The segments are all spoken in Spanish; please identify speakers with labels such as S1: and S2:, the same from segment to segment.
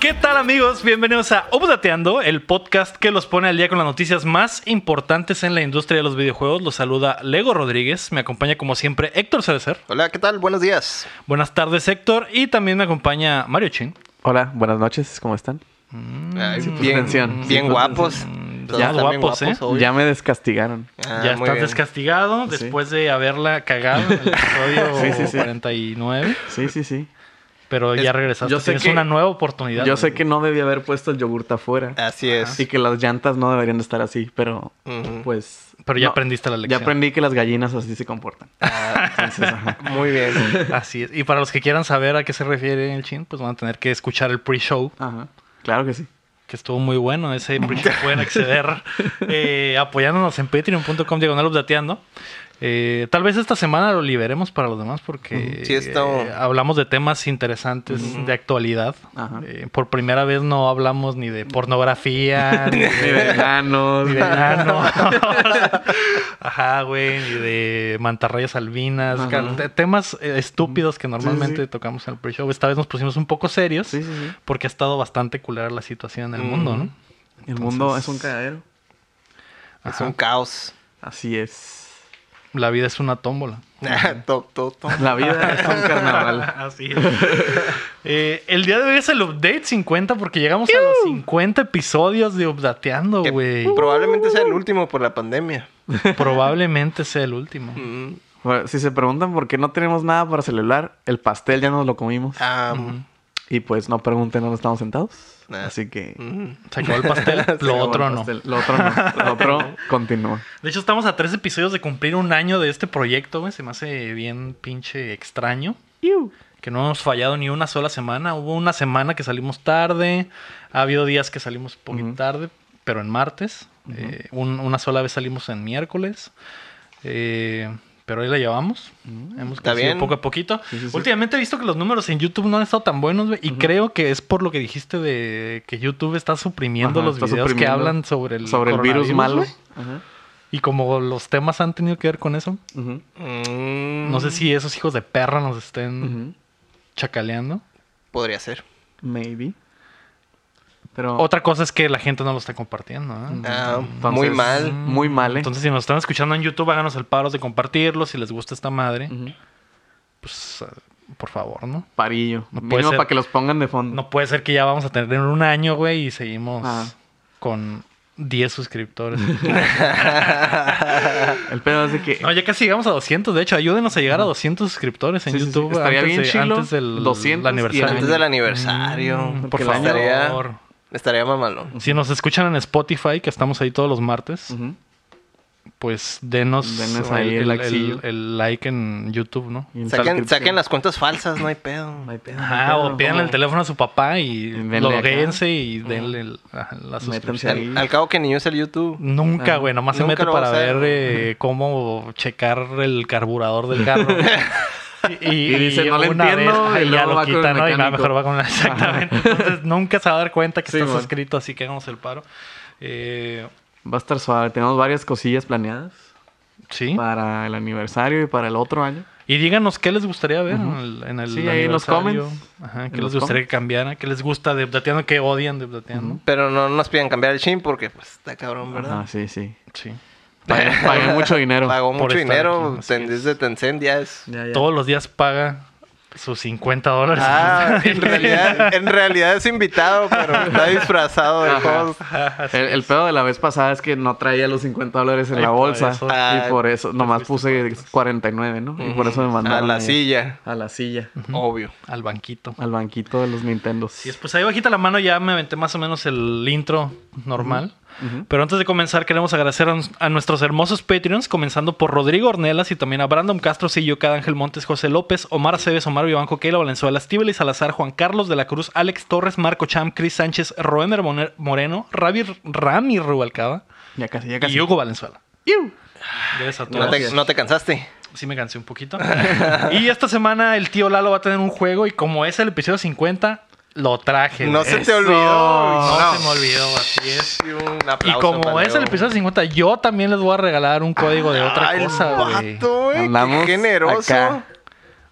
S1: ¿Qué tal amigos? Bienvenidos a Obdateando, el podcast que los pone al día con las noticias más importantes en la industria de los videojuegos. Los saluda Lego Rodríguez, me acompaña como siempre Héctor Cerecer.
S2: Hola, ¿qué tal? Buenos días.
S1: Buenas tardes Héctor y también me acompaña Mario Chin.
S3: Hola, buenas noches, ¿cómo están?
S1: Mm,
S2: Ay,
S1: pues,
S3: sin
S2: bien
S3: pretensión.
S2: bien guapos. Todos
S1: ya
S2: están bien
S1: guapos, ¿eh?
S2: obvio.
S3: Ya me descastigaron.
S2: Ah,
S1: ya
S2: muy
S1: estás
S2: bien.
S1: descastigado
S3: Sí.
S1: después de haberla cagado en el episodio
S3: Sí, sí, sí.
S1: 49,
S3: Sí, sí, sí.
S1: pero ya
S2: Es-
S1: regresaste.
S3: yo sé
S1: Tienes
S3: que-
S1: una nueva oportunidad.
S3: Yo sé que no debía haber puesto el yogurt afuera
S2: Así es.
S3: y que las llantas no deberían de estar así, pero
S2: Ujú.
S3: pues...
S1: Pero ya
S3: no,
S1: aprendiste la
S3: Ya
S1: lección.
S3: aprendí que las gallinas así se comportan. Entonces, ajá.
S2: Muy bien.
S1: Así es. Y para los que quieran saber a qué se refiere el chin, pues van a tener que escuchar el pre-show,
S3: Ajá. Claro que sí.
S1: que estuvo muy bueno. Ese pre-show pueden acceder eh, apoyándonos en patreon.com diagonal updateando. Eh, tal vez esta semana lo liberemos para los demás porque
S2: Sí, está-
S1: eh, hablamos de temas interesantes de actualidad.
S3: Ajá.
S1: Eh, por primera vez no hablamos ni de pornografía, ni
S3: Ni de
S1: de,
S3: enanos,
S1: ni de enano. Ajá, güey, ni de mantarrayas albinas.
S3: Ajá.
S1: cal- te- Temas eh, estúpidos que normalmente
S3: sí.
S1: tocamos en el pre-show. Esta vez nos pusimos un poco serios
S3: Sí, sí, sí.
S1: porque ha estado bastante culera la situación en el
S2: Ujú.
S1: mundo, ¿no?
S3: El mundo
S1: Entonces-
S3: es un cagadero.
S2: Es un caos.
S3: Así es.
S1: La vida es una tómbola.
S2: Top, top, top.
S3: La vida es un carnaval.
S1: Así es. Eh, el día de hoy es el update 50 porque llegamos a los 50 episodios de updateando,
S2: Que
S1: güey.
S2: Probablemente sea el último por la pandemia.
S1: Probablemente sea el último.
S2: Mm.
S3: Bueno, si se preguntan por qué no tenemos nada para celebrar, el pastel ya nos lo comimos.
S2: Ah,
S3: Y pues no pregunten dónde estamos sentados.
S2: Ah.
S3: Así que...
S2: mm.
S1: Se acabó el pastel, lo
S3: acabó
S1: otro
S3: el
S1: no.
S3: pastel. Lo otro no. Lo otro continúa.
S1: De hecho, estamos a tres episodios de cumplir un año de este proyecto, güey. Se me hace bien pinche extraño. Que no hemos fallado ni una sola semana. Hubo una semana que salimos tarde. Ha habido días que salimos un poquito
S3: Ujú.
S1: tarde, pero en martes.
S3: Ujú.
S1: Eh, un- una sola vez salimos en miércoles. Eh, pero ahí la llevamos. Hemos
S2: Está
S1: crecido
S2: bien.
S1: poco a poquito.
S3: Sí, sí, sí.
S1: Últimamente he visto que los números en YouTube no han estado tan buenos, güey, Y creo que es por lo que dijiste de que YouTube está suprimiendo
S3: Ajá,
S1: los
S3: está
S1: videos que
S3: suprimiendo
S1: hablan sobre el,
S3: Sobre el virus
S1: coronavirus,
S3: malo.
S1: güey. Y como los temas han tenido que ver con eso,
S3: Ujú.
S2: Mm.
S1: no sé si esos hijos de perra nos estén
S3: Ujú.
S1: chacaleando.
S2: Podría ser.
S3: Maybe. Pero...
S1: Otra cosa es que la gente no lo está compartiendo. ¿eh? Mm.
S3: Ujú.
S2: Ah,
S3: Entonces-
S2: muy mal.
S3: Muy mal, ¿eh?
S1: Entonces, si nos están escuchando en YouTube, háganos el paro de compartirlo. Si les gusta esta madre,
S3: Ujú.
S1: pues eh, por favor, ¿no?
S3: Parillo.
S1: No puede
S3: Mínimo
S1: ser.
S3: para que los pongan de fondo.
S1: No puede ser que ya vamos a tener un año, güey, y seguimos
S3: Mm. Ah.
S1: con 10 suscriptores.
S3: El pedo es de que...
S1: no, ya casi llegamos a 200. De hecho, ayúdenos a llegar a 200 suscriptores en
S3: Mm. Sí, sí, sí.
S1: YouTube
S3: Estaría
S1: antes,
S3: bien
S1: de-
S3: chilo,
S1: antes del
S3: 200 y
S1: aniversario.
S2: Antes del aniversario.
S1: Mm, por
S3: porque el año-
S1: favor.
S2: Estaría mamalón.
S1: Si nos escuchan en Spotify, que estamos ahí todos los martes,
S3: Ujú.
S1: pues denos,
S3: Denos
S1: el-
S3: ahí el
S1: el,
S3: likecillo.
S1: el- el like en YouTube, ¿no?
S3: Y en
S2: Saquen,
S3: suscripción.
S2: saquen las cuentas falsas, no hay pedo.
S3: No hay pedo, no hay
S1: Ajá, o
S3: pedo.
S1: pídanle el teléfono a su papá y
S3: Denle
S1: loguéense y denle el- ajá, la
S3: Métanse
S1: suscripción.
S3: Sí.
S2: Al, al cabo que ni usa el YouTube.
S1: Nunca,
S3: Ah,
S1: güey. Nomás se
S2: nunca
S1: mete
S2: lo va a
S1: para
S2: hacer.
S1: ver eh, cómo checar el carburador del carro. Y, y-
S3: Y dice,
S1: y
S3: "No le
S1: una
S3: entiendo",
S1: vez,
S3: y
S1: ay, ya
S3: luego
S1: lo
S3: va con el
S1: quita, ¿no? Y va,
S3: mecánico.
S1: mejor va con Exactamente. Entonces, nunca se va a dar cuenta que
S3: Sí,
S1: está estás
S3: man.
S1: suscrito, así que hagamos el paro. Eh,
S3: Va a estar suave. Tenemos varias cosillas planeadas
S1: sí.
S3: para el aniversario y para el otro año.
S1: Y díganos qué les gustaría ver en el, en el
S3: Sí, ahí en los
S1: aniversario.
S3: comments.
S1: Ajá, qué
S3: En
S1: les
S3: los
S1: gustaría que cambiara, qué les gusta de Updateando, qué odian de Updateando.
S2: Pero no nos pidan cambiar el chin porque pues está cabrón, ¿verdad?
S3: Ah, sí, sí.
S1: Sí.
S3: Pagué, pagué mucho dinero.
S2: Pagó
S1: por
S2: mucho
S1: estar
S2: dinero.
S1: aquí, así
S2: ten- Desde Tencent ya es.
S3: Ya, ya.
S1: Todos los días paga sus 50 dólares.
S2: Ah, en realidad, en realidad es invitado, pero está disfrazado de
S3: Ajá.
S2: host.
S3: El, el pedo de la vez pasada es que no traía los 50 dólares en
S1: Ay,
S3: la
S1: por
S3: bolsa.
S1: eso.
S2: Ah,
S3: y por eso,
S1: te
S3: nomás
S1: fuiste
S3: puse
S1: para atrás.
S3: 49, ¿no? Y por eso me
S2: A
S3: mandaron.
S2: la
S3: allá.
S2: silla,
S3: A la silla.
S2: obvio.
S1: Al banquito.
S3: Al banquito de los Nintendos.
S1: Así es, pues ahí bajita la mano ya me aventé más o menos el intro normal.
S3: Ujú.
S1: Pero antes de comenzar queremos agradecer a, a nuestros hermosos Patreons, comenzando por Rodrigo Ornelas y también a Brandon Castro, E Sillo, Cada Ángel Montes, José López, Omar Aceves, Omar Vivanco, Keila Valenzuela, Estíbal y Salazar, Juan Carlos de la Cruz, Alex Torres, Marco Cham, Cris Sánchez, Roemer Moner- Moreno, Ravi Rami Rubalcaba
S3: Ya casi, ya casi.
S1: y Hugo Valenzuela.
S3: Iu.
S1: Gracias a todos.
S2: No te, no te cansaste.
S1: Sí me cansé un poquito. y esta semana el tío Lalo va a tener un juego y como es el episodio 50, lo traje.
S2: No
S1: güey.
S2: se te
S3: Eso.
S2: olvidó.
S1: No,
S2: No.
S1: se me olvidó, así es.
S2: Sí, un
S1: Y
S2: aplauso
S1: como
S2: para
S1: es el
S2: Leo.
S1: episodio 50, yo también les voy a regalar un código de otra
S2: Ay, el
S1: cosa, güey.
S2: vato, güey, qué
S3: Andamos
S2: generoso.
S3: acá.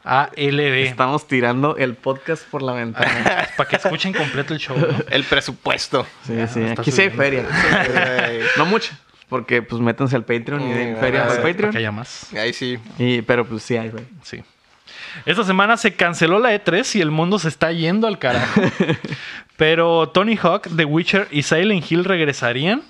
S1: ALB.
S3: Estamos tirando el podcast por la ventana.
S1: Para que escuchen completo el show. ¿no?
S2: El presupuesto.
S3: Sí,
S1: Ya,
S3: sí.
S1: está
S3: Aquí sí hay
S1: subiendo.
S3: feria.
S2: Ay,
S3: No mucha. Porque pues métanse al Patreon y
S2: Mm,
S3: den
S2: ah,
S3: feria
S2: sí,
S3: al
S1: Para que
S3: Patreon.
S1: haya más.
S2: Ahí sí.
S3: Y, pero pues sí hay, güey.
S1: Sí. Esta semana se canceló la E3 y el mundo se está yendo al carajo. Pero Tony Hawk, The Witcher y Silent Hill regresarían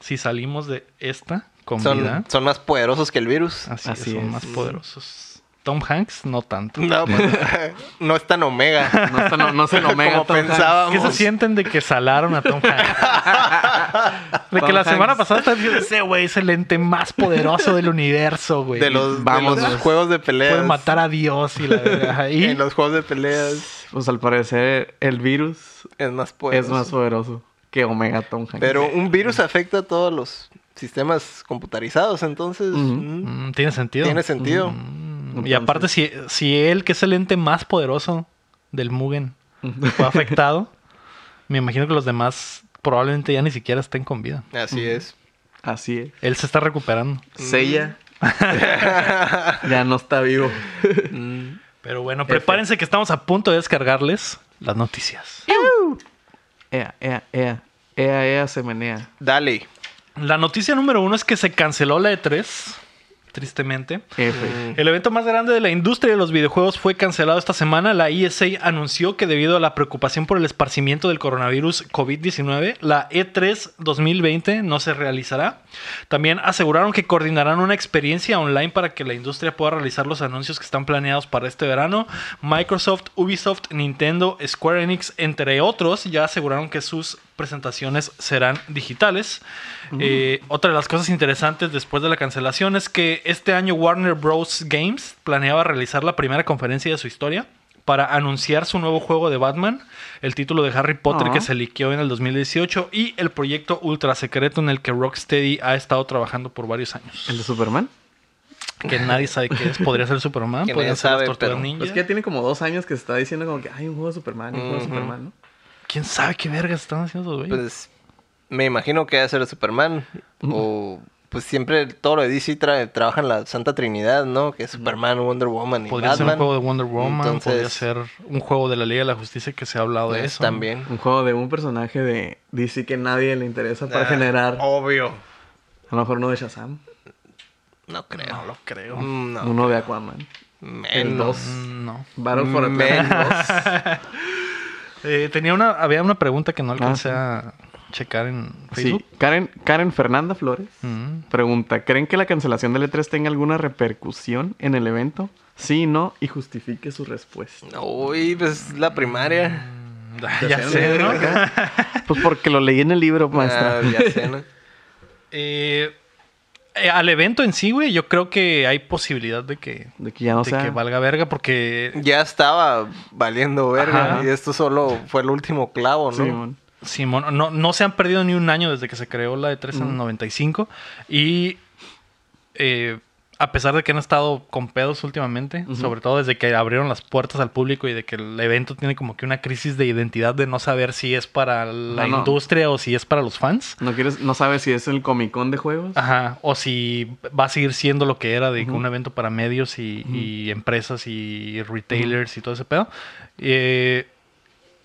S1: si salimos de esta con vida.
S2: Son, son más poderosos que el virus.
S1: Así,
S3: Así
S1: es, son
S3: es.
S1: más poderosos. Tom Hanks, no tanto.
S2: No, pues, no es tan omega.
S3: No, está- no, no se lo mega.
S2: como pensábamos.
S1: ¿Qué se sienten de que salaron a Tom Hanks? De que
S3: Tom
S1: la semana
S3: Hanks.
S1: pasada estás diciendo, ese güey es el ente más poderoso del universo, güey.
S2: De los, de
S3: Vámonos.
S2: los juegos de peleas.
S1: Puede matar a Dios y la verga. Y
S2: En los juegos de peleas
S3: Pues al parecer el virus
S2: es más poderoso.
S3: es más poderoso que Omega Tom Hanks.
S2: Pero un virus afecta a todos los sistemas computarizados, entonces
S3: Ujú.
S2: mm,
S1: Mm, tiene sentido.
S2: tiene sentido.
S1: Y aparte, si, si él, que es el ente más poderoso del Mugen, fue afectado, me imagino que los demás probablemente ya ni siquiera estén con vida.
S2: Así es.
S3: Así es.
S1: Él se está recuperando.
S2: Mm.
S3: Sella ya no está vivo.
S1: Pero bueno, prepárense que estamos a punto de descargarles las noticias.
S3: Ea, ea, ea. Ea, ea, se menea.
S2: Dale.
S1: La noticia número uno es que se canceló la E3, tristemente.
S2: Mm.
S3: F.
S1: El evento más grande de la industria de los videojuegos fue cancelado esta semana. La ESA anunció que debido a la preocupación por el esparcimiento del coronavirus COVID-19, la E E3 2020 no se realizará. También aseguraron que coordinarán una experiencia online para que la industria pueda realizar los anuncios que están planeados para este verano. Microsoft, Ubisoft, Nintendo, Square Enix, entre otros, ya aseguraron que sus presentaciones serán digitales.
S2: Mm.
S1: Eh, otra de las cosas interesantes después de la cancelación es que este año Warner Bros. Games planeaba realizar la primera conferencia de su historia para anunciar su nuevo juego de Batman, el título de Harry Potter
S3: Ah.
S1: que se liqueó en el 2018 y el proyecto ultra secreto en el que Rocksteady ha estado trabajando por varios años.
S3: ¿El de Superman?
S1: Que nadie sabe qué es. Podría ser Superman,
S2: Que
S1: podría
S2: nadie
S1: ser las
S2: sabe,
S1: Tortugas
S2: pero-
S1: Ninja.
S3: Pues que ya tiene como dos años que se está diciendo como que hay un juego de Superman, un juego de
S2: Ujú.
S3: Superman, ¿no?
S1: ¿Quién sabe qué verga están haciendo esos güeyes?
S2: Pues me imagino que debe ser Superman. O pues siempre todo lo de DC trae, trabaja en la Santa Trinidad, ¿no? Que es Superman, Wonder Woman y
S1: podría ser un
S2: Batman.
S1: juego de Wonder Woman,
S2: Entonces-
S1: podría ser un juego de la Liga de la Justicia que se ha hablado de
S2: Pues,
S1: eso.
S2: También.
S3: Un juego de un personaje de DC que nadie le interesa para
S2: Ah,
S3: generar.
S2: Obvio.
S3: A lo mejor uno de Shazam,
S2: No creo.
S1: No lo creo.
S2: Mm, No.
S3: uno de Aquaman. El
S2: Menos.
S3: 2.
S1: No.
S3: Battle for Atlantis.
S2: Mm, Menos.
S1: Eh, tenía una, había una pregunta que no alcancé a checar en
S3: Ah, Sí,
S1: Facebook.
S3: Karen, Karen Fernanda Flores
S1: Mm.
S3: pregunta, ¿creen que la cancelación del E3 tenga alguna repercusión en el evento? Sí, no, y justifique su respuesta.
S2: Uy, pues la primaria.
S1: Ya, sé, ¿no?
S3: Pues porque lo leí en el libro,
S2: Ah,
S3: maestra.
S2: ya sé, ¿no?
S1: Eh, eh, al evento en sí, güey, yo creo que hay posibilidad de que,
S3: De que ya no
S1: de
S3: sea...
S1: que valga verga porque
S2: Ya estaba valiendo verga.
S1: Ajá.
S2: Y esto solo fue el último clavo, ¿no?
S3: Sí, mon.
S1: Simón, no, no se han perdido ni un año desde que se creó la de 3 en el 95. Y eh, a pesar de que han estado con pedos últimamente, sobre todo desde que abrieron las puertas al público y de que el evento tiene como que una crisis de identidad de no saber si es para la
S3: No, no.
S1: industria o si es para los fans.
S3: No quieres, no sabes si es el Comic Con de juegos.
S1: Ajá, o si va a seguir siendo lo que era de que un evento para medios y, y empresas y retailers y todo ese pedo. Eh,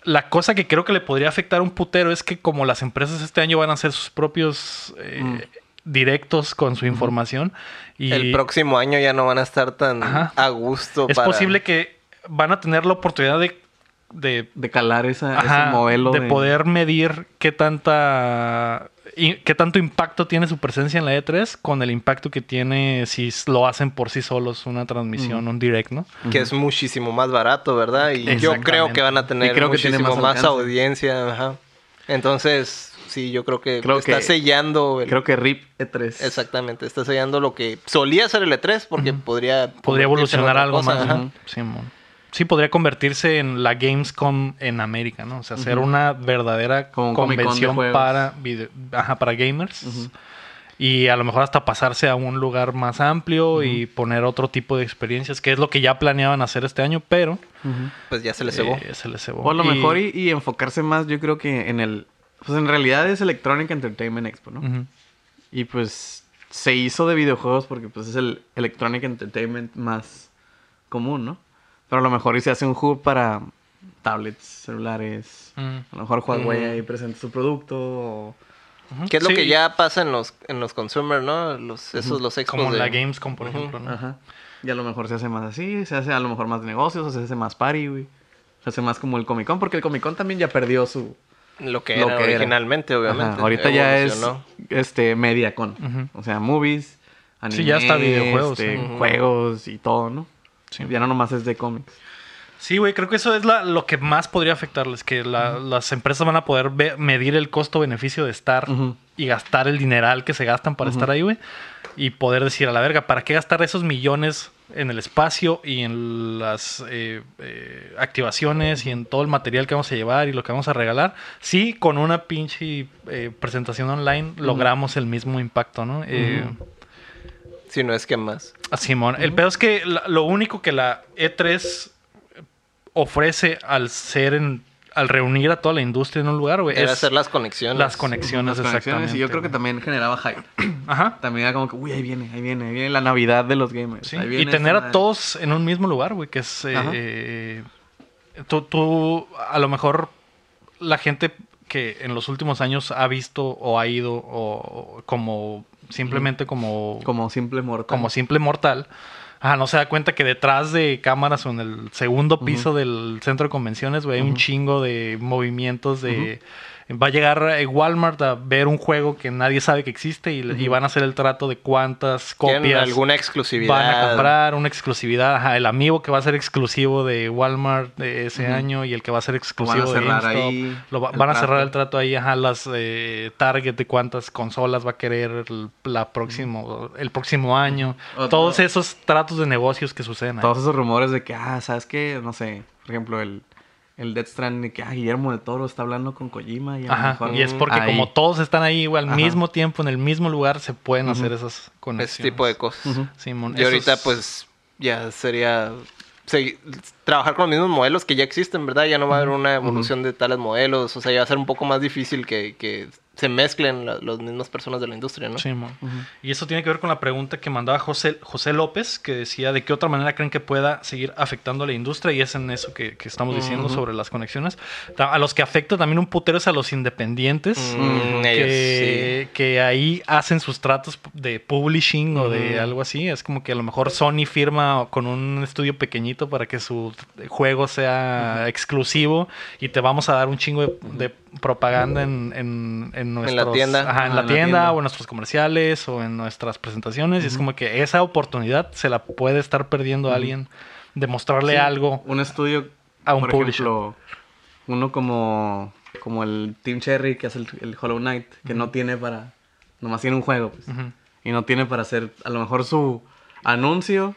S1: la cosa que creo que le podría afectar un putero es que como las empresas este año van a hacer sus propios eh, directos con su información y
S2: El próximo año ya no van a estar tan
S1: Ajá.
S2: a gusto.
S1: es
S2: para-
S1: posible que van a tener la oportunidad de, de
S3: De calar esa,
S1: Ajá,
S3: ese modelo
S1: de, poder medir qué tanta y- qué tanto impacto tiene su presencia en la E3 con el impacto que tiene si s- lo hacen por sí solos una
S3: Mm.
S1: transmisión, un direct, ¿no?
S2: Que es muchísimo más barato, ¿verdad? Y yo
S1: Exactamente.
S2: creo que van a tener
S3: Y creo que tiene
S2: muchísimo
S3: más
S2: más,
S3: alcance.
S2: audiencia. Ajá. Entonces, sí, yo creo que
S3: Creo
S2: está
S3: que-
S2: sellando. el-
S3: Creo que RIP E3.
S2: Exactamente, está sellando lo que solía ser el E3 porque podría...
S1: Podría
S2: convertirse en
S1: evolucionar
S2: otra
S1: algo
S2: cosa,
S1: más.
S2: ajá.
S1: ¿no? Sí, mon. Sí, podría convertirse en la Gamescom en América, ¿no? O sea, hacer una verdadera
S3: Como un Comic-Con de
S1: convención
S3: juegos.
S1: para, video- ajá, para gamers. Y a lo mejor hasta pasarse a un lugar más amplio y poner otro tipo de experiencias, que es lo que ya planeaban hacer este año, pero
S3: Ujú.
S2: Pues ya se le cebó.
S1: Eh, se les cebó.
S3: O a lo
S1: Y-
S3: mejor y, y enfocarse más, yo creo que en el... Pues en realidad es Electronic Entertainment Expo, ¿no?
S1: Ujú.
S3: Y pues se hizo de videojuegos porque pues es el Electronic Entertainment más común, ¿no? Pero a lo mejor y se hace un hub para tablets, celulares.
S1: Mm.
S3: A lo mejor Huawei
S2: Mm.
S3: ahí presenta su producto. o-
S1: Ujú.
S2: Que es lo
S1: Sí,
S2: que ya pasa en los, en los consumer, ¿no? Los, esos, los expos
S1: Como
S2: de-
S1: la Gamescom, por
S2: Ujú. Ah,
S1: ejemplo. ¿no?
S3: Ajá. Y a lo mejor se hace más así, se hace a lo mejor más negocios, o se hace más party, güey. Se hace más como el Comic Con, porque el Comic Con también ya perdió su.
S2: Lo que
S3: Lo
S2: era
S3: que era.
S2: originalmente, obviamente.
S3: Ajá, Ahorita ya es
S2: Evolucionó.
S3: este media con.
S1: Ujú.
S3: O sea, movies, anime,
S1: Sí, ya hasta videojuegos,
S3: este,
S1: sí. Ujú.
S3: juegos y todo, ¿no?
S1: Sí.
S3: Ya no nomás es de cómics.
S1: Sí, güey, creo que eso es la- lo que más podría afectarles, que la- las empresas van a poder ve- medir el costo-beneficio de estar
S3: Ujú.
S1: y gastar el dineral que se gastan para estar ahí, güey, y poder decir a la verga, ¿para qué gastar esos millones en el espacio y en las eh, eh, activaciones y en todo el material que vamos a llevar y lo que vamos a regalar? Sí, con una pinche eh, presentación online logramos el mismo impacto, ¿no? Eh,
S2: Si no es que más.
S1: Ah, Simón, el pedo es que la- lo único que la E3 ofrece al ser en, al reunir a toda la industria en un lugar, güey,
S2: Era
S1: Pues es
S2: hacer las conexiones.
S1: las conexiones,
S3: Las conexiones,
S1: exactamente.
S3: y yo creo que
S1: güey.
S3: también generaba hype.
S1: Ajá.
S3: También era como que, uy, ahí viene, ahí viene, ahí viene la Navidad de los gamers.
S1: sí,
S3: Pues ahí
S1: Y
S3: viene
S1: tener
S3: esta
S1: a todos en un mismo lugar, güey, que es eh,
S3: Ajá.
S1: eh, tú, tú a lo mejor la gente que en los últimos años ha visto o ha ido o o como simplemente como
S3: madre. Como simple mortal.
S1: como simple mortal, ajá, no se da cuenta que detrás de cámaras o en el segundo piso del centro de convenciones, güey, hay un chingo de movimientos de... Va a llegar eh, Walmart a ver un juego que nadie sabe que existe y, le- y van a hacer el trato de cuántas
S2: Tienen
S1: copias
S2: alguna exclusividad.
S1: van a comprar, una exclusividad, ajá, el amigo que va a ser exclusivo de Walmart de ese año y el que va a ser exclusivo
S3: Lo van a cerrar
S1: de GameStop.
S3: ahí,
S1: Lo va-
S3: el
S1: van a cerrar
S3: trato.
S1: el trato ahí, ajá, las eh, target de cuántas consolas va a querer el, la próximo, el próximo año.
S3: Otro-
S1: Todos esos tratos de negocios que suceden ahí.
S3: Todos esos rumores de que, ah, ¿sabes qué? No sé, por ejemplo, el, el Death Strand de que, ah, Guillermo del Toro está hablando con Kojima y a lo
S1: Ajá,
S3: mejor-
S1: y es porque
S3: Ahí.
S1: como todos están ahí güey, al
S3: Ajá.
S1: mismo tiempo, en el mismo lugar, se pueden hacer esas conexiones.
S2: Ese tipo de cosas.
S3: Ujú.
S1: Simón,
S2: Y ahorita,
S1: esos-
S2: pues, ya sería segui- trabajar con los mismos modelos que ya existen, ¿verdad? Ya no va a haber una evolución de tales modelos. O sea, ya va a ser un poco más difícil que, que se mezclen la- las mismas personas de la industria, ¿no?
S1: Sí, mon. Y eso tiene que ver con la pregunta que mandaba José, José López, que decía de qué otra manera creen que pueda seguir afectando a la industria, y es en eso que, que estamos diciendo sobre las conexiones. Ta- A los que afecta también un putero es a los independientes,
S2: Mm, ellos
S1: que, que ahí hacen sus tratos de publishing o de algo así. Es como que a lo mejor Sony firma con un estudio pequeñito para que su juego sea exclusivo y te vamos a dar un chingo de, de propaganda en, en, en
S2: la
S1: nuestros-
S2: tienda.
S1: ajá, en
S3: Ah,
S1: la
S3: en la
S1: tienda
S3: tienda.
S1: o en nuestros comerciales o en nuestras presentaciones. Y es como que esa oportunidad se la puede estar perdiendo a alguien de mostrarle
S3: Sí,
S1: algo.
S3: Un estudio,
S1: a un
S3: por
S1: publisher.
S3: ejemplo, uno como, como el Team Cherry que hace el, el Hollow Knight, que no tiene para, nomás tiene un juego, pues,
S1: Ujú.
S3: y no tiene para hacer, a lo mejor su anuncio,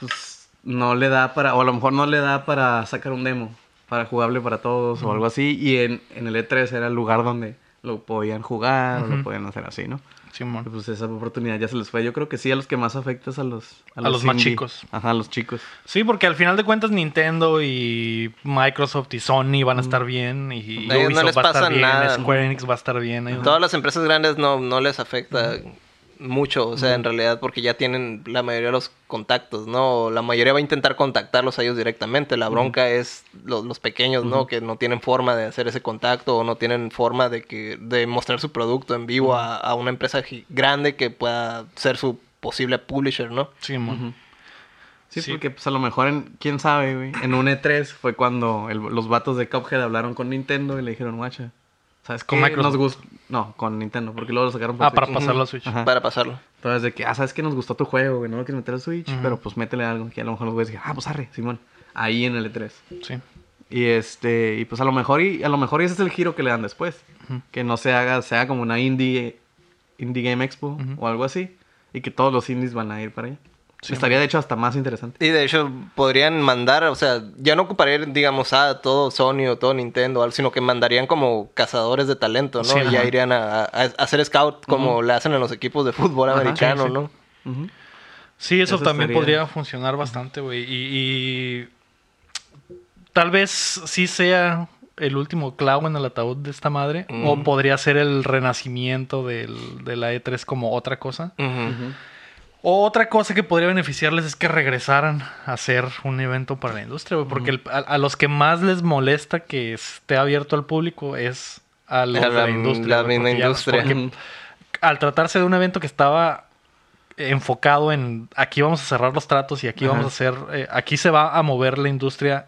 S3: pues, no le da para, o a lo mejor no le da para sacar un demo, para jugable para todos o algo así, y en, en el E3 era el lugar donde lo podían jugar o lo podían hacer así, ¿no?
S1: Simón.
S3: Pero, Pues esa oportunidad ya se les fue. Yo creo que sí, a los que más afecta es a los...
S1: A los más
S3: indie.
S1: chicos.
S3: Ajá, a los chicos.
S1: Sí, porque al final de cuentas Nintendo y Microsoft y Sony van a estar bien y
S2: A ellos no
S1: Ubisoft
S2: les
S1: va a
S2: pasa
S1: estar bien,
S2: nada.
S1: Square Enix va a estar bien. ellos-
S2: Todas las empresas grandes no, no les afecta mucho, o sea, en realidad porque ya tienen la mayoría de los contactos, ¿no? O La mayoría va a intentar contactarlos a ellos directamente. La bronca es los, los pequeños, ¿no? Que no tienen forma de hacer ese contacto o no tienen forma de que de mostrar su producto en vivo a, a una empresa gi- grande que pueda ser su posible publisher, ¿no?
S1: Sí, mon.
S3: Sí,
S1: Sí.
S3: porque pues a lo mejor, en, quién sabe, güey. En un E3 fue cuando el- los vatos de Cuphead hablaron con Nintendo y le dijeron, guacha, ¿sabes
S1: Con
S3: qué?
S1: Microsoft.
S3: Nos gust-" No, con Nintendo, porque luego lo sacaron
S1: Ah, para
S3: Switch.
S1: pasarlo a Switch.
S3: Ajá.
S2: Para pasarlo.
S3: Entonces de que, ah, ¿sabes qué? Nos gustó tu juego, güey. No lo quieres meter a Switch, pero pues métele algo. Que a lo mejor los güeyes dijeron, ah, pues arre, Simón. Ahí en el E3.
S1: Sí.
S3: Y este, y pues a lo mejor, y a lo mejor ese es el giro que le dan después. Que no se haga, sea como una indie, indie game expo o algo así. Y que todos los indies van a ir para allá. Estaría de hecho hasta más interesante.
S2: Y de hecho podrían mandar, o sea, ya no ocuparía, digamos, a todo Sony o todo Nintendo, al- sino que mandarían como cazadores de talento, ¿no?
S1: Sí,
S2: y ya
S1: ajá.
S2: irían a, a- a hacer scout como le hacen en los equipos de fútbol
S3: Ajá,
S2: americano,
S3: sí, sí.
S2: ¿no?
S3: Ujú.
S1: Sí, eso,
S3: Eso
S1: también
S3: estaría-
S1: podría funcionar bastante, güey. Y, y tal vez sí sea el último clavo en el ataúd de esta madre. O E podría ser el renacimiento del- de la E3 como otra cosa. Otra cosa que podría beneficiarles es que regresaran a hacer un evento para la industria, güey, porque el- a, a los que más les molesta que esté abierto al público es a los
S2: A
S1: de
S2: la-
S1: la industria.
S2: la
S1: güey,
S2: misma
S1: porque ya-
S2: industria.
S1: porque
S3: Ujú.
S1: al tratarse de un evento que estaba enfocado en aquí vamos a cerrar los tratos y aquí
S3: Ajá.
S1: vamos a hacer, eh, aquí se va a mover la industria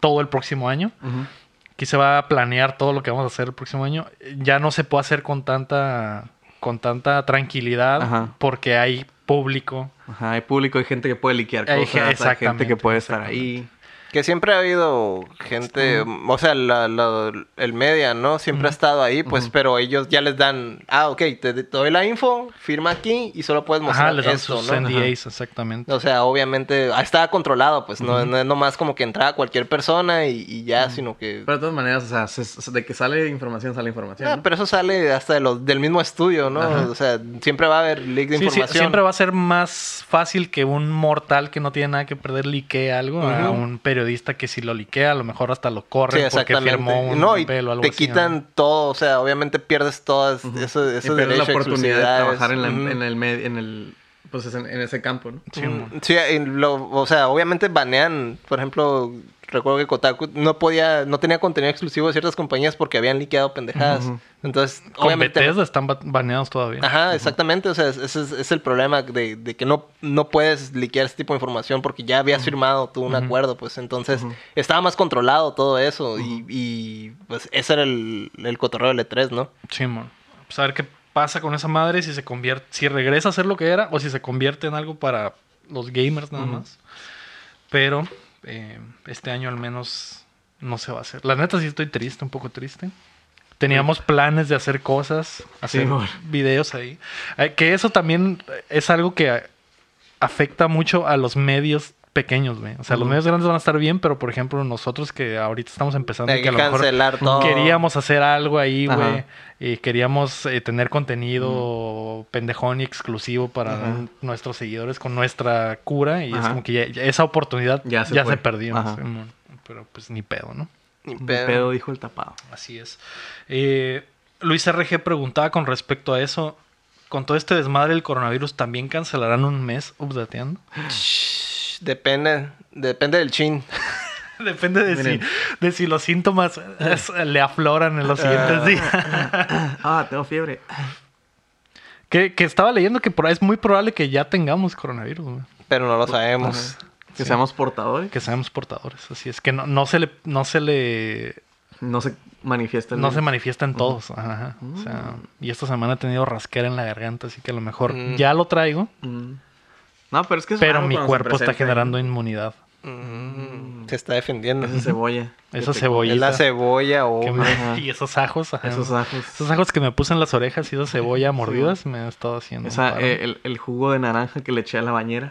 S1: todo el próximo año,
S3: Ujú.
S1: aquí se va a planear todo lo que vamos a hacer el próximo año, eh, ya no se puede hacer con tanta, con tanta tranquilidad
S3: Ajá.
S1: porque hay público.
S3: Ajá, hay público, hay gente que puede liquear
S1: Hay
S3: cosas,
S1: gen-
S3: hay, gente que
S1: exactamente,
S3: puede estar ahí.
S2: Que siempre ha habido gente, o sea, la- la- el media, ¿no? Siempre ha estado ahí, pues, pero ellos ya les dan, ah, ok, te, te doy la info, firma aquí y solo puedes mostrar
S1: Ajá, les dan
S2: esto,
S1: sus
S2: ¿no?
S1: NDAs, exactamente.
S2: O sea, obviamente ah, estaba controlado, pues, no, no es nomás como que entraba cualquier persona y, y ya, sino que...
S3: Pero de todas maneras, o sea, se- se- de que sale información, sale información.
S2: Ah,
S3: ¿no?
S2: pero eso sale hasta de los, del mismo estudio, ¿no?
S3: Ajá.
S2: O sea, siempre va a haber leak de
S1: Sí, sí,
S2: información.
S1: siempre va a ser más fácil que un mortal que no tiene nada que perder liquee algo a
S2: Ujú.
S1: un periodista que si lo liquea a lo mejor hasta lo corre
S2: Sí,
S1: porque
S2: exactamente.
S1: firmó un
S2: no, y
S1: papel o algo
S2: te
S1: así, ¿no?
S2: quitan todo, o sea, obviamente pierdes todas eso,
S3: Y
S2: esos
S3: pierdes
S2: derechos,
S3: la oportunidad de
S2: exclusividades.
S3: trabajar en, la-
S2: Ujú.
S3: en el med- en el pues en, en ese campo, ¿no?
S1: Sí,
S2: Mm,
S1: mon.
S2: Sí, y lo- o sea, obviamente banean, por ejemplo, recuerdo que Kotaku no podía, no tenía contenido exclusivo de ciertas compañías porque habían liqueado pendejadas. Entonces,
S1: Con
S2: obviamente.
S1: Bethesda están ba- baneados todavía.
S2: Ajá, exactamente. O sea, es- ese es, es el problema de, de que no, no puedes liquear ese tipo de información porque ya habías firmado tú un acuerdo, pues entonces estaba más controlado todo eso y, y, pues ese era el, el cotorreo del E3, ¿no?
S1: Sí, mon. Pues a ver qué pasa con esa madre, si se convierte, si regresa a ser lo que era o si se convierte en algo para los gamers nada más. Pero eh, este año al menos no se va a hacer. La neta sí estoy triste, un poco triste. Teníamos planes de hacer cosas, hacer
S3: mon.
S1: videos ahí. Eh, que eso también es algo que eh, afecta mucho a los medios pequeños, güey. O sea, los
S3: Ujú.
S1: medios grandes van a estar bien, pero por ejemplo nosotros que ahorita estamos empezando y
S2: Hay
S1: que a
S2: que
S1: lo mejor
S2: cancelar todo.
S1: queríamos hacer algo ahí,
S3: Ajá.
S1: güey. Y queríamos eh, tener contenido pendejón y exclusivo para
S3: Ajá.
S1: n- nuestros seguidores con nuestra cura. Y es
S3: Ajá.
S1: como que ya- ya esa oportunidad ya
S3: Ya
S1: se,
S3: se fue.
S1: perdió.
S3: Ajá.
S1: Simón. Pero pues ni pedo, ¿no?
S2: Ni
S3: Ni
S2: pedo.
S3: pedo dijo el tapado.
S1: Así es. Eh, Luis RG preguntaba con respecto a eso. Con todo este desmadre del coronavirus, ¿también cancelarán un mes updateando?
S2: Shh, Depende, depende del chin.
S1: Depende de si,
S3: Miren.
S1: de si los síntomas es, le afloran en los siguientes días.
S3: Ah, tengo fiebre.
S1: Que, que estaba leyendo que por, es muy probable que ya tengamos coronavirus, güey.
S2: Pero no lo sabemos.
S3: Que seamos portadores,
S1: que seamos portadores. Así es que no, no se le, no se le,
S3: no se manifiesta. el
S1: no se
S3: virus.
S1: manifiesta en todos. Ajá, o sea,
S3: Mm.
S1: y esta semana he tenido rasquera en la garganta, así que a lo mejor
S2: Mm.
S1: ya lo traigo,
S3: Mm. No, pero es que es
S1: pero
S3: raro
S1: mi
S3: cuando se
S1: cuerpo está
S3: presenta
S1: generando inmunidad.
S2: Mm, se está defendiendo.
S3: esa cebolla.
S1: Esa
S3: Que te-
S1: cebolla.
S2: Es la cebolla o
S1: que me-
S3: Ajá.
S1: y esos ajos, ajá.
S3: Esos ajos.
S1: Esos ajos que me puse en las orejas y esa cebolla mordidas me ha estado haciendo. un
S3: Esa,
S1: paro.
S3: eh, el, el jugo de naranja que le eché a la bañera.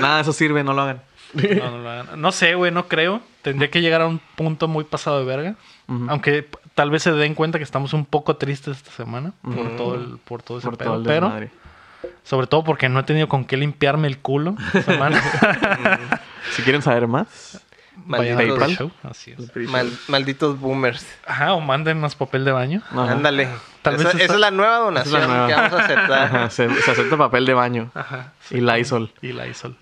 S3: Nada, eso sirve, no lo hagan.
S1: No, no lo hagan. No sé, güey, no creo. Tendría que llegar a un punto muy pasado de verga.
S3: Ujú.
S1: Aunque p- tal vez se den cuenta que estamos un poco tristes esta semana por
S2: Ujú.
S1: todo el, por todo ese
S3: Por
S1: pedo.
S3: todo el
S1: pero
S3: desmadre.
S1: Sobre todo porque no he tenido con qué limpiarme el culo. esta Semana.
S3: Si quieren saber más,
S1: Vayan
S2: Malditos-
S1: al show. Así es.
S2: mal- malditos boomers.
S1: Ajá, o mándennos papel de baño.
S3: Ajá.
S2: Ándale.
S1: Tal
S2: Esa-
S1: vez
S2: esa
S1: está-
S2: es la nueva donación
S3: nueva.
S2: que vamos a aceptar.
S3: Ajá, se, se acepta papel de baño
S2: Ah.
S1: Ajá.
S3: y Lysol.
S1: Y Lysol.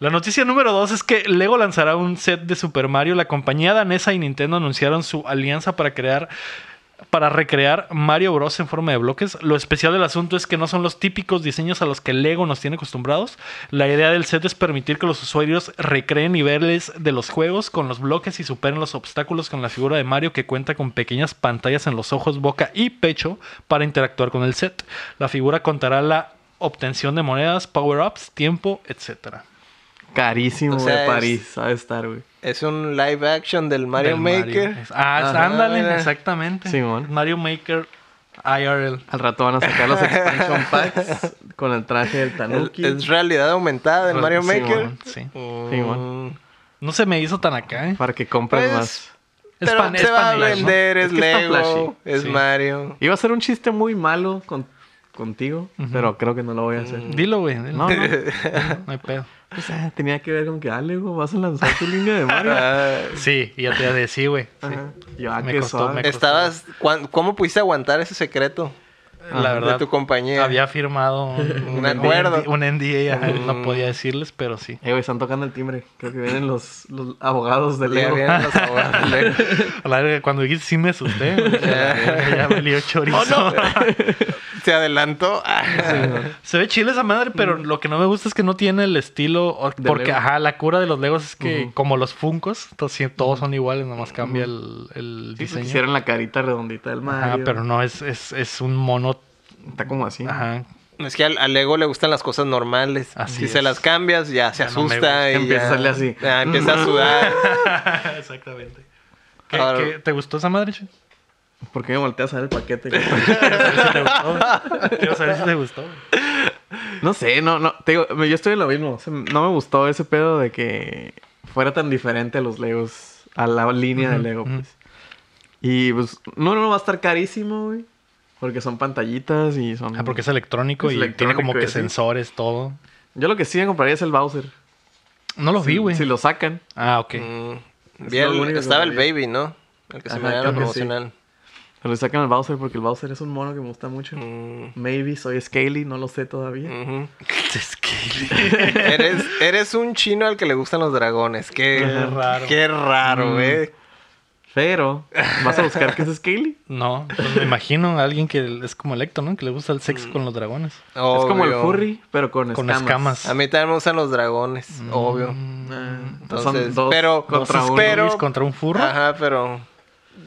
S1: La noticia número 2 es que Lego lanzará un set de Super Mario. La compañía danesa y Nintendo anunciaron su alianza para crear para recrear Mario Bros en forma de bloques. Lo especial del asunto es que no son los típicos diseños a los que Lego nos tiene acostumbrados. La idea del set es permitir que los usuarios recreen niveles de los juegos con los bloques y superen los obstáculos con la figura de Mario que cuenta con pequeñas pantallas en los ojos, boca y pecho para interactuar con el set. La figura contará la obtención de monedas, power-ups, tiempo, etc.
S3: Carísimo
S2: O sea,
S3: de
S2: es-
S3: París, sabe estar, güey.
S2: Es un live action del Mario
S1: Del
S2: Maker.
S1: Ah,
S2: Ajá.
S1: ándale, exactamente.
S3: Simón.
S1: Mario Maker IRL.
S3: Al rato van a sacar los expansion packs con el traje del
S2: El-
S3: Tanuki.
S2: es realidad aumentada del Mario
S1: Sí,
S2: Maker.
S1: mon, sí.
S2: Mm,
S3: Sí,
S1: No se me hizo tan acá, ¿eh?
S3: Para que compres
S2: Pues,
S3: más.
S1: Es
S2: Pero
S1: pan- es
S2: se va a
S1: panela, ¿no?
S2: vender,
S3: Es
S2: es,
S3: que está
S2: Lego,
S3: flashy,
S2: es
S1: sí.
S2: Mario.
S3: Iba a ser un chiste muy malo con- contigo, pero creo que no lo voy a hacer.
S1: Dilo, güey. dilo.
S3: No, no.
S1: No hay pedo.
S3: Pues, ah, tenía que ver con que, dale, güey, vas a lanzar tu línea de Mario.
S2: Ah,
S1: Sí, y ya te decí, güey. Sí.
S3: Ajá. Yo, ah,
S1: Me
S3: qué
S1: costó,
S3: suave.
S1: me
S2: estabas, cuán- ¿Cómo pudiste aguantar ese secreto?
S1: Ah, la verdad.
S2: de tu compañía.
S1: Había firmado un,
S2: Un
S1: NDA,
S2: acuerdo.
S1: un NDA, ajá,
S2: Mm.
S1: no podía decirles, pero sí.
S3: Eh, güey, están tocando el timbre. Creo que vienen los, los abogados del
S2: Le
S3: Lego.
S2: vienen los abogados, le-
S1: A la verga, cuando dijiste sí me asusté. güey. Ya ya me lió chorizo.
S2: Se adelantó. Ah,
S1: Se ve chile esa madre, pero lo que no me gusta es que no tiene el estilo. o-
S3: De
S1: Porque,
S3: Lego.
S1: ajá, la cura de los Legos es que,
S3: Ujú.
S1: como los Funcos, to- sí, todos son iguales, nomás cambia el, el
S3: Sí, porque
S1: diseño.
S3: Hicieron la carita redondita del Mario.
S1: Ajá, pero no, es, es, es un mono.
S3: Está como así.
S1: Ajá.
S2: Es que al, al ego le gustan las cosas normales.
S1: Así
S2: si se
S1: es.
S2: las cambias, ya se
S1: Ya no me
S2: asusta.
S1: gusta.
S2: y
S3: Empieza a
S2: ya-
S3: hacerle así.
S2: Ah, empieza a sudar.
S1: Exactamente. ¿Qué-
S2: Ahora-
S1: qué- te gustó esa madre? Chuy?
S3: ¿Por qué me volteas a ver el paquete?
S1: Quiero saber si te gustó, güey. Quiero saber si te gustó. güey.
S3: no sé, no, no. Te digo, me- yo estoy en lo mismo. O sea, no me gustó ese pedo de que fuera tan diferente a los Legos, a la línea de
S1: Ujú,
S3: Lego,
S1: ujú.
S3: pues. Y pues, no, no va a estar carísimo, güey. Porque son pantallitas y son.
S1: Ah, porque es electrónico
S3: Es
S1: y tiene
S3: electrónico,
S1: como que
S3: sí.
S1: sensores, todo.
S3: Yo lo que sí me compraría es el Bowser.
S1: No los vi, güey.
S3: Si lo sacan.
S1: Ah, ok.
S2: Mm,
S3: Es
S2: vi
S3: lo
S2: el-
S3: único que
S2: estaba el
S3: vi.
S2: baby, ¿no? El que se
S3: Ajá,
S2: me
S3: creo
S2: era
S3: que sí.
S2: promocional.
S3: Pero le sacan el Bowser porque el Bowser es un mono que me gusta mucho.
S2: Mm,
S3: Maybe soy Scaly, no lo sé todavía.
S2: ujú.
S1: Es que-
S2: eres, eres un chino al que le gustan los dragones. Qué,
S1: Qué raro.
S2: Qué raro,
S3: Mm.
S2: eh.
S3: Pero, ¿vas a buscar qué es Scaly?
S1: No, pues me imagino a alguien que es como Electo, ¿no? Que le gusta el sexo con los dragones.
S3: Es como el
S2: Obvio.
S3: furry, pero con
S1: Con
S3: escamas.
S1: escamas.
S2: A mí también me gustan los dragones,
S1: Mm.
S2: obvio.
S3: Ah,
S2: Entonces,
S3: son dos
S2: pero-
S1: Pues
S3: contra
S2: dos
S3: uno.
S2: espero-
S1: Pero... contra un furro.
S2: Ajá, pero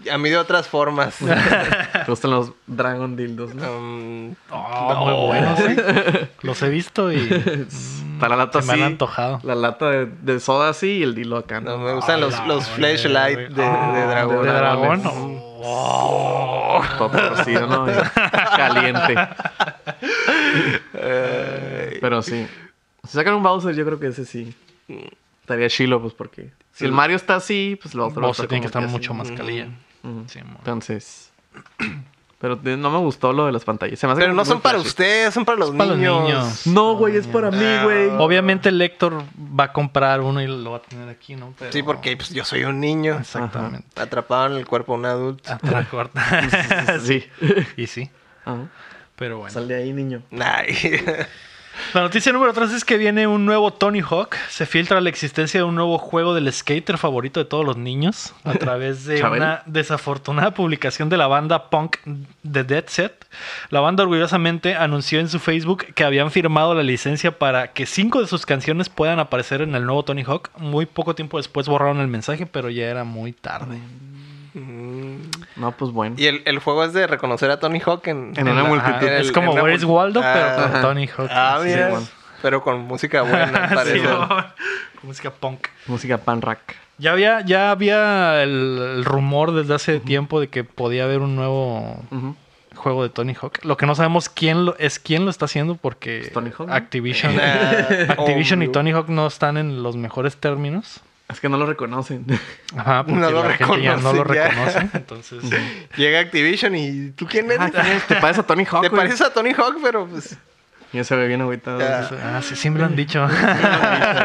S2: a mí de otras formas.
S3: Te gustan los Dragon Dildos, ¿no?
S2: Um,
S1: Oh, Muy buenos, ¿eh? Los he visto y
S3: Está Mm, la lata
S1: se me han
S3: así,
S1: antojado.
S3: La lata de, de soda así y el dilo acá,
S2: no,
S3: ¿no?
S2: me gustan los,
S1: Ah,
S2: los
S1: la
S2: flashlight de,
S1: verga.
S2: de
S1: Ah,
S2: dragón.
S1: ¿De dragón?
S3: dragones.
S1: Oh.
S3: Todo torcido, ¿no? Y Caliente. pero sí. Si sacan un Bowser, yo creo que ese sí. Estaría chilo, pues, porque... Si el Mario está así, pues lo otro... va a
S1: Oh, Bowser tiene que
S3: como
S1: estar mucho
S3: así.
S1: más calilla.
S3: Ujú.
S1: Sí, mon.
S3: Entonces... Pero te- no me gustó lo de las pantallas. Se me hace
S2: Pero no
S3: muy
S2: son para
S3: flashy.
S2: ustedes, son para los
S1: para los
S2: niños.
S1: niños.
S3: No, güey,
S1: Ah,
S3: es para mí, güey.
S1: Obviamente el Lector va a comprar uno y lo va a tener aquí, ¿no? Pero-
S2: Sí, porque pues, yo soy un niño
S1: Exactamente.
S2: atrapado en el cuerpo de un
S1: Ah.
S2: adulto.
S1: Atracor.
S3: Sí.
S1: y sí,
S3: Ajá.
S1: pero bueno.
S3: Sal de ahí, niño.
S2: Ay.
S1: La noticia número 3 es que viene un nuevo Tony Hawk. Se filtra la existencia de un nuevo juego del skater favorito de todos los niños a través de
S3: Chabelo.
S1: una desafortunada publicación de la banda punk The Dead Set. La banda orgullosamente anunció en su Facebook que habían firmado la licencia para que cinco de sus canciones puedan aparecer en el nuevo Tony Hawk. Muy poco tiempo después borraron el mensaje, pero ya era muy tarde.
S2: Mm.
S3: No, pues bueno.
S2: y el, el juego es de reconocer a Tony Hawk en,
S3: En una
S1: Ajá,
S3: multitud.
S2: En
S1: es
S2: el-
S1: como
S2: en la
S1: Where is
S2: mul-
S1: Waldo,
S2: Ah,
S1: pero con
S3: ajá.
S1: Tony Hawk.
S2: Ah,
S1: Sí,
S2: mira.
S3: bueno.
S2: Pero con música buena, al
S1: sí,
S2: parecer.
S1: no. Música punk.
S3: Música pan rack.
S1: Ya había, ya había el, el rumor desde hace tiempo de que podía haber un nuevo
S3: Ujú.
S1: juego de Tony Hawk. Lo que no sabemos quién lo, es quién lo está haciendo porque
S3: Pues Tony Hawk, ¿no?
S1: Activision,
S2: Ah,
S1: Activision y
S2: obvio.
S1: Tony Hawk no están en los mejores términos.
S3: Es que no lo reconocen.
S1: Ajá, porque
S2: No lo
S1: la gente ya no lo
S2: reconocen, ya.
S1: reconoce. Entonces,
S2: Llega Activision y ¿tú quién
S3: Ah,
S2: eres?
S3: ¿quién es? Te pareces a Tony Hawk.
S2: Te
S3: güey?
S2: pareces a Tony Hawk, pero pues.
S3: Ya se ve bien agüitado.
S2: Ya.
S1: ah, sí, sí me lo han dicho.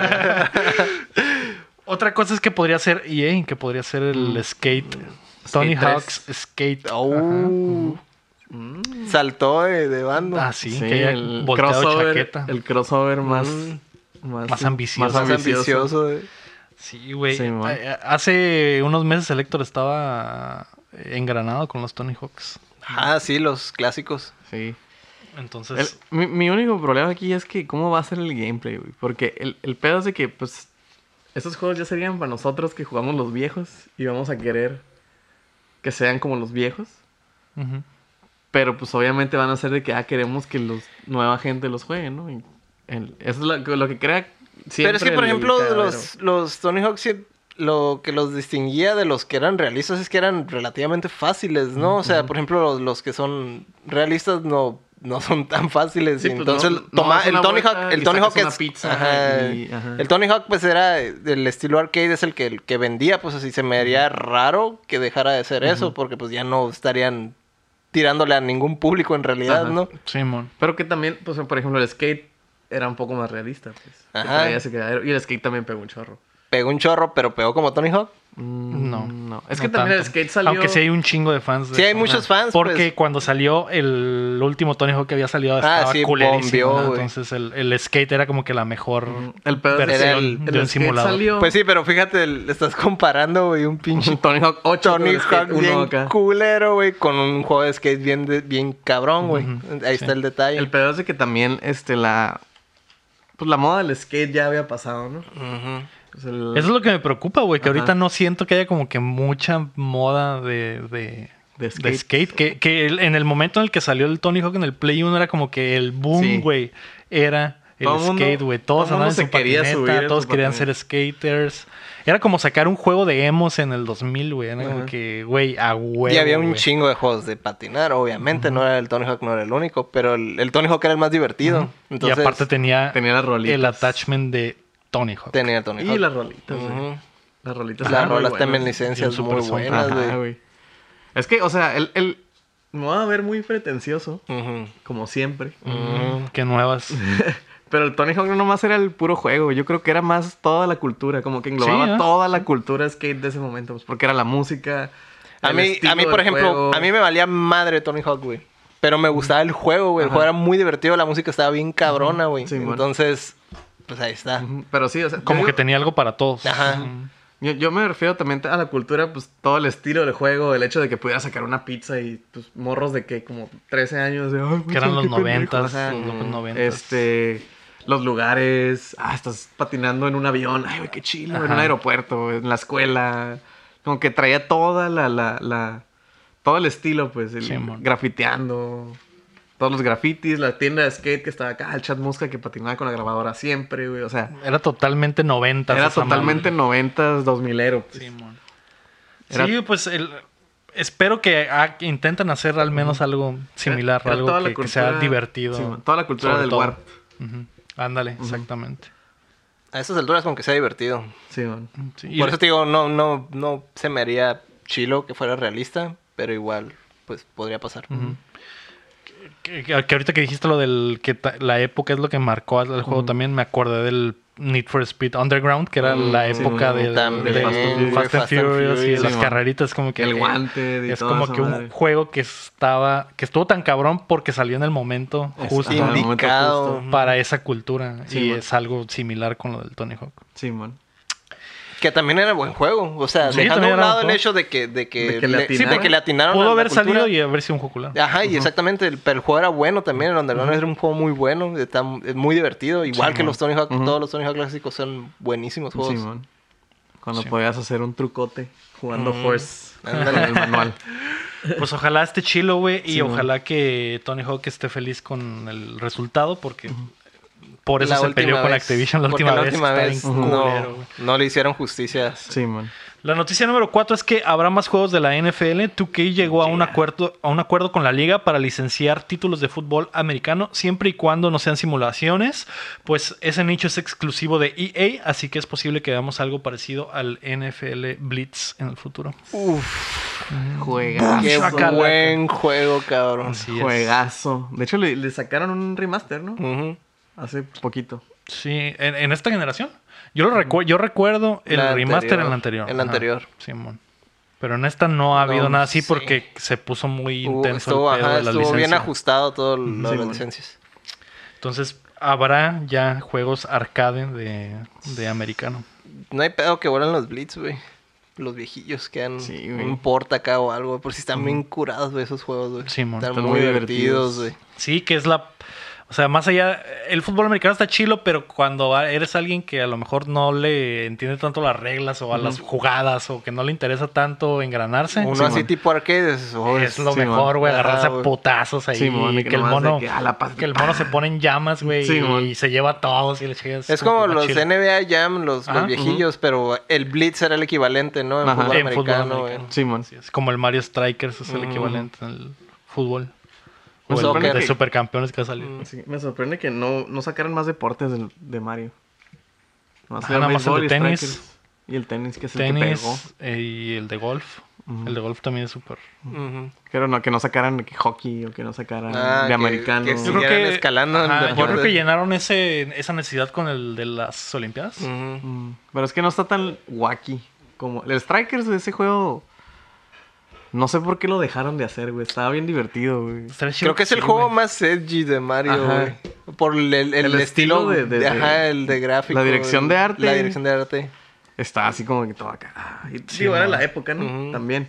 S1: Otra cosa es que podría ser EA, que podría ser el skate. Tony
S2: Mm. Skate
S1: Hawk's Skate.
S2: Oh,
S3: Mm.
S2: saltó de, de bando.
S1: Ah, sí,
S3: Sí,
S1: que haya
S3: el
S1: volteado
S3: crossover,
S1: chaqueta.
S3: El crossover más... Más,
S1: Más ambicioso.
S2: Mm. Más ambicioso. eh.
S1: Sí, güey.
S3: Sí, man.
S1: Eh, Hace unos meses el Héctor estaba engranado con los Tony Hawks.
S2: Ah, sí, los clásicos.
S3: Sí. El-
S1: Entonces,
S3: mi, mi único problema aquí es que cómo va a ser el gameplay, güey. Porque el, el pedo es de que, pues, esos juegos ya serían para nosotros que jugamos los viejos y vamos a querer que sean como los viejos.
S1: ujú.
S3: Pero pues obviamente van a ser de que, ah, queremos que los nueva gente los juegue, ¿no? Y el- eso es lo, que- lo que crea siempre
S2: pero es que, por
S3: el
S2: ejemplo,
S3: cagadero.
S2: los, los Tony Hawk sí- Lo que los distinguía de los que eran realistas es que eran relativamente fáciles, ¿no? O sea, por ejemplo, los, los que son realistas no, no son tan fáciles.
S3: Sí,
S2: y
S3: pues,
S2: entonces,
S3: no- no
S2: toma,
S3: das
S2: el
S3: una
S2: Tony
S3: vuelta
S2: Hawk, el
S3: y
S2: Tony
S3: sacas
S2: Hawk es.
S3: una pizza
S2: ajá,
S3: y- ajá.
S2: El Tony Hawk, pues era del estilo arcade, es el que, el que vendía, pues así se me haría raro que dejara de ser eso, porque pues ya no estarían tirándole a ningún público en realidad,
S3: Ajá.
S2: ¿no?
S1: Simón.
S3: Pero que también, pues, por ejemplo, el skate era un poco más realista, pues. que
S2: Ajá.
S3: traía ese cagadero. Y el skate también pegó un chorro.
S2: Pegó un chorro, pero pegó como Tony Hawk.
S1: Mm, No.
S3: No. Es que
S1: no
S3: también el
S1: tanto.
S3: skate salió.
S1: Aunque sí hay un chingo de fans. de
S2: Sí, hay
S1: eso.
S2: muchos fans,
S1: Porque
S2: pues.
S1: cuando salió el último Tony Hawk que había salido estaba
S2: Ah, sí,
S1: culerísimo.
S2: bombió,
S1: ¿no?
S2: güey.
S1: Entonces el, el skate era como que la mejor
S3: El pedo es que
S1: versión
S2: el-
S1: de un
S3: skate
S1: simulador.
S3: salió.
S2: Pues sí, pero fíjate, el- estás comparando, güey, un pinche
S3: Tony Hawk 8.
S2: Tony
S3: el skate
S2: Hawk
S3: uno
S2: bien
S3: acá.
S2: culero, güey, con un juego de skate bien, de- bien cabrón, güey.
S1: Ujú,
S2: Ahí
S1: sí.
S2: está el detalle.
S3: El pedo es de que también, este, la. Pues la moda del skate ya había pasado, ¿no?
S2: Ujú.
S3: O sea, el-
S1: Eso es lo que me preocupa, güey, que
S3: Ajá.
S1: ahorita no siento que haya como que mucha moda de, de,
S3: De
S1: de
S3: skate.
S1: skate. Que, que el- en el momento en el que salió el Tony Hawk en el Play 1 era como que el
S3: Sí.
S1: boom, güey, era el
S3: Todo mundo-
S1: skate, güey.
S3: todo
S1: Todos
S3: mundo
S1: andaban en
S3: se
S1: su
S3: quería
S1: patineta,
S3: subir en
S1: todos
S3: su
S1: querían
S3: patineta.
S1: ser skaters. Era como sacar un juego de emos en el 2000, güey. Era
S2: Ajá.
S1: como que, güey, a huevo,
S2: y había un
S1: güey.
S2: chingo de juegos de patinar, obviamente. No era el Tony Hawk, no era el único, pero el, el Tony Hawk era el más divertido. Entonces,
S1: y aparte tenía,
S3: Tenía las rolitas.
S1: el attachment de Tony Hawk.
S2: tenía el Tony Hawk.
S3: Y las rolitas, güey.
S2: Ujú.
S3: Las rolitas.
S2: Las
S3: eran muy
S2: rolas también
S3: buenas.
S2: licencias
S1: Y un Super
S2: muy
S1: Sonic.
S2: buenas,
S3: Ajá,
S2: güey.
S3: güey. Es que, o sea, el, el... Me va a ver muy pretencioso,
S2: Ujú.
S3: como siempre.
S1: Mm, Qué nuevas.
S3: Pero el Tony Hawk no nomás era el puro juego. Yo creo que era más toda la cultura. Como que englobaba
S1: Sí, ¿eh?
S3: toda la cultura skate de ese momento. Pues porque era la música.
S2: A
S3: el
S2: mí,
S3: estilo
S2: a mí,
S3: del
S2: por ejemplo,
S3: juego.
S2: a mí me valía madre Tony Hawk, güey. Pero me gustaba el juego, güey. El
S3: Ajá.
S2: juego era muy divertido, la música estaba bien cabrona, güey.
S3: Simón.
S2: Entonces, pues ahí está.
S3: Ujú, Pero sí, o sea... yo
S1: Como
S3: digo-
S1: que tenía algo para todos.
S2: Ajá.
S3: Yo, yo me refiero también a la cultura, pues todo el estilo del juego, el hecho de que pudiera sacar una pizza y pues morros de que como 13 años, de, "Ay,
S1: Que eran
S3: mucho,
S1: los
S3: qué pendejo",
S1: noventas,
S3: ajá.
S1: los locos noventas.
S3: Este, los lugares, ah, estás patinando en un avión, ay, güey, qué chido, en un
S1: Ajá.
S3: aeropuerto, en la escuela, como que traía toda la, la, la- todo el estilo, pues, el
S1: Simón.
S3: grafiteando, todos los grafitis, la tienda de skate que estaba acá, el chat mosca que patinaba con la grabadora siempre, güey, o sea,
S1: Era totalmente 90.
S3: era totalmente noventas, dos milero, pues. Era-
S1: Sí, pues el- espero que ah, intenten hacer al menos algo similar,
S3: Era
S1: algo
S3: toda
S1: que,
S3: la
S1: que sea
S3: cultura-
S1: divertido.
S3: sí, man, toda la cultura
S1: sobre
S3: del
S1: todo.
S3: warp.
S1: Ujú. Ándale, exactamente.
S2: A esas alturas, con que sea divertido.
S3: Sí, man.
S1: Sí, y-
S2: Por eso te digo, no, no, no se me haría chilo que fuera realista, pero igual, pues podría pasar.
S1: que, que ahorita que dijiste lo del que ta- la época es lo que marcó al al juego también, me acordé del Need for Speed Underground, que era
S2: Mm,
S1: la
S3: sí,
S1: época
S2: güey.
S1: del-
S2: También,
S1: del
S2: güey,
S1: Fast and Furious y
S2: Furious,
S1: las
S3: sí,
S1: carreritas, como que
S3: El
S1: eh,
S3: guante y
S1: es
S3: toda
S1: como
S3: esa
S1: que
S3: madre.
S1: un juego que estaba, que estuvo tan cabrón porque salió en el momento justo
S3: Ajá, el momento
S2: Indicado.
S3: justo.
S1: para esa cultura
S3: Sí,
S1: y
S3: güey.
S1: es algo similar con lo del Tony Hawk.
S3: Sí, man.
S2: Que también era buen juego. O sea,
S1: Sí,
S2: dejando a
S1: también
S2: un
S1: era
S2: lado
S1: un juego.
S2: el hecho de que, de que,
S3: De que le
S2: le, sí, de
S3: atinaron.
S2: que le atinaron.
S1: Pudo
S2: a la
S1: haber
S2: cultura.
S1: salido y haber sido un jugular.
S2: Ajá, y exactamente, el, pero el juego era bueno también, el Underground era un juego muy bueno, está m- es muy divertido, igual que los Tony Hawk,
S3: Ujú.
S2: todos los Tony Hawk clásicos son buenísimos juegos.
S3: Sí, man. Pues, Cuando
S1: Sí.
S3: podías hacer un trucote jugando horse
S2: Ándale.
S3: en Mm. el manual.
S1: Pues ojalá esté chilo, güey, y
S3: Sí, güey.
S1: ojalá que Tony Hawk esté feliz con el resultado porque por eso
S2: La
S1: se
S2: última
S1: peleó con
S2: vez,
S1: Activision la
S2: porque
S1: última vez. está bien
S2: vez
S1: culero,
S2: no,
S1: güey.
S2: no le hicieron justicia.
S3: Sí, man.
S1: La noticia número 4 es que habrá más juegos de la NFL. 2K llegó a, un acuerdo, a un acuerdo con la liga para licenciar títulos de fútbol americano siempre y cuando no sean simulaciones, pues ese nicho es exclusivo de EA, así que es posible que veamos algo parecido al NFL Blitz en el futuro.
S3: Juegazo.
S2: Qué
S1: Chacalaca.
S2: buen juego, cabrón.
S1: Así es.
S3: Juegazo. De hecho, le, le sacaron un remaster, ¿no?
S2: Ujú.
S3: Hace poquito.
S1: Sí, en, en esta generación. Yo lo recu- yo recuerdo el
S2: La
S1: remaster en
S2: anterior,
S1: la anterior.
S2: en la
S1: Ajá,
S2: anterior.
S1: Simón. Pero en esta no ha habido
S2: No
S1: nada así
S2: sé.
S1: porque se puso muy
S2: Hubo-
S1: intenso
S2: estuvo
S1: el pedo
S2: ajá,
S1: de la
S2: estuvo bien
S1: licencia.
S2: ajustado todo lo de
S3: Sí,
S2: las
S3: man.
S2: licencias.
S1: Entonces habrá ya juegos arcade de, de americano.
S2: No hay pedo que vuelan los Blitz, güey. Los viejillos que han
S3: Sí, güey.
S2: un porta acá o algo, por si están bien curados, güey, esos juegos, güey.
S1: Sí, mon.
S2: están
S3: Están
S2: muy
S3: muy
S2: divertidos,
S3: divertidos.
S2: güey.
S1: Sí, que es la... O sea, más allá, el fútbol americano está chilo, pero cuando a- eres alguien que a lo mejor no le entiende tanto las reglas o a las jugadas o que no le interesa tanto engranarse,
S2: Uno
S3: Sí,
S2: así
S3: man.
S2: tipo arcades. oh,
S1: es lo
S3: sí,
S1: mejor,
S3: mon.
S1: güey,
S2: Ajá,
S1: agarrarse
S2: güey.
S1: a putazos ahí.
S3: Sí, mon, y
S1: que,
S3: que
S1: el
S3: nomás de
S1: mono,
S3: que, ah, la paz-
S1: que el mono se pone en llamas, güey,
S3: Sí,
S1: y
S3: mon.
S1: se lleva a todos y le chingas.
S2: Es como
S1: Está
S2: los
S1: chido.
S2: NBA Jam, los, los
S1: Ajá,
S2: viejillos, pero el Blitz era el equivalente, ¿no? En
S3: Ajá.
S2: fútbol
S1: En fútbol
S2: americano, güey.
S1: americano.
S3: Sí, man.
S1: Así es, como el Mario Strikers es el
S2: Ujú.
S1: equivalente al fútbol. O
S3: Pues
S1: el
S2: soccer.
S1: de supercampeones que ha salido.
S3: Sí, me sorprende que no, no sacaran más deportes del- de, Mario. Nomás
S1: Ah,
S3: era
S1: nada más el
S3: béisbol
S1: de
S3: y
S1: tenis.
S3: strikers. Y el tenis, que es el que
S1: Tenis
S3: pegó.
S1: eh, y el de golf. El de golf también es súper.
S2: Ujú.
S3: Pero no, que no sacaran que hockey o que no sacaran
S2: Ah,
S3: de
S2: que-
S3: americano.
S2: que sí.
S1: Yo creo que,
S2: escalando en
S1: Ajá, yo
S2: deportes.
S1: creo que llenaron ese, esa necesidad con el de las Olimpiadas.
S2: Ujú.
S3: Mm, Pero es que no está tan wacky. Como el Strikers, güey, ese juego. No sé por qué lo dejaron de hacer, güey. Estaba bien divertido, güey.
S1: Estaría chido
S2: Creo que es el
S1: sí,
S2: juego
S1: güey.
S2: más edgy de Mario,
S3: Ajá.
S2: güey. Por el, el- el
S3: El
S2: estilo,
S3: estilo de- de- de-
S2: ajá, el de gráfico.
S3: la dirección
S2: el-
S3: de arte.
S2: La dirección de arte.
S3: Estaba así como que todo acá. ah, y-
S1: Sí,
S3: digo, era
S1: no.
S3: la época, ¿no?
S2: Ujú.
S3: También.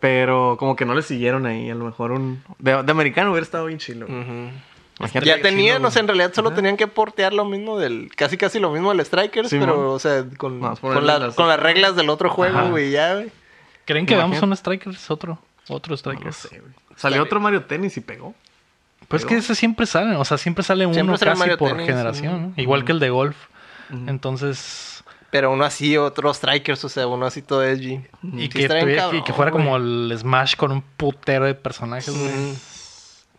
S3: Pero como que no le siguieron ahí. A lo mejor un. De, de americano hubiera estado bien chilo. güey.
S2: Ujú.
S3: Imagínate
S2: Mm. Ya
S3: qué
S2: tenían,
S3: chido,
S2: o sea,
S3: güey.
S2: en realidad solo
S3: Ajá.
S2: tenían que portear lo mismo del, casi casi lo mismo del Strikers,
S3: Sí,
S2: pero,
S3: mon.
S2: o sea, con,
S3: Más
S2: con,
S3: ponerle
S2: la-
S3: las-
S2: con las reglas del otro juego,
S3: Ajá.
S2: güey, ya, güey.
S1: ¿Creen que veamos
S3: Imagínate.
S1: un Strikers? Otro. Otro
S3: No lo
S1: Strikers.
S3: sé, güey. Salió otro Mario Tennis y pegó.
S1: pues es que ese siempre salen. O sea, siempre sale uno
S2: Siempre sale
S1: casi
S2: Mario
S1: por
S2: Tennis,
S1: generación. ¿no? Igual que el de golf. Entonces.
S2: Pero uno así, otro Strikers, o sea, uno así todo edgy.
S1: Y,
S2: Mm, Sí
S1: que,
S2: está bien
S1: tuviera-
S2: cabrón,
S1: y que fuera
S2: güey.
S1: como el Smash con un putero de personajes. güey.
S2: Mm,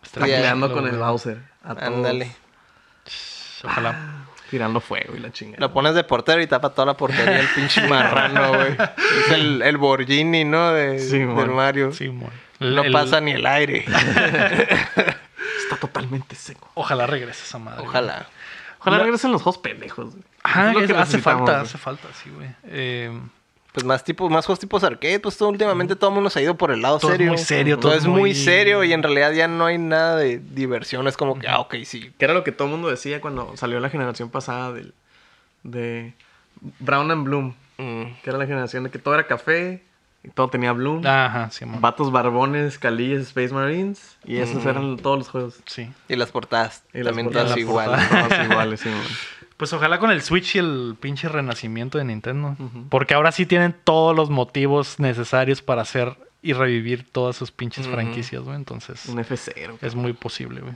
S1: Estaría
S2: Ya,
S3: Tacleando
S1: chido,
S3: con el
S1: güey.
S3: Bowser. a todos,
S2: Ándale.
S1: Ojalá.
S3: Tirando fuego y la chingada.
S2: Lo pones de portero y tapa toda la portería el pinche marrano, güey. Es el, el Borgini, ¿no? De,
S3: Sí,
S2: del
S3: mon.
S2: Mario.
S1: Sí, mon.
S2: No
S1: El-
S2: pasa ni el aire.
S3: Está totalmente seco.
S1: Ojalá regrese esa madre. güey.
S2: Ojalá.
S3: Ojalá
S1: La-
S3: regresen los juegos pendejos. güey.
S1: Ajá,
S3: Es lo
S1: es-
S3: que
S1: hace
S3: necesitamos,
S1: falta,
S3: güey.
S1: hace falta, sí, güey. Eh,
S2: Pues más tipos, más juegos tipos arcade, pues todo, últimamente todo el mundo se ha ido por el lado
S1: Mm. Todo es
S2: serio.
S1: muy serio, todo
S2: es
S1: es
S2: muy
S1: muy-
S2: serio y en realidad ya no hay nada de diversión. Es como que, ah, ok, sí.
S3: Que era lo que todo el mundo decía cuando salió la generación pasada del, de Brown and Bloom.
S2: Mm.
S3: Que era la generación de que todo era café y todo tenía Bloom.
S1: ajá, sí, mon.
S3: Vatos barbones, calillas, Space Marines. Y
S1: Mm.
S3: esos eran todos los juegos.
S1: Sí.
S2: Y las portadas
S3: Y las
S2: también
S3: portadas.
S2: todas
S1: Y las
S2: igual.
S1: portadas.
S3: Todos iguales, sí, güey.
S1: Pues ojalá con el Switch y el pinche renacimiento de Nintendo.
S3: Ujú.
S1: Porque ahora sí tienen todos los motivos necesarios para hacer y revivir todas sus pinches
S2: Ujú.
S1: franquicias, güey. Entonces
S3: Un F0.
S1: es muy posible, güey.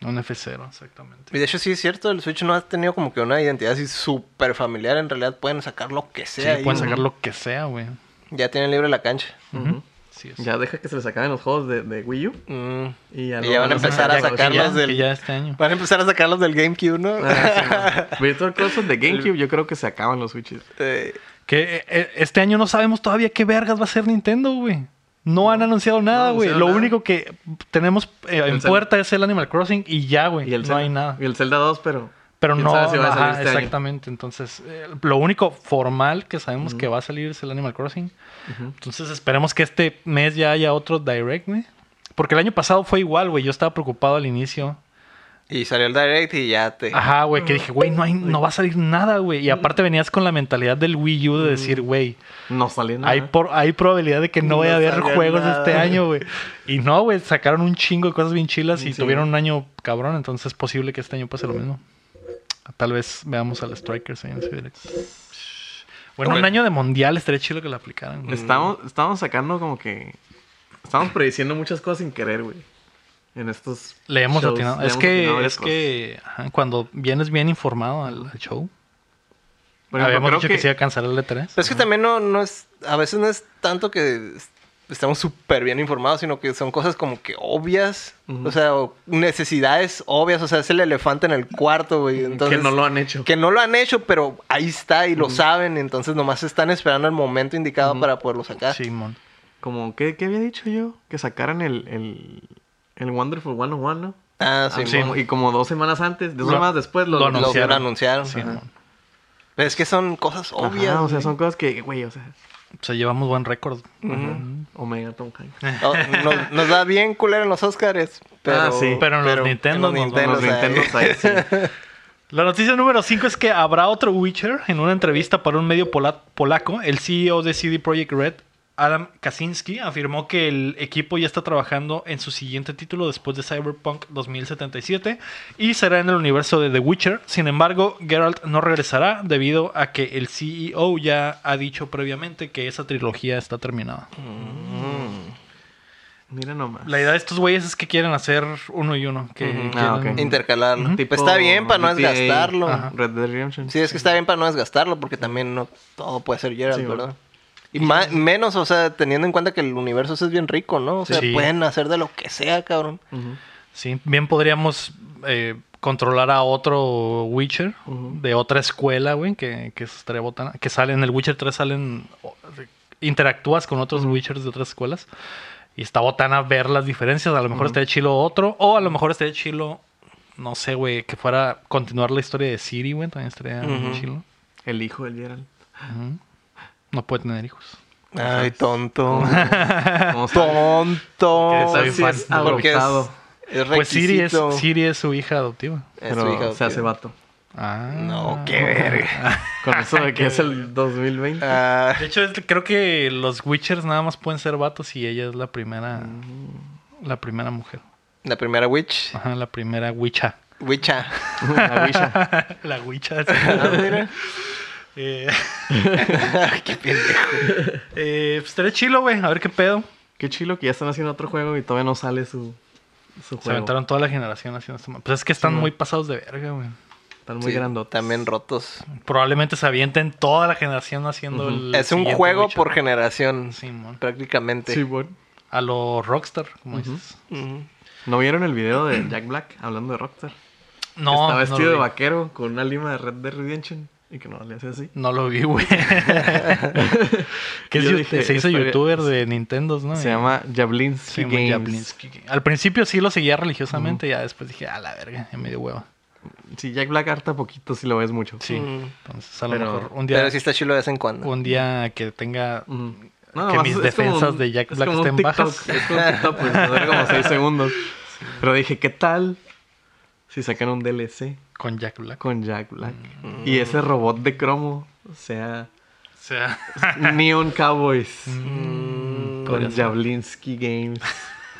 S1: Un F0, exactamente.
S2: Y de hecho sí es cierto, el Switch no ha tenido como que una identidad así súper familiar. En realidad pueden sacar lo que
S1: Sí,
S2: sea. ahí,
S1: pueden
S2: ¿no?
S1: sacar lo que sea, güey.
S2: Ya tienen libre la cancha.
S1: Ujú. Sí, es.
S3: Ya deja que se les acaben los juegos de, de Wii U.
S2: Mm.
S3: Y ya,
S2: Y
S3: lo
S2: ya van a
S1: Ajá,
S2: empezar
S1: ya
S2: a
S1: que
S2: sacarlos
S1: ya-
S2: del-
S1: que ya este año.
S2: Van a empezar a sacarlos del GameCube, ¿no?
S3: Ah, sí, güey. Virtual Console de GameCube, yo creo que se acaban los Switches.
S2: Eh,
S1: Que eh, eh, este año no sabemos todavía qué vergas va a ser Nintendo, güey. No han anunciado nada, güey.
S3: anunciaron
S1: Lo
S3: nada.
S1: único que tenemos eh, en
S3: El Zelda.
S1: puerta es el Animal Crossing y ya, güey.
S3: Y el
S1: Pues, No
S3: Zelda-
S1: hay nada.
S3: Y el Zelda 2, pero.
S1: Pero
S3: quién
S1: no,
S3: sabe si va a
S1: ajá,
S3: salir este año.
S1: exactamente. Entonces, eh, lo único formal que sabemos que va a salir es el Animal Crossing.
S3: Ujú.
S1: Entonces, esperemos que este mes ya haya otro direct, güey. Porque el año pasado fue igual, güey. Yo estaba preocupado al inicio.
S2: y salió el Direct y ya te...
S1: Ajá, güey, que dije, güey, no, hay, no va a salir nada, güey. Y aparte venías con la mentalidad del Wii U de decir, güey,
S3: No sale nada.
S1: hay, por, hay probabilidad de que no vaya a
S3: No
S1: haber
S3: salga
S1: juegos
S3: nada.
S1: este año, güey. Y no, güey, sacaron un chingo de cosas bien chilas y
S3: Sí.
S1: tuvieron un año cabrón, entonces es posible que este año pase lo mismo. Tal vez veamos al Strikers ahí en ese directo. Bueno,
S2: Ok.
S1: un año de mundial estaría chido que lo aplicaran. güey.
S3: Estamos, estamos sacando como que. Estamos prediciendo muchas cosas sin querer, güey. En estos.
S1: Le hemos
S3: shows,
S1: atinado.
S3: le
S1: Es
S3: hemos
S1: que,
S3: atinado varias
S1: es
S3: cosas.
S1: que ajá, cuando vienes bien informado al, al show,
S3: Por ejemplo,
S1: habíamos
S3: creo
S1: dicho que, se iba a cancelar el E E3.
S2: Pero es que también no, no es, a veces no es tanto que est- estamos súper bien informados, sino que son cosas como que obvias,
S3: Ujú.
S2: o sea, o necesidades obvias, o sea, es el elefante en el cuarto, güey. Entonces,
S3: que no lo han hecho.
S2: que no lo han hecho, pero ahí está y lo saben, entonces nomás están esperando el momento indicado para poderlo sacar.
S1: Simón.
S3: Como, ¿qué, qué había dicho yo? Que sacaran el, el, el Wonderful 101, ¿no?
S2: Ah,
S3: Ah,
S2: sí,
S1: sí.
S3: como- Y como dos semanas antes, dos
S1: Lo-
S3: semanas después lo,
S1: lo
S2: Lo,
S1: anunciaron.
S2: lo anunciaron.
S1: Sí,
S2: ajá.
S1: mon.
S2: Pero es que son cosas
S3: Ajá,
S2: obvias.
S3: o sea,
S2: güey.
S3: son cosas que, güey, o sea.
S1: O sea, llevamos buen récord.
S3: ajá, Omega Tom Hanks.
S2: No, nos, nos da bien culero en los Oscars, pero,
S3: Ah, sí.
S1: Pero en los Nintendo nos
S3: Con
S1: Bueno,
S2: o
S3: los
S2: sea,
S3: Nintendo ahí, sí.
S1: La noticia número 5 es que habrá otro Witcher. En una entrevista para un medio pola- polaco, el CEO de CD Projekt Red, Adam Kaczynski, afirmó que el equipo ya está trabajando en su siguiente título después de Cyberpunk 2077 y será en el universo de The Witcher. Sin embargo, Geralt no regresará debido a que el CEO ya ha dicho previamente que esa trilogía está terminada.
S3: Mira nomás.
S1: La idea de estos güeyes es que quieren hacer uno y uno. Que
S3: Ujú.
S1: quieren-
S3: Ah, ok.
S2: intercalarlo.
S1: Ujú.
S2: Pues está bien para no
S3: GTA,
S2: desgastarlo.
S1: Ajá.
S3: Red Dead Redemption.
S2: Sí, es que está bien para no desgastarlo, porque también no todo puede ser Geralt,
S3: Sí, bueno.
S2: ¿verdad? Y ma- menos, o sea, teniendo en cuenta que el universo es bien rico, ¿no? O sea,
S1: Sí.
S2: pueden hacer de lo que sea, cabrón.
S3: Ujú.
S1: Sí, bien podríamos eh, controlar a otro Witcher
S3: Ujú.
S1: de otra escuela, güey, que, que estaría botana- que sale en el Witcher 3 salen o- interactúas con otros Witchers de otras escuelas y está botana ver las diferencias, a lo mejor estaría chilo otro o a lo mejor estaría chilo no sé, güey, que fuera continuar la historia de Siri, güey, también estaría
S2: Ujú.
S1: chilo.
S3: El hijo del Geralt.
S1: Ujú. No puede tener hijos.
S2: Ay, tonto.
S3: Como
S2: tonto.
S1: Porque soy
S3: es
S1: fan.
S2: Porque es-
S3: adoptado.
S2: Es
S1: Pues Siri es,
S2: requisito.
S1: Siri es su hija adoptiva.
S2: Es su
S3: Pero
S2: hija
S3: se hace
S2: adoptiva.
S3: vato.
S1: Ah.
S2: No, qué verga.
S3: Con eso de que es el 2020.
S2: Ah,
S1: De hecho, es- creo que los Witchers nada más pueden ser vatos y ella es la primera. La primera mujer.
S2: la primera witch.
S1: Ajá, la primera Witcha.
S2: Witcha.
S3: La Wisha.
S1: la Witcha. Eh,
S2: Qué pendejo.
S1: eh, pues estaría chilo, güey. A ver qué pedo.
S3: Qué chilo que ya están haciendo otro juego y todavía no sale su, su
S1: Se
S3: juego.
S1: aventaron toda la generación haciendo esto. Pues es que están
S3: Sí,
S1: muy
S3: no.
S1: pasados de verga, güey.
S3: Están muy
S2: Sí,
S3: grandotes.
S2: También rotos.
S1: Probablemente se avienten toda la generación haciendo
S3: Ujú.
S1: el.
S2: Es un
S1: siguiente
S2: juego
S1: Witcher.
S2: por generación.
S1: Simón.
S2: Prácticamente.
S3: Sí, bueno.
S1: A los Rockstar, como dices.
S2: Ujú.
S3: ¿No vieron el video de Jack Black hablando de Rockstar?
S1: No,
S3: Que Está
S1: no
S3: vestido
S1: lo
S3: de
S1: vi.
S3: vaquero con una lima de Red Dead Redemption y que no le hace así.
S1: No lo vi, güey. que es
S3: Yo
S1: yu-
S3: dije,
S1: se hizo
S3: estaría-
S1: youtuber de Nintendo, ¿no?
S3: Se
S1: Y-
S3: llama Jablinski
S1: se llama
S3: Games.
S1: Jablinsky. Al principio sí lo seguía religiosamente, ya después dije, a la verga, ya me dio hueva.
S3: Sí, Jack Black harta poquito si lo ves mucho.
S1: Sí.
S2: Mm.
S1: Entonces, a lo
S3: Pero-
S1: mejor un día,
S2: Pero sí está chulo de vez en cuando.
S1: un día que tenga.
S3: Ujú.
S1: Que
S3: nomás
S1: mis
S3: es como
S1: defensas de Jack
S3: es
S1: Black
S3: como un
S1: estén
S3: TikTok,
S1: bajas.
S3: Es como un TikTok, pues me dura como 6 segundos. Pero dije, ¿qué tal si sacan un DLC
S1: con Jack Black.
S3: con Jack Black?
S1: Mm.
S3: Y ese robot de cromo sea
S1: O sea,
S3: Neon Cowboys.
S2: Mm,
S1: podría
S3: Con
S1: ser.
S3: Jablinski Games.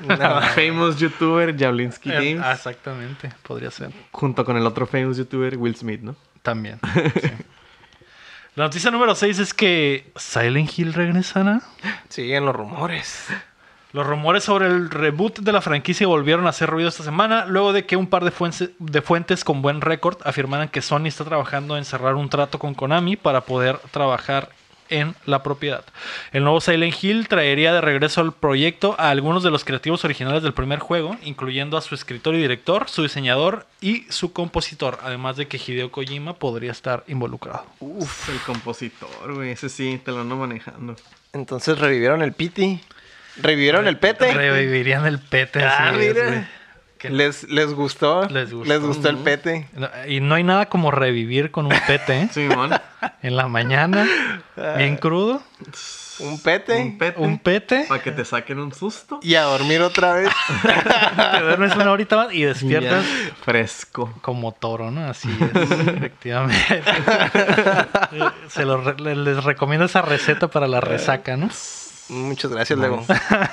S3: Ah,
S2: no.
S3: famous youtuber Jablinski
S1: eh,
S3: Games.
S1: ah, exactamente, podría ser.
S3: Junto con el otro famous youtuber Will Smith, ¿no?
S1: También. sí. La noticia número 6 es que Silent Hill regresará.
S2: Siguen los rumores.
S1: Los rumores sobre el reboot de la franquicia volvieron a hacer ruido esta semana, luego de que un par de, fuence- de fuentes con buen récord afirmaran que Sony está trabajando en cerrar un trato con Konami para poder trabajar en la propiedad. El nuevo Silent Hill traería de regreso al proyecto a algunos de los creativos originales del primer juego, incluyendo a su escritor y director, su diseñador y su compositor, además de que Hideo Kojima podría estar involucrado.
S3: Uf, el compositor, güey. Ese sí, te lo ando manejando.
S2: Entonces revivieron el Pity. Revivieron el Pete.
S1: Revivirían el pete.
S2: Ah,
S1: así es,
S2: mira.
S1: güey. Que-
S2: Les, les gustó.
S1: Les gustó.
S2: el Pete.
S1: No, Y no hay nada como revivir con un pete ¿eh?
S3: Sí, man.
S1: en la mañana, bien crudo,
S2: Un pete.
S3: Un pete.
S1: un pete,
S3: Para que te saquen un susto.
S2: Y a dormir otra vez.
S1: te duermes una horita más y despiertas
S3: Ya, Fresco.
S1: como toro, ¿no? Así es, efectivamente. Eh, Se los re- le- les recomiendo esa receta para la resaca, ¿no?
S2: Muchas gracias, Lego.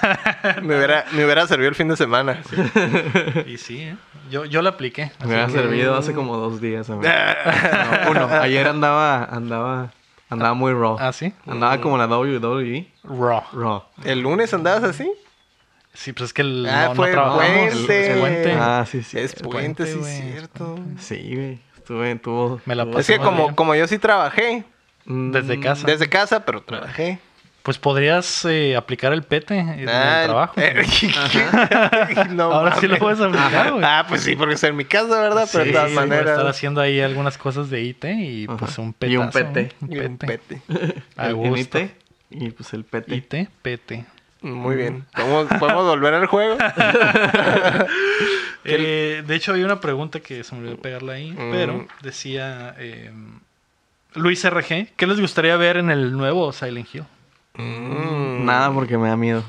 S2: Me hubiera, me hubiera servido el fin de semana.
S1: Y sí, ¿eh? yo, yo la apliqué.
S3: Me había
S1: Así
S3: servido hace como dos días. amigo. No, uno. Ayer andaba, andaba, andaba muy raw.
S1: ¿Ah, sí?
S3: Andaba como la WWE.
S1: Raw.
S3: Raw.
S2: ¿El lunes andabas así?
S1: Sí, pues es que el,
S2: Ah,
S1: no, no
S2: fue
S1: trabajamos.
S2: puente.
S1: el puente.
S3: Ah, sí, sí.
S2: es puente,
S1: puente,
S2: sí,
S1: güey, es
S2: cierto.
S3: Sí, güey. Estuve, tuvo.
S1: Me la
S3: tuvo-
S2: Es que
S1: Pasamos
S2: como,
S1: bien.
S2: como yo sí trabajé.
S3: Mm,
S1: Desde casa.
S2: Desde casa, pero trabajé.
S1: Pues podrías eh, aplicar el pete en
S2: Ah,
S1: el trabajo.
S2: no
S1: Ahora sí lo
S2: mames.
S1: puedes aplicar, güey.
S2: Ah, pues sí, porque es en mi casa, ¿verdad? Pero de todas
S1: sí, por estar
S2: maneras.
S1: haciendo ahí algunas cosas de IT y pues
S3: Ajá.
S1: un petazo.
S3: Y un pete.
S1: Un
S2: Y un
S1: pete.
S2: pete.
S1: A
S3: el
S1: gusto.
S3: NIT, Y pues el pete.
S1: IT, pete.
S2: Muy bien. ¿Podemos, podemos volver al juego?
S1: Eh, de hecho, hay una pregunta que se me olvidó pegarla ahí,
S2: Mm.
S1: pero decía eh, Luis RG, ¿qué les gustaría ver en el nuevo Silent Hill?
S2: Mm.
S3: Nada porque me da miedo.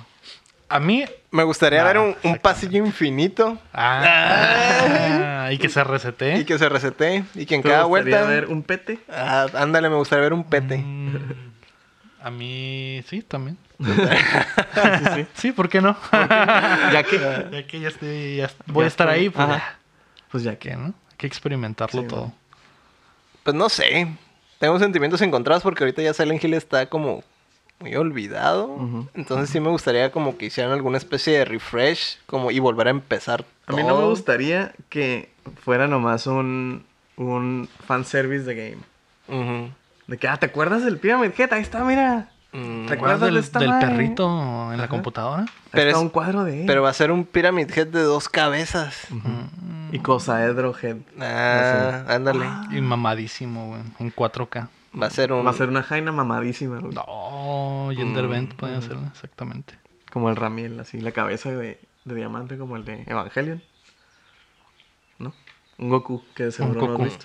S1: A mí...
S2: Me gustaría
S1: Nada,
S2: ver un, un
S1: exactamente.
S2: pasillo infinito
S1: Ah, y que se resete.
S2: y que se resete y que en
S3: ¿Te
S2: cada
S3: gustaría
S2: vuelta.
S3: ver un pete?
S2: Ah, ándale, me gustaría ver un pete.
S1: Mm, a mí sí, también.
S3: Sí, sí.
S1: Sí, ¿por qué no?
S3: ya que.
S1: ya que ya, estoy, ya voy
S3: Ya
S1: a estar
S3: estoy-
S1: ahí, pues
S3: Ajá. Pues ya
S1: ¿qué,
S3: que.
S1: no? Hay que experimentarlo
S3: Sí,
S1: todo.
S2: Pues no sé. Tengo sentimientos encontrados porque ahorita ya Silent Hill está como muy olvidado.
S3: Ujú.
S2: Entonces sí me gustaría como que hicieran alguna especie de refresh como y volver a empezar.
S3: A mí no me
S2: todo.
S3: gustaría que fuera nomás un, un fanservice de game.
S2: Ujú.
S3: De que, ah, ¿te acuerdas del Pyramid Head? Ahí está, mira.
S2: Mm.
S3: ¿Te
S1: ¿Te acuerdas del,
S3: esta
S1: del
S3: madre?
S1: perrito en la
S3: Ajá.
S1: computadora?
S3: Ahí
S2: Pero
S3: está
S2: es-
S3: un cuadro de él.
S2: Pero va a ser un Pyramid Head de dos cabezas.
S3: Y Cosaedro Head.
S2: Ah, ándale.
S1: Y mamadísimo, güey. En 4K.
S2: Va a ser un.
S3: Va a ser una jaina mamadísima, güey.
S1: No, Gender
S3: Mm.
S1: Bend puede hacerlo, exactamente.
S3: Como el Ramiel, así. La cabeza de, de diamante, como el de Evangelion. ¿No? Un Goku, que de seguro no
S1: Goku.
S3: has visto.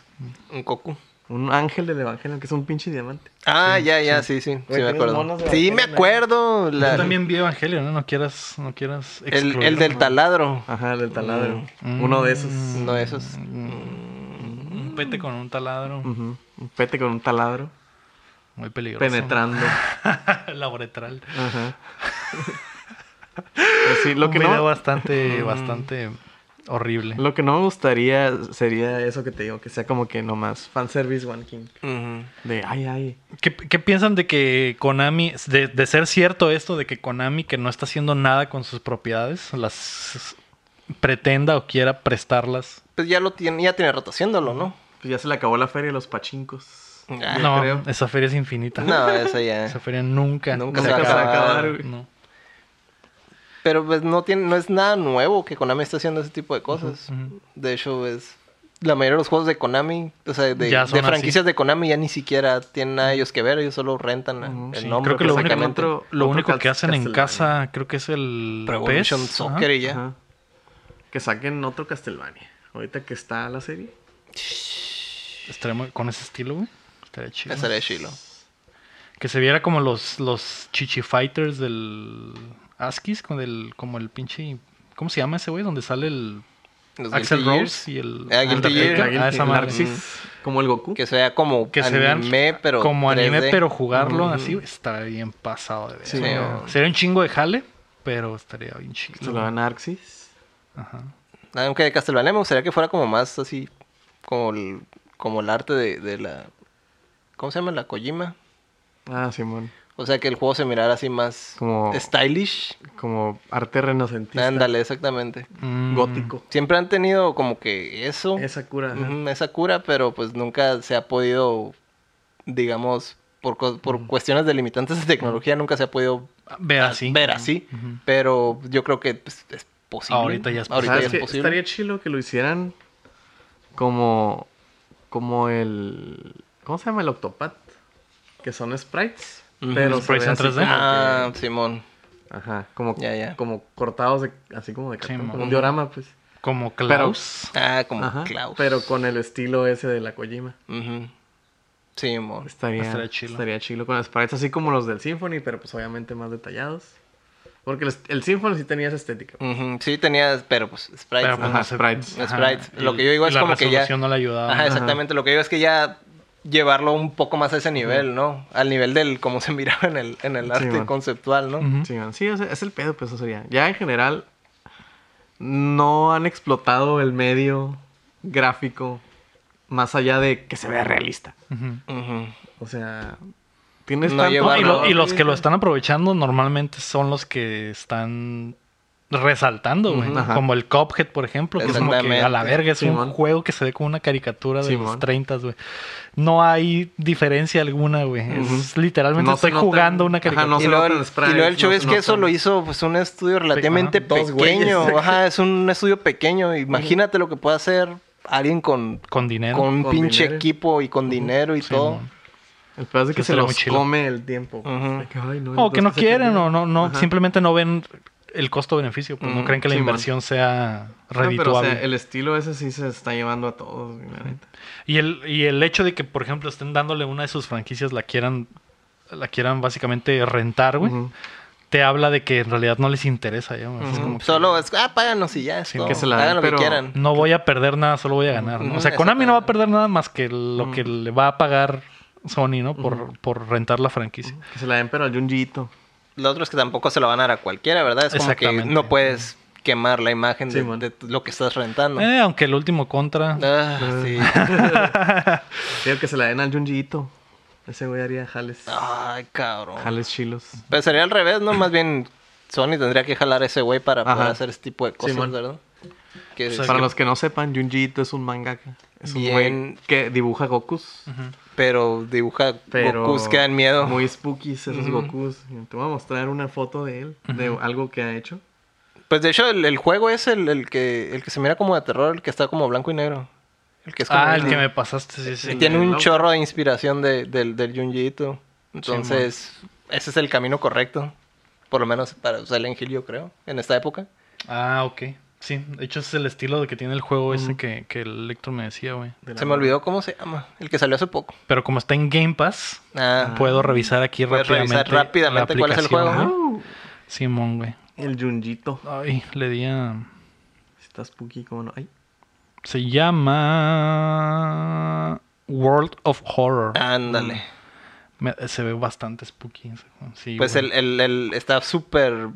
S2: un Goku.
S3: Un ángel del evangelio, que es un pinche diamante.
S2: Ah, ya, ya, sí, sí. Sí,
S3: Güey,
S2: me
S3: tiene monos
S2: acuerdo. Sí,
S3: de
S2: me
S3: Evangelion ahí.
S2: acuerdo. la-
S1: Yo también vi Evangelio, ¿no? No quieras, no quieras
S2: el, el
S1: excluirlo,
S2: del
S1: ¿no?
S2: taladro.
S3: Ajá, el del taladro.
S1: Mm.
S3: Uno de esos.
S2: No, esos.
S3: mm.
S1: Un pete con un taladro.
S3: Ujú. Un pete con un taladro.
S1: Muy peligroso.
S3: Penetrando.
S1: La uretral.
S3: Ajá. Pero sí, lo
S1: Un
S3: que
S1: video
S3: no.
S1: bastante, bastante horrible.
S3: Lo que no me gustaría sería eso que te digo, que sea como que nomás fanservice One King.
S2: Mm, Ujú.
S3: De ay, ay.
S1: ¿Qué, qué piensan de que Konami, de, de ser cierto esto, de que Konami, que no está haciendo nada con sus propiedades, las pretenda o quiera prestarlas?
S2: Pues ya lo tiene, ya tiene rato haciéndolo, ¿no?
S3: Pues ya se le acabó la feria de los pachincos.
S2: Ah,
S1: no,
S3: creo.
S1: esa feria es infinita.
S2: No, eso ya.
S1: Esa feria nunca,
S2: Nunca
S3: se va a acabar, güey.
S1: No.
S2: Pero pues no tiene, no es nada nuevo que Konami esté haciendo ese tipo de cosas. De hecho, es la mayoría de los juegos de Konami, o sea, de,
S1: Ya
S2: de
S1: son así.
S2: franquicias de Konami ya ni siquiera tienen a ellos que ver, ellos solo rentan la-
S3: Ujú,
S2: el
S1: Sí,
S2: nombre.
S1: creo que lo único,
S2: prácticamente.
S3: otro-
S1: lo
S3: otro
S1: único que
S3: Cas-
S1: hacen en
S3: Castlevania.
S1: casa creo que es el
S2: Pro
S1: PES.
S2: Evolution Soccer
S1: ajá.
S2: y ya.
S3: Ajá. Que saquen otro Castlevania. Ahorita que está la serie.
S1: Estaría muy- con ese estilo, güey. Estaría chido.
S2: Estaría chilo.
S1: Que se viera como los, los Chichi Fighters del ASKIS, con el, como el pinche... ¿Cómo se llama ese güey? Donde sale el
S2: Los
S1: Axel Rose
S2: Guilty Years,
S1: y el
S2: Ah, Guilty
S1: Undertaker.
S2: Gear. Mm.
S3: La Guilty-
S1: Ah, esa madre.
S3: Narcis, Como el Goku.
S2: Que sea como
S1: Que se vean
S2: anime, pero
S1: como anime,
S2: 3D.
S1: pero jugarlo
S2: Ujú.
S1: así, güey, estaría bien pasado de ver.
S3: Sí,
S1: güey.
S2: o-
S1: Sería un chingo de jale, pero estaría bien
S3: Que se lo
S1: chido.
S3: dan a Narcis.
S1: Ajá.
S2: Aunque de Castlevania me gustaría que fuera como más así, como el, como el arte de, de la... ¿Cómo se llama? La Kojima.
S3: Ah, Simón.
S2: O sea, que el juego se mirara así más
S3: Como-
S2: stylish.
S3: Como arte renacentista.
S2: Ándale, exactamente.
S1: Mm.
S3: Gótico.
S2: Siempre han tenido como que eso,
S3: Esa cura. ajá.
S2: Mm. ujú, esa cura, pero pues nunca se ha podido, digamos, por, co- por cuestiones de limitantes de tecnología, nunca se ha podido
S1: Ver así.
S2: ver así.
S1: Ujú.
S2: Pero yo creo que pues, es posible.
S1: Ahorita ya es
S2: Ahorita
S3: ¿Sabes
S2: ya es
S3: qué?
S2: posible.
S3: Estaría chido que lo hicieran como. Como el. ¿Cómo se llama el Octopat? Que son sprites.
S2: Ujú.
S3: Pero
S1: Sprites
S3: se ve
S1: en 3D.
S3: así como que-
S2: Ah, Simón.
S3: ajá. Como,
S2: Ya, ya.
S3: como cortados de- así como de cartón.
S1: Simón.
S3: como un diorama, pues.
S1: Como
S3: Pero-
S1: Klaus.
S2: Ah, como
S3: Ajá,
S2: Klaus.
S3: Pero con el estilo ese de la Kojima.
S2: Ujú. Simón.
S3: Estaría,
S1: Estaría
S3: estaría
S1: chilo.
S3: chilo. con sprites así como los del Symphony, pero pues obviamente más detallados. Porque el, est- el Symphony sí tenía esa estética.
S2: Ujú, Sí, tenías, pero pues sprites.
S1: Pero,
S2: ¿no?
S1: pues,
S3: Ajá,
S1: no sé.
S3: sprites.
S1: Ajá.
S2: Sprites.
S1: Y
S2: Lo que yo digo es como que ya-
S1: La resolución no le ayudaba.
S2: Ajá, exactamente. Lo que digo es que ya llevarlo un poco más a ese nivel, ¿no? Al nivel del cómo se miraba en el, en el
S3: Sí,
S2: arte
S3: man.
S2: conceptual, ¿no?
S1: Ujú.
S3: Sí, man, sí, o sea, es el pedo, pues eso sería. Ya en general, no han explotado el medio gráfico más allá de que se vea realista.
S1: Ujú.
S2: Ujú.
S3: O sea, tienes
S2: No
S3: tanto
S1: No, y, lo-
S2: llevarlo.
S1: y los que lo están aprovechando normalmente son los que están resaltando, güey.
S3: Ujú. Ajá.
S1: Como el Cuphead, por ejemplo, que es como que a la
S2: Exactamente.
S1: verga es un
S3: Simón.
S1: juego que se ve como una caricatura de los
S3: Simón.
S1: 30, güey. No hay diferencia alguna, güey. Es
S3: Ujú.
S1: literalmente
S3: No se
S1: estoy
S3: nota-
S1: jugando una
S3: Ajá,
S1: caricatura.
S3: no
S2: y,
S3: se
S2: luego,
S3: notan
S2: el-
S3: los sprites,
S2: y luego el show
S3: no
S2: es
S3: se
S2: que eso
S3: notan.
S2: lo hizo pues un estudio relativamente
S1: Ajá,
S3: dos
S2: pequeño.
S3: güeyes.
S2: Ajá, es un estudio pequeño. Imagínate lo que puede hacer alguien con,
S1: Con dinero.
S2: con un
S3: Con
S2: pinche
S3: dinero.
S2: equipo y con dinero y
S1: Sí,
S2: todo.
S1: mon.
S3: El pedo es de que
S1: Sí,
S3: se
S1: estaría muy
S3: los
S1: chilo.
S3: come el tiempo. pues,
S2: Ujú.
S3: de que, ay, no,
S1: O que
S3: entonces
S1: no
S3: se
S1: quieren
S3: termina.
S1: o no, no,
S3: Ajá. Mm,
S1: simplemente no ven el costo-beneficio. Pues no
S2: Ujú,
S1: creen que la
S3: Simón.
S1: inversión sea
S3: Ah,
S1: redituable.
S3: pero, o sea, el estilo ese sí se está llevando a todos, güey, la neta.
S1: Y el, y el hecho de que, por ejemplo, estén dándole una de sus franquicias, la quieran, la quieran básicamente rentar, güey,
S3: Ujú.
S1: te habla de que en realidad no les interesa ya, güey. Es
S2: Ujú.
S1: como que
S2: Solo es, ah, páganos y ya. Es
S1: Sí,
S2: todo.
S1: que
S3: se la den,
S2: Hagan lo
S3: pero-
S2: que quieran.
S1: no voy a perder nada, solo voy a ganar, ¿no? O sea,
S2: Ujú,
S1: Konami no va a
S2: exactamente.
S1: perder nada más que lo que le va a pagar Sony, ¿no? Por, por rentar la franquicia.
S3: Que se la den, pero al Junjiito.
S2: Lo otro es que tampoco se lo van a dar a cualquiera, ¿verdad? Es como que
S1: Exactamente.
S2: no puedes quemar la imagen de,
S3: Sí, mon.
S2: de lo que estás rentando.
S1: Eh, aunque el último contra...
S2: Ah, sí.
S3: Digo que se la den al Junjiito. Ese güey haría jales.
S2: Ay, cabrón.
S3: Jales chilos.
S2: Pero sería al revés, ¿no? Más bien Sony tendría que jalar a ese güey para poder
S3: Ajá.
S2: hacer ese tipo de cosas,
S3: Simón.
S2: ¿verdad? Que-
S1: O sea,
S3: Para
S1: que-
S3: los que no sepan, Junjiito es un mangaka. Es un
S2: Bien.
S3: güey que dibuja Gokus.
S2: Pero dibuja
S3: Pero
S2: Gokus que dan miedo.
S3: Muy spookies esos Gokus. Te voy a mostrar una foto de él, de algo que ha hecho.
S2: Pues de hecho, el, el juego es el, el que, el que se mira como de terror, el que está como blanco y negro. El que es como
S1: ah, el
S2: el-
S1: que me pasaste, sí, sí.
S2: Y tiene un
S3: ¿no?
S2: chorro de inspiración de- del, del Junji Ito. Entonces, ese es el camino correcto. Por lo menos para Silent Hill, yo creo, en esta época.
S1: Ah, ok. Sí, de hecho es el estilo de que tiene el juego ese que, que el Lector me decía, güey.
S2: Se me olvidó cómo se llama. El que salió hace poco.
S1: Pero como está en Game Pass,
S2: Ah,
S3: Pues,
S1: puedo revisar aquí
S2: Puedes
S1: rápidamente.
S2: revisar rápidamente
S1: la
S2: cuál es el
S1: aplicación,
S2: juego.
S1: güey. Simón, güey.
S3: El Junjito.
S1: Ay, le di a...
S3: Está spooky, como no. Ay.
S1: Se llama... World of Horror.
S2: Ándale.
S1: Me- se ve bastante spooky. ese juego. Sí,
S2: Pues
S1: güey.
S2: el, el- el- está súper,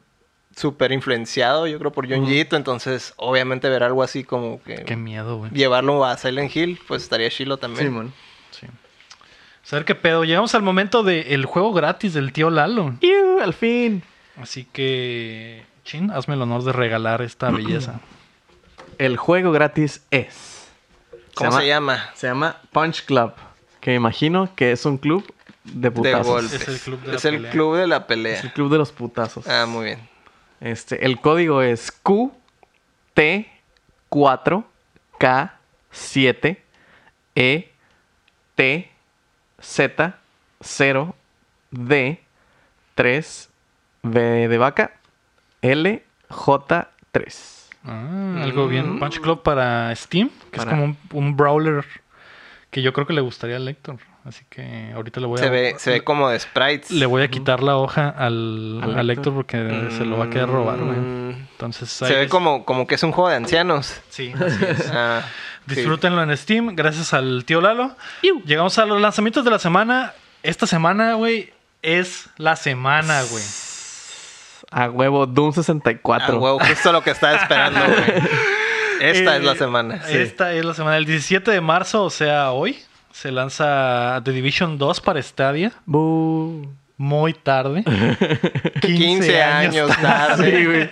S2: súper influenciado, yo creo, por John Jito. Entonces, obviamente, ver algo así como que
S1: Qué miedo, güey.
S2: llevarlo a Silent Hill, pues estaría chilo también.
S3: Simón.
S1: Sí. Saber qué pedo. Llegamos al momento del juego gratis del tío Lalo.
S3: ¡Iu! ¡Al fin!
S1: Así que, Chin, hazme el honor de regalar esta belleza.
S3: El juego gratis es.
S2: ¿Cómo se llama?
S3: Se llama Punch Club. Que me imagino que es un club de
S2: De
S3: putazos.
S2: golpes.
S1: Es el club de la
S2: Es el
S1: pelea.
S2: club de la
S3: es el
S2: pelea.
S3: club de los putazos.
S2: Ah, muy bien.
S3: Este, el código es QT4K7ETZ0D3B de vaca LJ3.
S1: Ah, algo
S2: Mm.
S1: bien. Punch Club para Steam, que
S3: Para-
S1: es como un, un brawler que yo creo que le gustaría al lector. Así que ahorita le voy a.
S2: Se ve, se ve como de sprites.
S1: Le voy a quitar la hoja al,
S3: Al
S1: al
S3: Héctor.
S1: Héctor porque se lo va a quedar robar, güey.
S2: Mm.
S1: Entonces, ahí
S2: Se ve
S1: es-
S2: como, como que es un juego de ancianos.
S1: Sí, así es.
S2: Ah, sí.
S1: Disfrútenlo en Steam, gracias al tío Lalo. Llegamos a los lanzamientos de la semana. Esta semana, güey, es la semana, Ah, güey.
S3: A huevo, Doom
S2: Ah,
S3: 64.
S2: huevo, justo lo que estaba esperando, güey. Esta
S1: Eh,
S2: es la semana.
S3: Sí.
S1: Esta es la semana. El 17 de marzo, o sea, hoy, se lanza The Division 2 para Stadia.
S3: Bu.
S1: Muy tarde. 15,
S2: 15 años
S3: Sí,
S2: tarde.
S3: güey.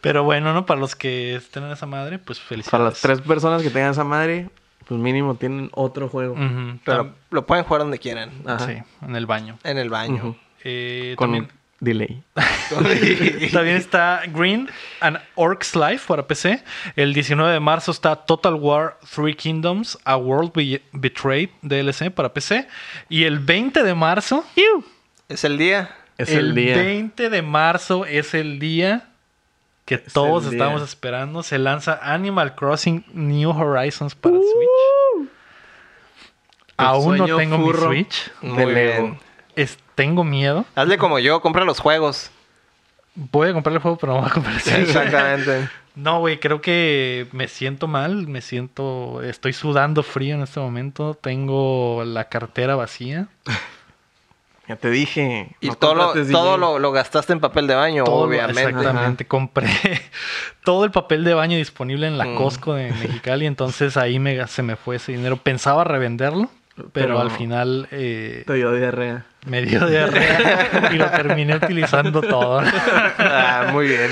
S1: Pero bueno, ¿no? Para los que estén en esa madre, pues felicidades.
S3: Para las tres personas que tengan esa madre, pues mínimo tienen otro juego.
S1: Ujú,
S2: Pero lo pueden jugar donde quieran.
S3: Ajá.
S1: Sí, en el baño.
S2: En el baño.
S3: Ujú.
S1: Eh,
S3: Con
S1: también,
S3: delay.
S1: también está Green and Orcs Life para PC. El 19 de marzo está Total War Three Kingdoms, A World Be- Betrayed DLC para PC. Y el 20 de marzo,
S2: Es el día.
S3: Es el, día.
S1: 20 de marzo es el día que
S3: el
S1: todos
S3: día.
S1: estábamos esperando. Se lanza Animal Crossing New Horizons para Switch.
S3: El
S1: Aún no
S3: sueño
S1: tengo
S3: furro.
S1: mi Switch.
S2: Muy
S3: Del
S2: bien.
S3: ego.
S1: Es- tengo miedo.
S2: Hazle como yo, compra los juegos.
S1: Voy a comprar el juego, pero no voy a comprar el Switch.
S2: Exactamente.
S1: No, güey, creo que me siento mal. Me siento. Estoy sudando frío en este momento. Tengo la cartera vacía.
S3: Ya te dije.
S2: Y
S3: no
S2: todo, lo,
S3: contrates
S2: todo
S3: DJ.
S2: lo, lo gastaste en papel de baño,
S1: Todo lo-
S2: obviamente.
S1: exactamente. Compré todo el papel de baño disponible en la
S2: Mm.
S1: Costco de Mexicali. Entonces ahí me, ga- se me fue ese dinero. Pensaba revenderlo, pero,
S3: Pero-
S1: al final eh,
S3: Te dio diarrea.
S1: me dio diarrea y lo terminé utilizando todo.
S2: Ah, muy bien.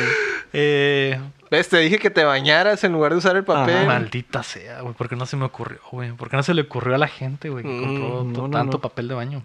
S1: Eh,
S2: ¿Ves? Te dije que te bañaras en lugar de usar el papel.
S1: maldita sea, güey. ¿Por qué no se me ocurrió, güey? ¿Por qué no se le ocurrió a la gente, güey, que
S2: Mm,
S1: compró
S3: no,
S1: to-
S3: no,
S1: tanto
S3: no.
S1: papel de baño?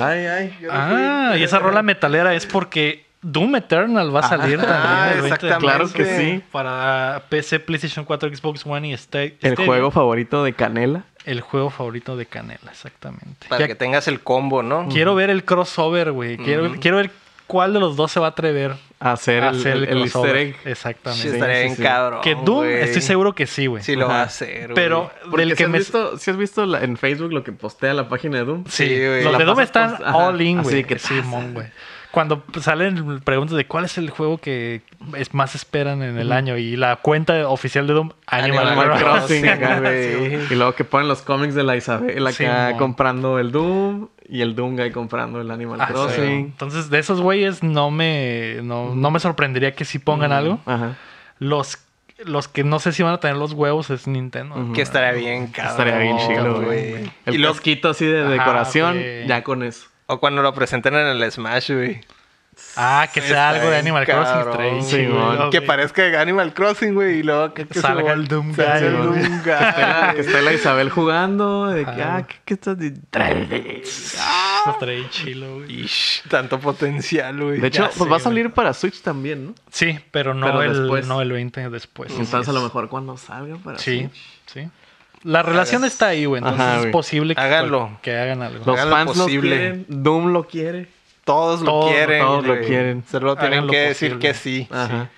S3: Ay, ay.
S1: Ah, y esa rola metalera es porque Doom Eternal va a salir
S2: Ah,
S1: también. el 20 de
S2: exactamente.
S1: marzo.
S3: Claro que sí.
S1: Para PC, PlayStation 4, Xbox One y Sta-
S3: El
S1: Stadia.
S3: juego favorito de Canela.
S1: El juego favorito de Canela, exactamente.
S2: Para
S1: Ya
S2: que tengas el combo, ¿no?
S1: Quiero ver el crossover, güey. Quiero, quiero ver cuál de los dos se va a atrever
S3: Hacer,
S1: a
S3: el-
S1: hacer
S3: el,
S1: el,
S3: el
S1: crossover.
S3: easter egg.
S2: Sí,
S1: Exactamente.
S3: Sí,
S2: estaría
S3: sí,
S2: bien
S3: sí.
S2: cabrón.
S1: que Doom,
S2: güey.
S1: estoy seguro que sí, güey.
S2: Sí, lo va a
S3: Ajá.
S2: hacer. güey.
S1: Pero
S3: Porque
S1: del
S3: si
S1: que
S3: has
S1: me...
S3: visto, si has visto la- en Facebook lo que postea la página de Doom.
S1: Sí,
S2: Sí, güey.
S1: los
S2: La
S1: de Doom
S3: pasas
S1: están
S3: por- ajá,
S1: all in,
S3: así
S1: güey.
S3: de que
S1: Simón, güey. Cuando salen preguntas de cuál es el juego que es más esperan en el año y la cuenta oficial de Doom Animal,
S2: Animal
S3: Animal
S1: Crossing.
S3: Crossing, acá, güey.
S2: Sí.
S3: Y luego que ponen los cómics de la Isabel acá
S1: Simón.
S3: comprando el Doom y el Doom guy comprando el Animal
S1: Ah, sí.
S3: Crossing.
S1: Entonces, de esos güeyes no me no, no me sorprendería que sí pongan algo.
S3: Ajá.
S1: Los los que no sé si van a tener los huevos es Nintendo.
S3: Ujú.
S2: Que Ah, estaría bien, cabrón.
S3: Estaría bien
S1: chilo,
S3: chido,
S1: güey.
S3: güey. El
S2: Y lo-
S3: casquito así de
S1: Ajá,
S3: decoración,
S1: güey.
S3: ya con eso.
S2: O cuando lo presenten en el Smash, güey.
S1: Ah, que sea
S2: Está
S1: algo de
S2: bien,
S1: Animal
S2: cabrón,
S1: Crossing. estaría
S3: Simón.
S1: chido, güey.
S2: Que parezca Animal Crossing, güey. Y luego que, que se
S1: Salga
S2: vol-
S1: el Doom
S2: salga
S1: Guy,
S2: el
S1: güey.
S2: Doom Guy.
S3: Ah, que está la Isabel jugando, de que,
S1: Ah.
S3: ah, ¿qué, qué estás de-
S1: Estaría bien chilo, güey.
S2: Ish, tanto potencial, güey.
S3: De hecho,
S1: sé,
S3: pues va a
S1: güey.
S3: salir para Switch también, ¿no?
S1: Sí, pero no
S3: Pero
S1: el
S3: después.
S1: no el 20 después.
S3: Entonces, a lo mejor cuando salga para
S1: Sí,
S3: Switch.
S1: sí. La relación está ahí, güey. Entonces
S3: Ajá,
S1: es
S3: güey.
S1: posible que,
S2: Háganlo.
S1: que hagan algo.
S3: Los
S2: Hagan lo
S3: fans lo
S2: posible.
S3: quieren, Doom lo quiere.
S2: todos,
S1: Todos,
S2: lo quieren.
S3: todos lo
S2: güey.
S3: quieren.
S2: Solo
S1: Hagan
S2: tienen
S1: lo
S2: que decir
S1: posible.
S2: que sí.
S3: Ajá.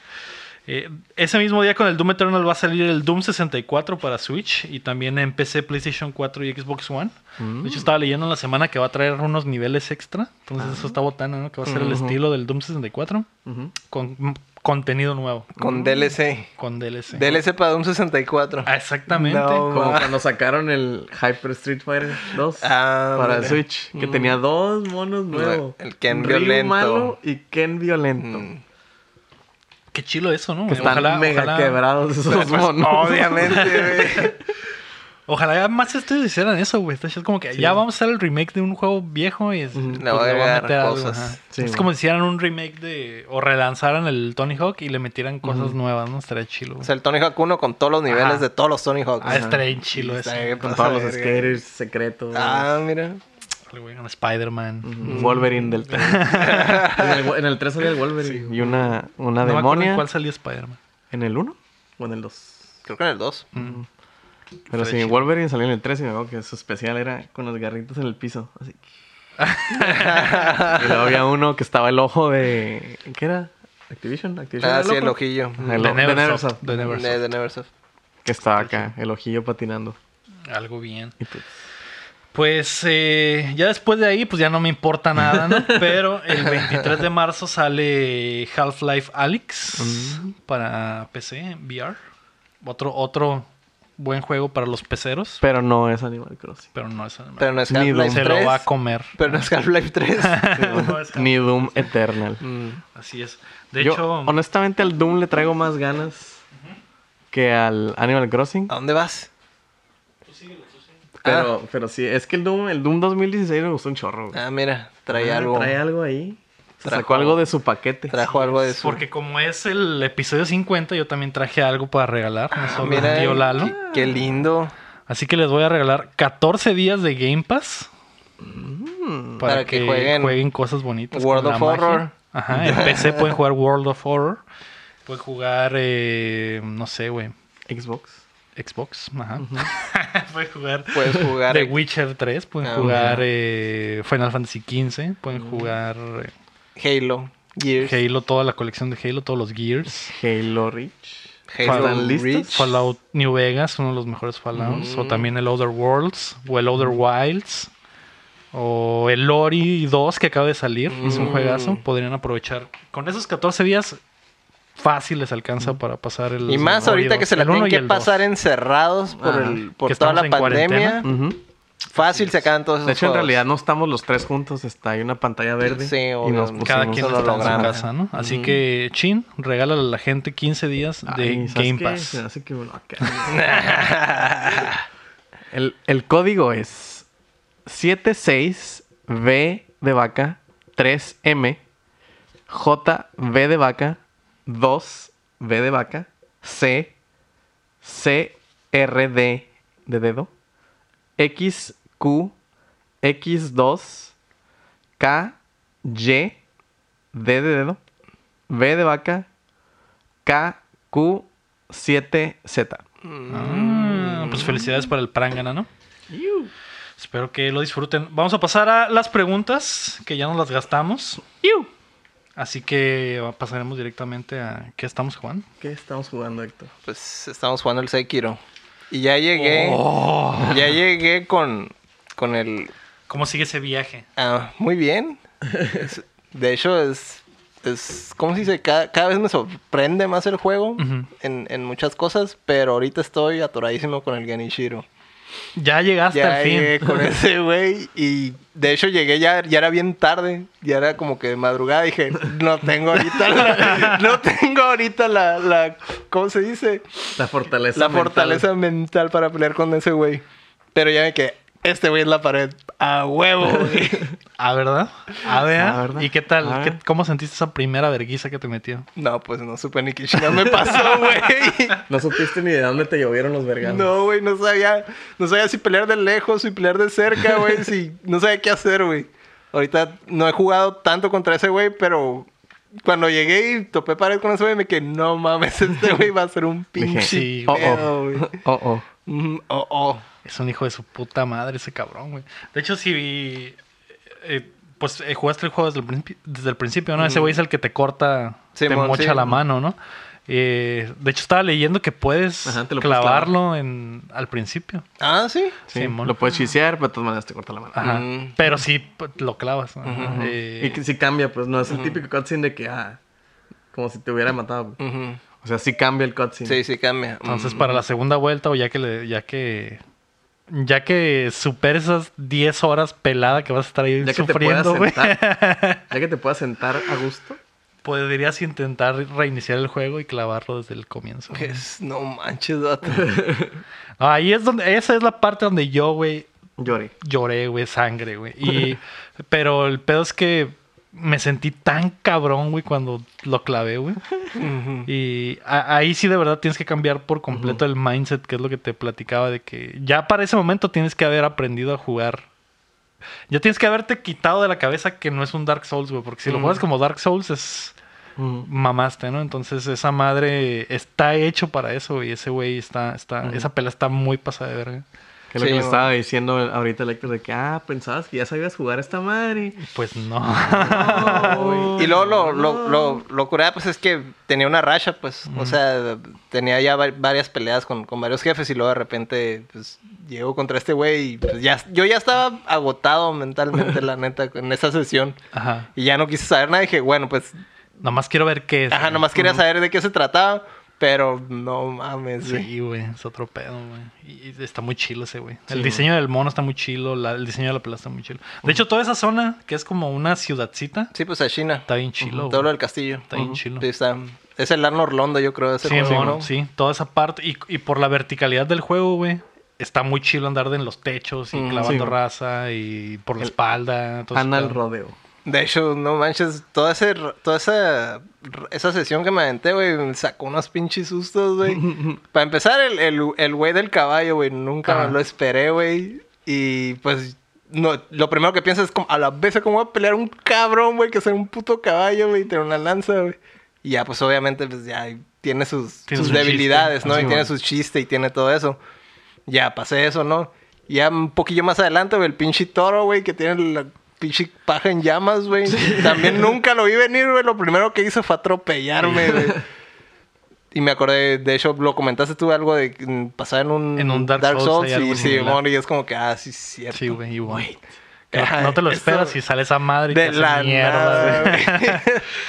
S1: Eh, ese mismo día con el Doom Eternal va a salir el Doom 64 para Switch y también en PC, PlayStation 4 y Xbox One. De
S3: Mm.
S1: hecho, estaba leyendo en la semana que va a traer unos niveles extra. Entonces, eso está botana, ¿no? Que va a ser el
S3: Ah. Ujú.
S1: estilo del Doom 64
S3: Ujú.
S1: con mm, contenido nuevo,
S2: Con
S3: Mm.
S2: DLC.
S1: con DLC.
S2: DLC para un 64.
S1: Ah, Exactamente.
S2: No.
S3: Como cuando sacaron el Hyper Street Fighter 2
S2: Ah,
S3: para
S2: ándale.
S3: Switch, que tenía dos monos nuevos.
S2: El Ken
S3: Ryu
S2: violento.
S3: malo y Ken violento.
S2: Mm.
S1: Qué chilo eso, ¿no?
S3: Que están
S1: Ojalá-
S3: mega
S1: ojalá-
S3: quebrados esos
S2: Pues,
S3: monos.
S2: obviamente, güey.
S1: Ojalá ya más estudios hicieran eso, güey. Está chido, como que ya vamos a hacer el remake de un juego viejo y es-
S3: Ujú.
S1: pues,
S2: Le voy a
S1: voy
S2: agregar
S1: algo,
S2: cosas.
S1: ajá.
S3: Sí,
S1: es
S3: güey.
S1: como si hicieran un remake de. O relanzaran el Tony Hawk y le metieran cosas nuevas, ¿no? Estaría chilo.
S2: O
S1: güey.
S2: sea, el Tony Hawk 1 con todos los niveles
S1: Ajá.
S2: de todos los Tony Hawks.
S1: ah, estaría bien chilo eso.
S2: Está bien
S3: Con
S2: pasado
S3: todos los
S2: de verga.
S3: skaters secretos.
S2: Ah, mira.
S1: Dale, güey, Un Spider-Man.
S3: Ujú. Wolverine del 3. en, el, en el 3 salía el Wolverine. y una, una
S1: No me acuerdo en
S3: demonia.
S1: cuál salió Spider-Man.
S3: ¿En el 1? ¿O en el 2?
S2: Creo que en el 2.
S3: Mm. Pero sí,
S1: Fresh.
S3: Wolverine salió en el 3 y me acuerdo que su especial era con los garritos en el piso. Así. y luego había uno que estaba el ojo de. ¿Qué era? ¿Activision? ¿Activision?
S2: Ah,
S3: era
S2: sí, el
S3: ojo?
S2: ojillo.
S3: Ajá, el
S1: The
S3: ojo- de
S1: Neversoft.
S3: Neversoft.
S1: The Neversoft.
S2: De, de Neversoft.
S3: Que estaba acá, el ojillo patinando.
S1: Algo bien.
S3: Y pues,
S1: Pues eh, ya después de ahí, pues ya no me importa nada, ¿no? Pero el 23 de marzo sale Half-Life Alyx para PC, VR. Otro, otro buen juego para los peceros,
S3: Pero no es Animal Crossing.
S1: pero no es animal.
S2: Pero no es
S3: Ni Doom.
S2: Half-Life
S1: Se lo
S2: 3.
S1: va a comer.
S2: Pero no es Half-Life 3.
S1: No es Half-
S3: Ni Doom Eternal.
S2: Mm.
S1: Así es. De
S3: Yo,
S1: hecho,
S3: honestamente, al Doom le traigo más ganas que al Animal Crossing.
S2: ¿A dónde vas? Ah.
S3: Pero, pero sí, es que el Doom, el Doom 2016 me gustó un chorro. güey.
S2: Ah, mira. Trae
S3: Ah,
S2: algo.
S3: Trae algo ahí. Se
S2: Trajo-
S3: sacó algo de su paquete.
S2: Trajo algo de eso.
S1: porque como es el episodio 50, yo también traje algo para regalar. No solo el
S2: Mira,
S1: tío Lalo.
S2: Qué, qué lindo.
S1: Así que les voy a regalar 14 días de Game Pass. Para,
S2: Mm. Para
S1: que,
S2: que
S1: jueguen,
S2: jueguen
S1: cosas bonitas.
S2: World
S1: con
S2: of
S1: la magia.
S2: Horror.
S1: Ajá, en PC pueden jugar World of Horror. Pueden jugar, eh, no sé, güey,
S3: Xbox.
S1: Xbox. Ajá. pueden jugar
S2: Puedes jugar.
S1: The Witcher 3. Pueden
S2: Ah,
S1: jugar eh, Final Fantasy XV. Pueden jugar eh,
S2: Halo. Gears.
S1: Halo, toda la colección de Halo, todos los Gears.
S3: Halo Reach.
S2: Halo.
S3: ¿Están listos?
S2: Reach.
S1: Fallout New Vegas, uno de los mejores Fallouts.
S3: Mm.
S1: O también el Other Worlds, o el Other Wilds. O el Ori 2 que acaba de salir. Es
S3: Mm.
S1: un juegazo. Podrían aprovechar. Con esos 14 días, fácil les
S3: Mm.
S1: alcanza para pasar el.
S2: Y más
S1: Ori
S2: ahorita
S1: 2,
S2: que se la
S1: el uno
S2: tienen
S1: y
S2: que
S1: el dos.
S2: pasar encerrados por,
S3: Ajá.
S2: el, por
S1: Que
S2: toda
S1: estamos
S2: la
S1: en cuarentena.
S2: pandemia.
S3: Ujú.
S2: Fácil se acaban todos esos
S3: De hecho, en
S2: juegos.
S3: realidad no estamos los tres juntos. Está hay una pantalla verde.
S2: Sí,
S3: y
S2: obvio.
S3: nos pusimos
S1: Cada quien
S2: Solo
S1: está en su
S2: holograma.
S1: casa, ¿no? Así
S3: Mm.
S1: que, chin, regálale a la gente 15 días de
S3: Ay, ¿sabes
S1: Game
S3: qué?
S1: Pass.
S3: Se me hace que me lo va a quedar. el, el código es 76B de vaca 3M JB de vaca 2B de vaca C CRD de dedo XQ X2 K Y D de dedo B de vaca KQ7Z.
S1: Ah, pues felicidades para el Prangana, ¿no? Espero que lo disfruten. Vamos a pasar a las preguntas que ya nos las gastamos. Así que pasaremos directamente a qué estamos jugando.
S3: ¿Qué estamos jugando, Héctor?
S2: Pues estamos jugando el Sekiro. Y ya llegué.
S1: Oh.
S2: Ya llegué con, con el.
S1: ¿Cómo sigue ese viaje?
S2: Ah, muy bien. Es- De hecho, es. es ¿Cómo se dice? Cada, cada vez me sorprende más el juego
S1: Ujú.
S2: en, en muchas cosas, pero ahorita estoy atoradísimo con el Genichiro.
S1: Ya llegaste
S2: ya
S1: al fin.
S2: llegué con ese güey y de hecho llegué ya, ya era bien tarde, ya era como que de madrugada, dije, no tengo ahorita la, no tengo ahorita la, la- ¿cómo se dice?
S3: La fortaleza.
S2: la
S3: mental.
S2: fortaleza mental para pelear con ese güey. Pero ya me que este güey es la pared a huevo, güey.
S1: Ah, ¿verdad? A ver.
S3: Ah, ¿verdad?
S1: ¿Y qué tal?
S3: Ah.
S1: ¿Qué- ¿Cómo sentiste esa primera verguiza que te metió?
S2: No, pues no supe ni qué chingado me pasó, güey.
S3: No supiste ni de dónde te llovieron los verganos.
S2: No, güey, no sabía, no sabía si pelear de lejos, si pelear de cerca, güey, si no sabía qué hacer, güey. Ahorita no he jugado tanto contra ese güey, pero cuando llegué y topé pared con ese güey, me quedé, no mames, este güey va a ser un
S3: Dije,
S2: pinche
S1: sí,
S3: oh,
S2: pedo,
S3: oh.
S2: güey.
S3: Oh, oh.
S2: Mm, oh, oh.
S1: Es un hijo de su puta madre ese cabrón, güey. De hecho, si eh, pues eh, jugaste el juego desde el, principi- desde el principio, ¿no? Ese
S2: Mm.
S1: güey es el que te corta, te
S2: Simón,
S1: mocha
S2: sí.
S1: la mano, ¿no? Eh, de hecho, estaba leyendo que puedes
S3: Ajá, te lo puedes
S1: clavarlo en, al principio.
S2: Ah, sí.
S3: Sí,
S1: Simón.
S3: lo puedes chisear, pero de todas maneras te corta la mano.
S1: Ajá.
S2: Mm.
S1: Pero sí p- lo clavas. Ajá.
S2: Ujú.
S1: Ah, Eh,
S3: Y que sí cambia, pues no es el típico cutscene de que, ah, como si te hubiera matado. güey.
S2: Ujú.
S3: O sea, sí cambia el cutscene.
S2: Sí, sí, cambia.
S1: Entonces,
S2: Mm.
S1: para la segunda vuelta, o ya que le- ya que. Ya que superes esas 10 horas pelada que vas a estar ahí
S3: Ya que te puedas
S1: sufriendo, güey.
S3: sentar. ya que te puedas sentar a gusto.
S1: Podrías intentar reiniciar el juego y clavarlo desde el comienzo.
S2: Que
S1: güey.
S2: es- No manches, vato.
S1: Ahí es donde, esa es la parte donde yo, güey,
S3: Lloré.
S1: lloré, güey, sangre, güey. Y, pero el pedo es que me sentí tan cabrón, güey, cuando lo clavé, güey.
S2: Ujú.
S1: Y a- ahí sí de verdad tienes que cambiar por completo el mindset, que es lo que te platicaba, de que ya para ese momento tienes que haber aprendido a jugar. Ya tienes que haberte quitado de la cabeza que no es un Dark Souls, güey, porque si lo
S2: Ujú.
S1: juegas como Dark Souls es mamaste, ¿no? Entonces esa madre está hecho para eso, güey. Ese güey está, está,
S3: Ujú.
S1: esa pela está muy pasada de verga.
S3: Que
S2: Sí,
S3: lo que le
S2: güey.
S3: estaba diciendo ahorita el Héctor de que, ah, pensabas que ya sabías jugar a esta madre.
S1: Pues no.
S3: No,
S2: Y luego lo,
S3: no.
S2: lo,
S1: Ah.
S2: lo, lo curada, pues es que tenía una racha, pues. O sea, tenía ya va- varias peleas con, con varios jefes y luego de repente, pues, llego contra este güey y pues, ya, yo ya estaba agotado mentalmente, la neta, en esa sesión.
S1: Ajá.
S2: Y ya no quise saber nada. Dije, bueno, pues,
S1: Nomás quiero ver qué es.
S2: ajá,
S1: güey.
S2: nomás quería saber de qué se trataba, pero no mames. Sí.
S1: Sí, güey, es otro pedo, güey. Y y está muy chilo ese, güey.
S3: Sí,
S1: el
S3: güey.
S1: diseño del mono está muy chilo, la- el diseño de la pelota está muy chilo. De hecho, toda esa zona, que es como una ciudadcita,
S2: Sí, pues a China.
S1: está bien chilo.
S2: Todo lo
S1: güey.
S2: del castillo.
S1: Está bien chilo.
S2: Sí, está- Es el Arnold Londo, yo creo, ese
S1: Sí,
S2: juego,
S1: mono,
S2: ¿no?
S1: sí, toda esa parte. Y, y por la verticalidad del juego, güey. Está muy chilo andar en los techos y
S2: Mm,
S1: clavando
S3: sí, güey.
S1: raza y por la espalda. todo ese
S3: Ana al
S1: pedo.
S3: rodeo.
S2: De hecho, no manches, toda, ese, toda esa, esa sesión que me aventé, güey, me sacó unos pinches sustos, güey. Para empezar, el, el, el güey del caballo, güey, nunca
S1: Ajá.
S2: me lo esperé, güey. Y pues, no, lo primero que piensas es, como, a la vez, ¿cómo voy a pelear un cabrón, güey, que sea un puto caballo, güey, y tener una lanza, güey? Y ya, pues, obviamente, pues ya tiene sus,
S1: Tiene
S2: sus
S1: su
S2: debilidades,
S1: chiste.
S2: ¿no?
S3: Sí,
S2: y
S3: man.
S2: tiene sus chistes y tiene todo eso. Ya pasé eso, ¿no? Ya un poquillo más adelante, güey, el pinche toro, güey, que tiene la pinche paja en llamas, güey. También nunca lo vi venir, güey. Lo primero que hizo fue atropellarme, güey. Y me acordé, de hecho, lo comentaste tú algo de mm, pasar en un,
S1: En un Dark Souls hay algo
S2: y sí,
S1: similar.
S2: bueno, y es como que, ah, sí, cierto.
S1: Sí, güey, igual.
S2: Ajá,
S1: No te lo
S2: eso-
S1: esperas y sale esa madre y te
S2: De
S1: hace
S2: la
S1: mierda,
S2: nada,
S1: güey.
S2: güey.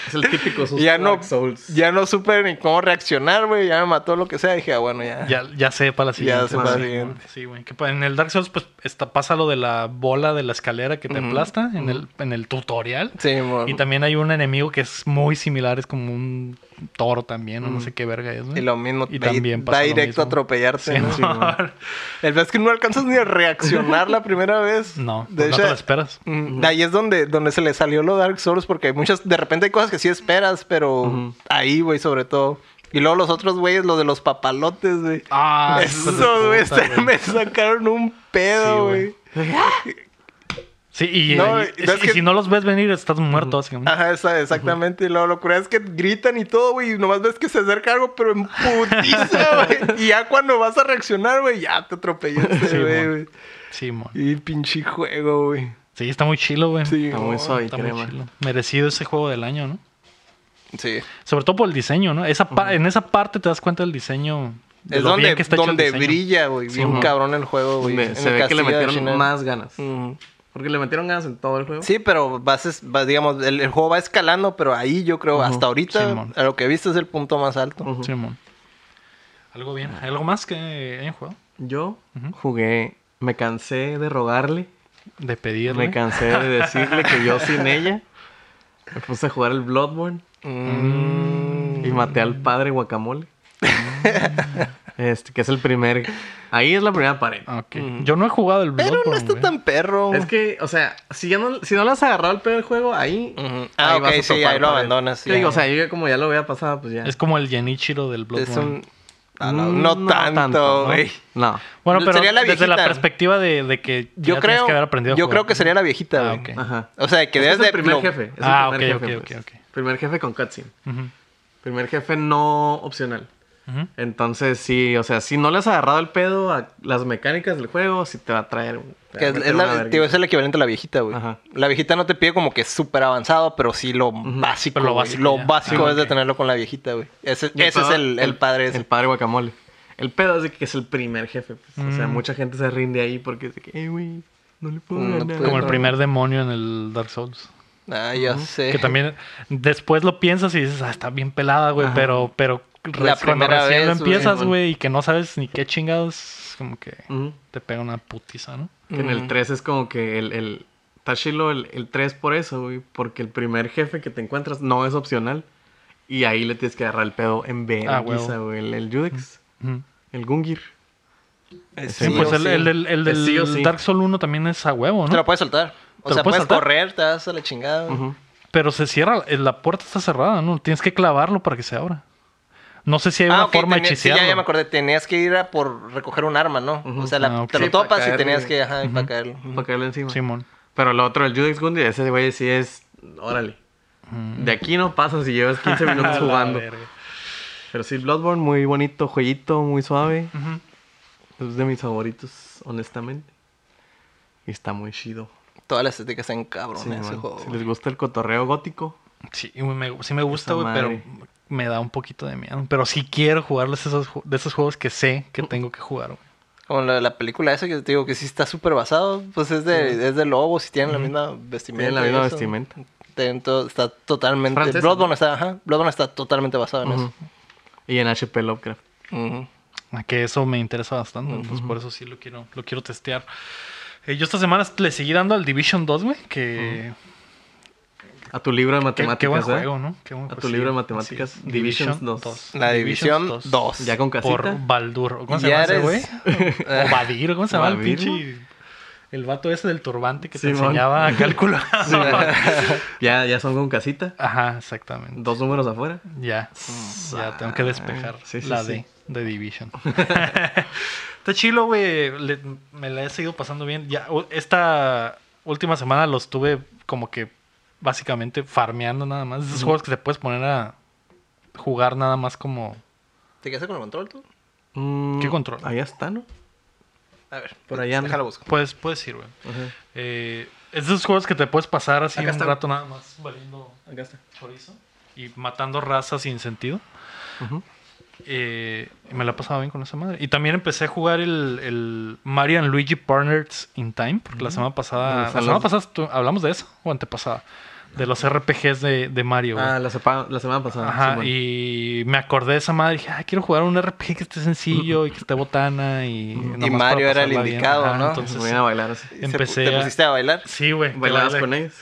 S3: Es el típico susto
S2: ya, no,
S3: Dark Souls.
S2: ya no supe ni cómo reaccionar, güey. Ya me mató lo que sea. Dije, ah, bueno, ya.
S1: Ya, ya sé para la siguiente.
S2: sé para la
S1: Sí,
S2: siguiente.
S1: güey. Sí, güey. Que pa- en el Dark Souls, pues, está, pasa lo de la bola de la escalera que te
S2: Ujú.
S1: aplasta en, el, en el tutorial.
S2: Sí, mon.
S1: Y también hay un enemigo que es muy similar, es como un toro también, o no sé qué verga es, güey.
S2: Y lo mismo,
S1: Y
S2: va-
S1: también
S2: va
S1: pasa lo
S2: directo
S1: mismo.
S2: a atropellarte.
S1: Sí,
S2: ¿no?
S3: Sí, mon.
S2: El es que no alcanzas ni a reaccionar la primera vez.
S1: No,
S2: de
S1: pues no
S2: hecho,
S1: te lo esperas.
S2: mm, de ahí es donde, donde se le salió lo Dark Souls, porque hay muchas, de repente hay cosas que sí esperas, pero
S3: Ujú.
S2: ahí, güey, sobre todo. Y luego los otros güeyes, lo de los papalotes, güey.
S1: Ah, hijos de
S2: Eso, güey,
S1: puta,
S2: este- me sacaron un
S1: Sí,
S2: pedo,
S1: güey.
S2: güey.
S1: Sí, y,
S2: No,
S1: y-
S2: no, es
S1: y
S2: que- Ah.
S1: si no los ves venir, estás muerto, básicamente.
S2: Ajá, esa- exactamente. Y lo locura es que gritan y todo, güey. Y nomás ves que se acerca algo, pero en putiza, güey. Y ya cuando vas a reaccionar, güey, ya te atropellaste,
S1: Sí,
S2: güey,
S1: mon.
S2: güey.
S1: Sí, mon.
S2: Y pinche juego, güey.
S1: Sí, está muy chilo, güey.
S2: Sí,
S3: Está muy
S2: mon.
S3: suave,
S1: Está muy
S3: crema.
S1: chilo. Merecido ese juego del año, ¿no?
S2: Sí.
S1: Sobre todo por el diseño, ¿no? Esa pa- En esa parte te das cuenta del diseño. de
S2: Es
S1: lo bien
S2: donde,
S1: que está hecho el
S2: donde
S1: diseño.
S2: brilla, güey.
S1: Sí,
S2: bien
S1: mon.
S2: cabrón el juego, güey.
S3: Donde
S2: en
S3: se
S2: el
S3: ve que le
S2: castillo de
S3: metieron
S2: Shinan.
S3: más ganas.
S2: Ujú.
S3: Mm. Porque le metieron ganas en todo el juego.
S2: Sí, pero vas, es- vas- digamos, el, el juego va escalando, pero ahí yo creo, hasta ahorita,
S1: Sí, mon.
S2: a lo que viste es el punto más alto.
S3: Ujú.
S1: Simón. ¿Algo bien? ¿Algo más que hayan jugado?
S3: Yo
S1: Ujú.
S3: jugué, me cansé de rogarle,
S1: De pedirle.
S3: me cansé de decirle que yo sin ella. Me puse a jugar el Bloodborne
S2: Mm.
S3: y maté al padre guacamole. Este, que es el primer. Ahí es la primera pared.
S1: Ah, Ok.
S2: Mm.
S1: Yo no he jugado el
S2: Pero
S1: Bloodborne,
S2: no está
S1: güey.
S2: tan perro.
S3: Es que, o sea, si ya no, si no le has agarrado el pedo del juego, ahí.
S2: Ujú. Ah,
S3: ahí vas
S2: ok,
S3: a
S2: sí,
S3: topar
S2: ahí lo
S3: pared.
S2: abandonas,
S3: Sí,
S2: ya.
S3: digo, o sea, yo ya como ya lo había pasado, pues ya.
S1: Es como el Genichiro del Bloodborne.
S2: Es un... a la-
S3: Mm,
S2: Ah, No tanto,
S3: tanto,
S2: güey.
S3: ¿no? No.
S1: Bueno, pero
S2: Sería la
S1: desde la
S2: viejita.
S1: perspectiva de, de que
S2: Yo
S1: ya tienes
S2: creo,
S1: que haber aprendido a
S2: yo
S1: jugar.
S2: creo que sería la viejita,
S1: Ah,
S2: güey.
S1: ok.
S3: Ajá.
S2: O sea, que
S3: Es
S2: debes
S3: es el
S2: de...
S3: primer
S2: lo-
S3: jefe. Es
S1: Ah,
S3: el primer
S1: ok,
S3: jefe,
S1: ok,
S3: pues.
S1: ok, ok.
S3: Primer jefe con cutscene.
S1: Ujú.
S3: Primer jefe no opcional.
S1: Ujú.
S3: Entonces, sí, o sea, si no le has agarrado el pedo a las mecánicas del juego, sí te va a traer. te
S2: Que
S3: va a
S2: es,
S3: meter
S2: es
S3: una
S2: la,
S3: verga.
S2: tío, es el equivalente a la viejita, güey.
S3: Ajá.
S2: La viejita no te pide como que súper avanzado, pero sí lo básico.
S1: Pero lo
S2: güey.
S1: básico
S2: Lo
S1: ya.
S2: básico
S1: Ah,
S2: es de
S1: ok.
S2: tenerlo con la viejita, güey. Ese,
S3: Y el
S2: ese es
S3: pedo-
S2: el, el padre ese.
S3: El padre guacamole. El pedo es de que es el primer jefe. pues. O sea,
S1: Mm.
S3: mucha gente se rinde ahí porque es de que, eh, güey, no le puedo
S2: No
S3: ganar".
S2: puedo.
S1: Como el primer demonio en el Dark Souls.
S2: Ah, ya sé.
S1: Que también después lo piensas y dices, ah, está bien pelada, güey,
S3: Ajá.
S1: pero, pero re-
S2: La
S1: cuando
S2: primera
S1: recién lo
S2: vez, güey, Mm.
S1: empiezas,
S2: bueno.
S1: güey, y que no sabes ni qué chingados, como que
S3: Ujú.
S1: te pega una putiza, ¿no?
S3: Que En
S2: Mm.
S3: el 3 es como que el... el Tashilo, el, el 3 por eso, güey. Porque el primer jefe que te encuentras no es opcional. Y ahí le tienes que agarrar el pedo en vergüenza,
S1: Ah, huevo.
S3: güey. El, el Judex,
S1: Ujú.
S3: el Gungir.
S2: Eh,
S1: Sí,
S2: sí
S1: pues
S2: o
S1: el,
S2: sí.
S1: el del- el del
S3: Es sí o sí.
S1: Dark Souls 1 también es a huevo,
S2: Te
S1: ¿no?
S2: lo puedes soltar.
S1: ¿Te
S2: O
S1: lo puedes
S2: sea, puedes
S1: saltar?
S2: correr, te das a la chingada. güey.
S3: Ujú.
S1: Pero se cierra, eh, la puerta está cerrada, ¿no? Tienes que clavarlo para que se abra. No sé si hay una
S2: Ah, ok,
S1: forma de
S2: tenía- sí, ya-
S1: hechicearlo.
S2: ya, me acordé. Tenías que ir a por recoger un arma, ¿no?
S3: Ujú.
S2: O sea, la-
S1: Ah, ok.
S2: te lo
S3: Sí, pa'
S2: topas y
S3: caerle.
S2: tenías que... Ajá, para caerlo. Ujú.
S3: Para caerle encima.
S1: Simón.
S3: Pero el otro, el Judex Gungir, ese güey sí es... Órale. De aquí no pasas si llevas 15 minutos
S1: A la
S3: jugando.
S1: verga.
S3: Pero sí, Bloodborne, muy bonito jueguito, muy suave.
S1: Ujú.
S3: Es de mis favoritos, honestamente. Y está muy chido.
S2: Toda la estética está en cabrón
S3: Sí,
S2: ese
S3: bueno,
S2: juego.
S3: si
S2: güey.
S3: les gusta el cotorreo gótico,
S1: Sí, güey, me, sí me gusta,
S3: Esa
S1: güey, pero
S3: madre.
S1: me da un poquito de miedo. Pero sí quiero jugarles esos, ju- de esos juegos que sé que tengo que jugar, güey.
S2: Como la, la película esa que te digo que sí está súper basado. Pues es de, es de lobos y tienen la misma vestimenta.
S3: tienen la
S2: y
S3: misma
S2: eso.
S3: vestimenta.
S2: Tienen todo- está totalmente...
S3: Francesa,
S2: Bloodborne está, ajá, Bloodborne está totalmente basado en
S3: Ujú.
S2: eso.
S3: Y en HP Lovecraft.
S2: Ujú.
S1: A que eso me interesa bastante. Pues por eso sí lo quiero, lo quiero testear. Eh, yo esta semana le seguí dando al Division 2, güey. Que,
S3: A tu libro de
S1: que- qué,
S3: matemáticas.
S1: buen
S3: ¿eh?
S1: juego, ¿no? Qué buen
S3: A
S1: juego,
S3: tu
S1: sí,
S3: libro de
S1: así
S3: matemáticas,
S1: es.
S3: Division 2.
S2: La División 2.
S3: Ya con casita. Eh.
S1: Por Baldur. ¿Cómo se llama
S2: Ya
S1: ese güey? Eh.
S2: eres- Oh,
S1: O Badir, ¿cómo se llama el
S3: ¿Badir?
S1: pinche? El vato ese del turbante que te
S3: Simón.
S1: enseñaba a calcular.
S3: Ya, ya son con casita.
S1: Ajá, exactamente.
S3: Dos números afuera.
S1: Ya. Ya tengo que despejar
S3: Mm, ah, Sí, sí,
S1: la
S3: sí.
S1: D de Division. Está chilo, güey. Le- Me la he seguido pasando bien. Ya, u- esta última semana los tuve como que básicamente farmeando nada más. Esos juegos que te puedes poner a jugar nada más como.
S2: ¿Te quedaste con el control tú?
S3: Mm,
S1: ¿Qué control?
S3: Allá está, ¿no?
S2: A ver.
S3: Por allá anda.
S2: Déjalo busco.
S1: Puedes, puedes ir, güey.
S3: Ajá.
S1: Eh, es de esos juegos que te puedes pasar así
S3: Acá
S1: un
S3: está.
S1: rato nada más valiendo
S3: Acá está.
S1: chorizo y matando razas sin sentido. Eh, y me la he pasado bien con esa madre. Y también empecé a jugar el, el Mario and Luigi Partners in Time, porque la semana pasada,
S3: Donde
S1: la
S3: están
S1: semana
S3: los-
S1: pasada estu- hablamos de eso, o antepasada, de los RPGs de, de Mario. güey.
S3: Ah, la, sepa- la semana pasada.
S1: Ajá,
S3: Simón.
S1: y me acordé de esa madre. Dije, ah, quiero jugar un RPG que esté sencillo y que esté botana. Y, nada
S2: Y
S1: más para
S2: Mario era el
S1: pasarla bien".
S2: indicado, ¿no?
S1: entonces,
S3: Me voy a bailar así.
S2: Se-
S1: empecé
S2: ¿Te
S1: a-
S2: pusiste a bailar?
S1: Sí, güey. te
S3: ¿Bailabas
S1: bailé.
S3: con ellos?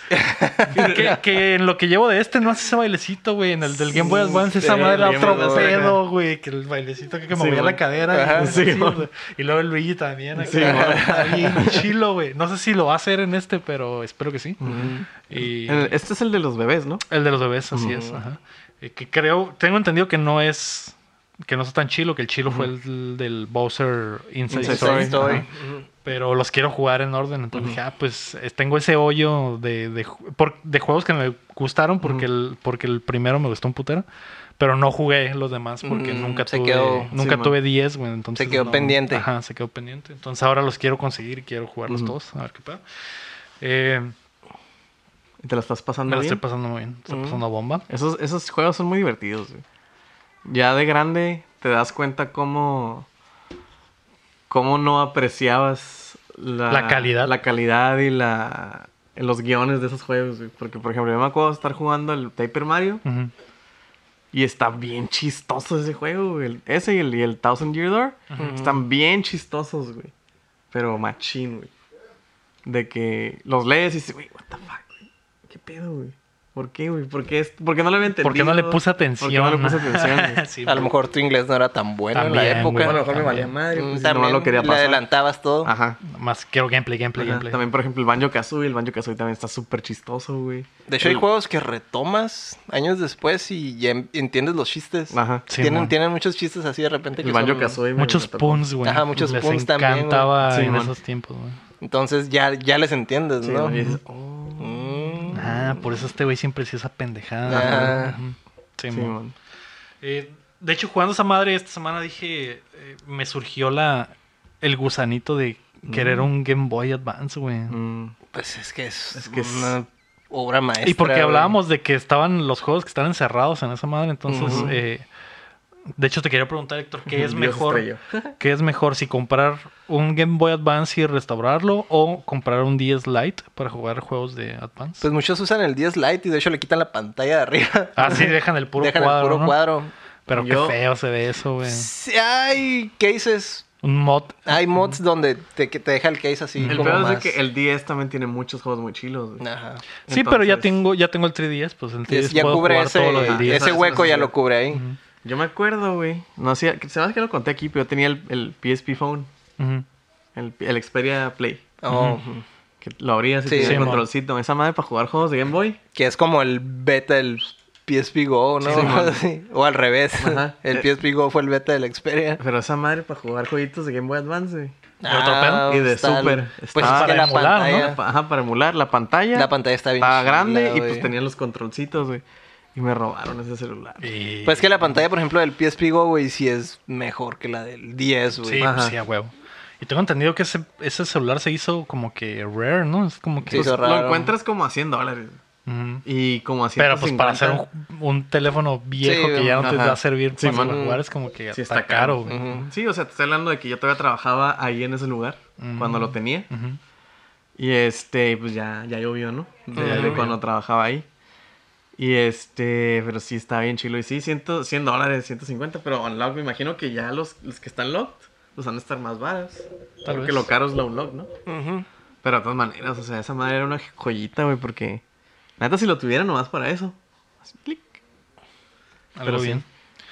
S1: que, que en lo que llevo de este no hace ese bailecito, güey. En el del Game Boy Advance, esa
S3: Sí,
S1: madre era
S3: el Game
S1: otro
S3: Boy Advance.
S1: pedo, güey. Que el bailecito que, que movía
S3: mon.
S1: la cadera.
S2: Ajá,
S1: y, así,
S3: sí, mon.
S1: güey. y luego el Luigi también. acá.
S3: Sí, mon.
S1: Está bien chilo, güey. No sé si lo va a hacer en este, pero espero que sí. Y
S3: En el- Este es el de los bebés, ¿no?
S1: el de los bebés, así es. Ajá. Y que creo, tengo entendido que no es. Que no está tan chilo, que el chilo fue el del Bowser Inside,
S3: Inside
S1: Story.
S3: Story.
S1: Ajá.
S2: Estoy.
S1: Pero los quiero jugar en orden. Entonces dije, ah, pues eh, tengo ese hoyo de, de, ju- por- de juegos que me gustaron porque, el, porque el primero me gustó un putero. Pero no jugué los demás porque
S2: Mm,
S1: nunca
S2: se
S1: tuve,
S2: quedó-
S1: nunca
S3: Simón.
S1: tuve 10, güey. Entonces,
S2: Se quedó
S1: no-
S2: pendiente.
S1: Ajá, se quedó pendiente. Entonces ahora los quiero conseguir y quiero jugarlos
S3: Ujú.
S1: todos. A ver qué pasa. Eh,
S3: Y te la estás pasando
S1: me la
S3: bien.
S1: estoy pasando muy bien. Estoy
S2: Ujú.
S1: pasando bomba.
S3: Esos, esos juegos son muy divertidos, güey. Ya de grande te das cuenta cómo, cómo no apreciabas la,
S1: La calidad.
S3: La calidad y la, los guiones de esos juegos, güey. Porque, por ejemplo, yo me acuerdo de estar jugando el Paper Mario
S1: Ujú.
S3: y está bien chistoso ese juego, güey. El- Ese y el, y el Thousand Year Door están bien chistosos, güey. Pero machín, güey. De que los lees y dices, güey, what the fuck, güey. ¿Qué pedo, güey? ¿Por qué, güey? ¿Por qué, es- por qué no lo había entendido?
S1: Porque no le puse
S3: ¿Por
S1: atención.
S3: qué no le puse atención, güey?
S1: Sí,
S2: A lo mejor tu inglés no era tan bueno en
S1: También,
S2: la
S1: güey.
S2: época.
S1: Bueno, a lo
S3: mejor me valía madre,
S2: Mm,
S3: pues, si
S2: también
S3: nomás lo quería
S2: le
S3: pasar.
S2: adelantabas todo.
S3: Ajá.
S1: Más quiero gameplay, gameplay,
S3: Ajá.
S1: gameplay.
S3: También, por ejemplo, el Banjo Kazooie. El Banjo Kazooie también está súper chistoso, güey.
S2: De hecho, hay juegos que retomas años después y ya en- entiendes los chistes.
S3: Ajá.
S1: Sí,
S2: tienen,
S1: mon.
S2: tienen muchos chistes así de repente.
S3: El
S2: que
S3: Banjo
S2: son-
S3: Kazooie. me-
S1: Muchos
S3: me tocó.
S1: puns, güey.
S2: Ajá, muchos
S1: Les
S2: puns también, güey.
S1: encantaba
S3: Sí,
S1: en
S3: man.
S1: esos tiempos, güey.
S2: Entonces ya, ya les entiendes,
S3: Sí,
S2: ¿no?
S3: y dices, oh,
S2: Mm.
S1: Ah, por eso este güey siempre hacía esa pendejada.
S2: Ah.
S1: Ujú. Sí,
S3: sí,
S1: mo.
S3: man.
S1: Eh, de hecho, jugando esa madre esta semana dije, eh, me surgió la el gusanito de querer un Game Boy Advance, güey.
S3: Mm,
S2: Pues es que es,
S3: Es que es-
S2: una obra maestra.
S1: Y porque
S2: güey.
S1: hablábamos de que estaban los juegos que están encerrados en esa madre, entonces,
S2: Ujú.
S1: eh, de hecho, te quería preguntar, Héctor, ¿qué es
S3: Dios
S1: mejor?
S3: estrelló.
S1: ¿Qué es mejor si comprar un Game Boy Advance y restaurarlo o comprar un DS Lite para jugar juegos de Advance?
S2: Pues muchos usan el 10 Lite y de hecho le quitan la pantalla de arriba.
S1: ah, sí, dejan el puro
S2: Dejan
S1: cuadro.
S2: el puro
S1: ¿no?
S2: cuadro.
S1: Pero
S3: Yo-
S1: qué feo se ve eso, güey.
S2: Sí, hay cases.
S1: Un mod.
S2: Hay mods donde te, que te deja el case así.
S3: El
S2: como
S3: peor es de
S2: más-
S3: que el 10 también tiene muchos juegos muy chilos, güey.
S2: Ajá.
S1: Sí, pero ya
S3: Entonces,
S1: tengo, ya tengo el 3DS, pues el 3DS
S2: ya
S1: puedo
S2: cubre
S1: jugar todo lo del
S2: ese,
S1: 10.
S2: ese
S3: Eso es
S2: hueco, ya
S3: necesario.
S2: lo cubre ahí.
S3: Yo me acuerdo, güey. No hacía. Se me hace que lo conté aquí, pero yo tenía el, el PSP Phone,
S1: Ujú.
S3: el, el Xperia Play.
S2: Oh,
S3: Que lo abrías y
S2: Sí.
S3: tenía
S1: Sí,
S3: el
S1: mon.
S3: controlcito. Esa madre para jugar juegos de Game Boy.
S2: Que es como el beta del PSP Go, ¿no?
S3: Sí, man.
S2: Así. o al revés.
S3: Ajá.
S2: El
S3: Eh.
S2: PSP Go fue el beta del Xperia.
S3: Pero esa madre para jugar jueguitos de Game Boy Advance, güey.
S1: ¿Pero otro pedo?
S3: Y de
S2: Ah, está el-
S3: Super.
S2: Pues es
S3: Está
S2: que
S1: para
S2: la
S1: emular, ¿no?
S2: pantalla.
S3: Pa- Ajá, para emular la pantalla.
S2: La pantalla está bien.
S3: Estaba
S2: chila,
S3: grande y pues
S2: güey.
S3: tenía los controlcitos, güey. Y me robaron ese celular.
S1: Y-
S2: Pues que la pantalla, por ejemplo, del PSP Go, güey, sí es mejor que la del 10, güey.
S1: Sí, pues
S3: Ajá.
S1: sí, a huevo. Y tengo entendido que ese, ese celular se hizo como que rare, ¿no? Es como que...
S2: Sí, hizo
S3: Lo
S2: raro.
S3: encuentras como a 100 dólares.
S1: Ujú.
S3: Y como a
S1: Pero pues
S3: 150.
S1: para hacer un, un teléfono viejo
S2: Sí,
S1: que ya no te
S3: ajá.
S1: va a servir
S3: Sí,
S1: para
S3: man.
S1: jugar es como que
S3: Sí,
S1: está,
S3: está
S1: caro.
S3: caro.
S1: güey.
S2: Ujú.
S3: Sí, o sea, te estoy hablando de que yo todavía trabajaba ahí en ese lugar
S1: Mm.
S3: cuando lo tenía.
S1: Ujú.
S3: Y este, pues ya, ya llovió, ¿no? De,
S2: ya
S3: de
S2: llovió.
S3: cuando trabajaba ahí. Y este, pero sí está bien chilo. Y sí, 100, 100 dólares, 150, pero unlock, me imagino que ya los, los que están locked, pues han de estar más baratos.
S1: Tal
S3: Porque
S1: vez.
S3: lo caro es lo unlock, ¿no?
S2: Ujú.
S3: Pero de todas maneras, o sea, esa madre era una joyita, güey, porque neta si lo tuviera nomás para eso. Así, clic.
S1: Algo
S3: Pero sí.
S1: bien.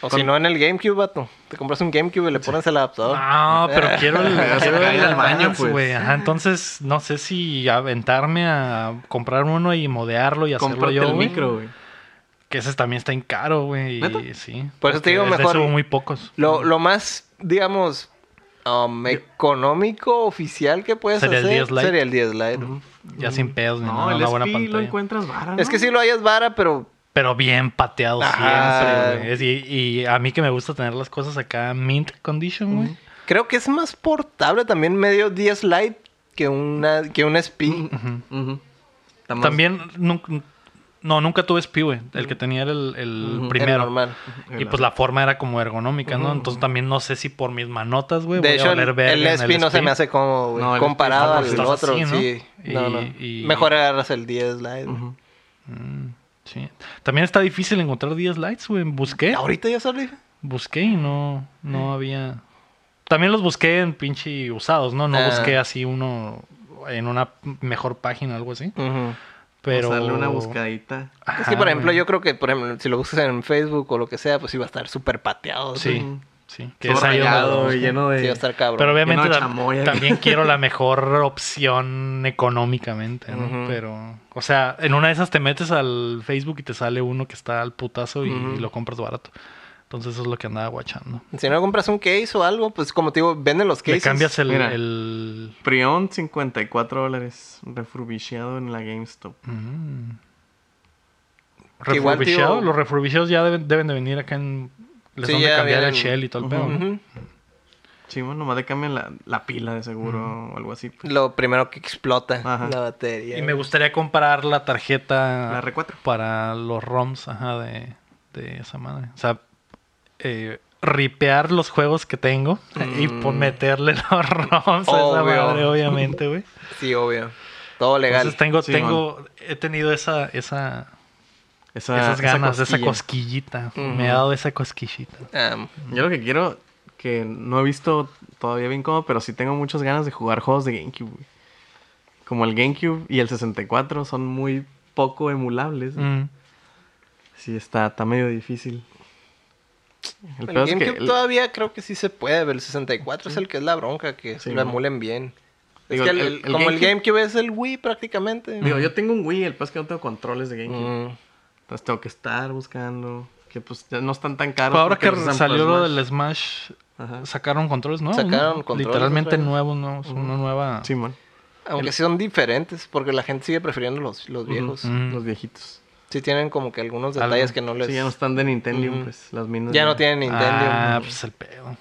S2: O si no, en el GameCube, vato. Te compras un GameCube y le pones el adaptador.
S1: No, pero quiero el,
S3: Ya se
S1: quiero
S3: cae
S1: el
S3: al baño,
S1: Advance,
S3: pues.
S1: güey. Ajá, entonces no sé si aventarme a comprar uno y modearlo y hacerlo
S3: Cómprate
S1: yo,
S3: el
S1: güey.
S3: micro, güey.
S1: Que ese también está en caro, güey.
S3: ¿Neta?
S1: y Sí.
S2: Por eso
S1: Porque
S2: te digo
S1: de
S2: mejor-
S1: Eso hubo muy pocos.
S2: Lo, lo más, digamos, um, económico oficial que puedes
S1: Sería el
S2: hacer
S1: 10 Lite.
S2: sería el 10 Lite.
S1: Ya sin pedos Pues ni
S3: No,
S1: nada,
S3: el
S1: una buena
S3: SP lo
S1: pantalla.
S3: encuentras barato.
S2: Es que sí lo hayas vara, pero
S1: Pero bien pateado
S2: Ajá.
S1: siempre, güey. Es- Y, y a mí que me gusta tener las cosas acá mint condition, güey.
S2: creo que es más portable también medio 10 Lite que, una, que un SP.
S1: Ujú.
S3: Ujú. Está más-
S1: También, nunca- no, nunca tuve SPI, güey. El que tenía era el, el
S3: Ujú.
S2: Era
S1: primero.
S2: normal.
S1: Y pues la forma era como ergonómica, ¿no? Entonces también no sé si por mis manotas, güey, voy
S2: De hecho,
S1: a
S2: el,
S1: oler verga
S2: el
S1: en
S2: SP no se
S1: SPI.
S2: me hace cómodo, güey.
S3: No, el SP
S2: comparado
S3: no,
S2: al
S3: pues,
S1: estás
S2: otro,
S1: así, ¿no?
S2: sí. No, no.
S1: Y- y-
S2: Mejor agarras el 10 Lite.
S3: Ujú.
S1: Mm, sí. También está difícil encontrar 10 lights, güey. Busqué,
S2: ¿Eh? Ahorita ya sale.
S1: busqué y no, no había... También los busqué en pinche usados, ¿no? No
S2: Ah.
S1: busqué así uno en una mejor página algo así.
S2: Ujú.
S1: Pero...
S3: Vamos a darle una buscadita.
S2: Es que, por
S1: Ajá,
S2: ejemplo,
S1: Ah, güey.
S2: yo creo que, por ejemplo, si lo buscas en Facebook o lo que sea, pues iba a estar súper pateado.
S1: Sí,
S3: Ujú.
S1: sí. Que
S3: Todo
S1: es ahí donde
S3: rayado
S1: lo
S3: y
S1: busco.
S3: lleno de...
S2: Sí, iba a estar cabrón.
S1: Pero obviamente
S3: lleno de
S1: tam-
S3: chamoy.
S1: también quiero la mejor opción económicamente, ¿no?
S2: Ujú.
S1: Pero, o sea, en una de esas te metes al Facebook y te sale uno que está al putazo y,
S2: Ujú.
S1: lo compras barato. Entonces eso es lo que andaba guachando.
S2: Si no compras un case o algo, pues como te digo, venden los
S1: Le
S2: cases.
S1: cambias el...
S3: Mira.
S1: el-
S3: Prion, 54 dólares. Refurbishado en la GameStop.
S1: Mm.
S2: Que igual, tío-
S1: Refurbishado, los refurbichados ya deben, deben de venir acá en... Les
S2: Sí,
S1: han de
S2: ya
S1: cambiar el
S2: vienen.
S1: shell y todo el
S3: Ujú.
S1: pedo, ¿no?
S2: Ujú.
S3: Chimo, nomás le cambian la, la pila de seguro o algo así. pues.
S2: Lo primero que explota
S3: Ajá.
S2: la batería.
S1: Y me gustaría comprar la tarjeta...
S3: La R4.
S1: para los ROMs, ajá, de, de esa madre. O sea, eh, ripear los juegos que tengo y po- meterle los ROMs a esa
S2: Mm. Obvio.
S1: madre, obviamente, güey.
S2: Sí, obvio. Todo legal.
S1: Entonces tengo,
S3: Sí,
S1: tengo, he tenido esa, esa,
S3: Ah, Esa-
S1: esas
S3: esa
S1: ganas, esa,
S3: cosquilla.
S1: cosquillita. Me ha dado esa cosquillita.
S2: Ah,
S3: Yo lo que quiero, que no he visto todavía bien cómo, pero sí tengo muchas ganas de jugar juegos de GameCube. güey. Como el GameCube y el 64 son muy poco emulables.
S1: Mm.
S3: Sí, está, está medio difícil.
S2: el
S3: El pedo es que
S2: GameCube
S3: el-
S2: todavía creo que sí se puede, pero el 64 es el que es la bronca, que
S3: Sí,
S2: lo
S3: ¿no?
S2: emulen bien.
S3: Digo,
S2: es que el-
S3: el-
S2: el-
S3: el
S2: como el
S3: GameCube-
S2: GameCube es el Wii prácticamente.
S3: Digo, yo tengo un Wii, el pedo es que no tengo controles de GameCube.
S2: Mm.
S3: Entonces tengo que estar buscando. Que pues ya no están tan caros.
S1: Pero ahora
S3: porque pues,
S1: que
S3: los usan
S1: salió
S3: para
S1: lo
S3: Smash.
S1: del Smash,
S3: Ajá.
S1: sacaron controles nuevos. ¿no?
S2: Sacaron controles
S1: Literalmente
S2: otra vez.
S1: nuevos, ¿no? Es Una nueva...
S3: Simón.
S2: Aunque sí son diferentes, porque la gente sigue prefiriendo los, los viejos.
S1: Mm.
S3: Los viejitos.
S2: Sí tienen como que algunos detalles
S1: Algo.
S2: que no les...
S3: Sí, ya no están de Nintendo,
S2: Ujú.
S3: pues las minas.
S2: Ya no tienen Nintendo.
S1: Ah, pues el pedo.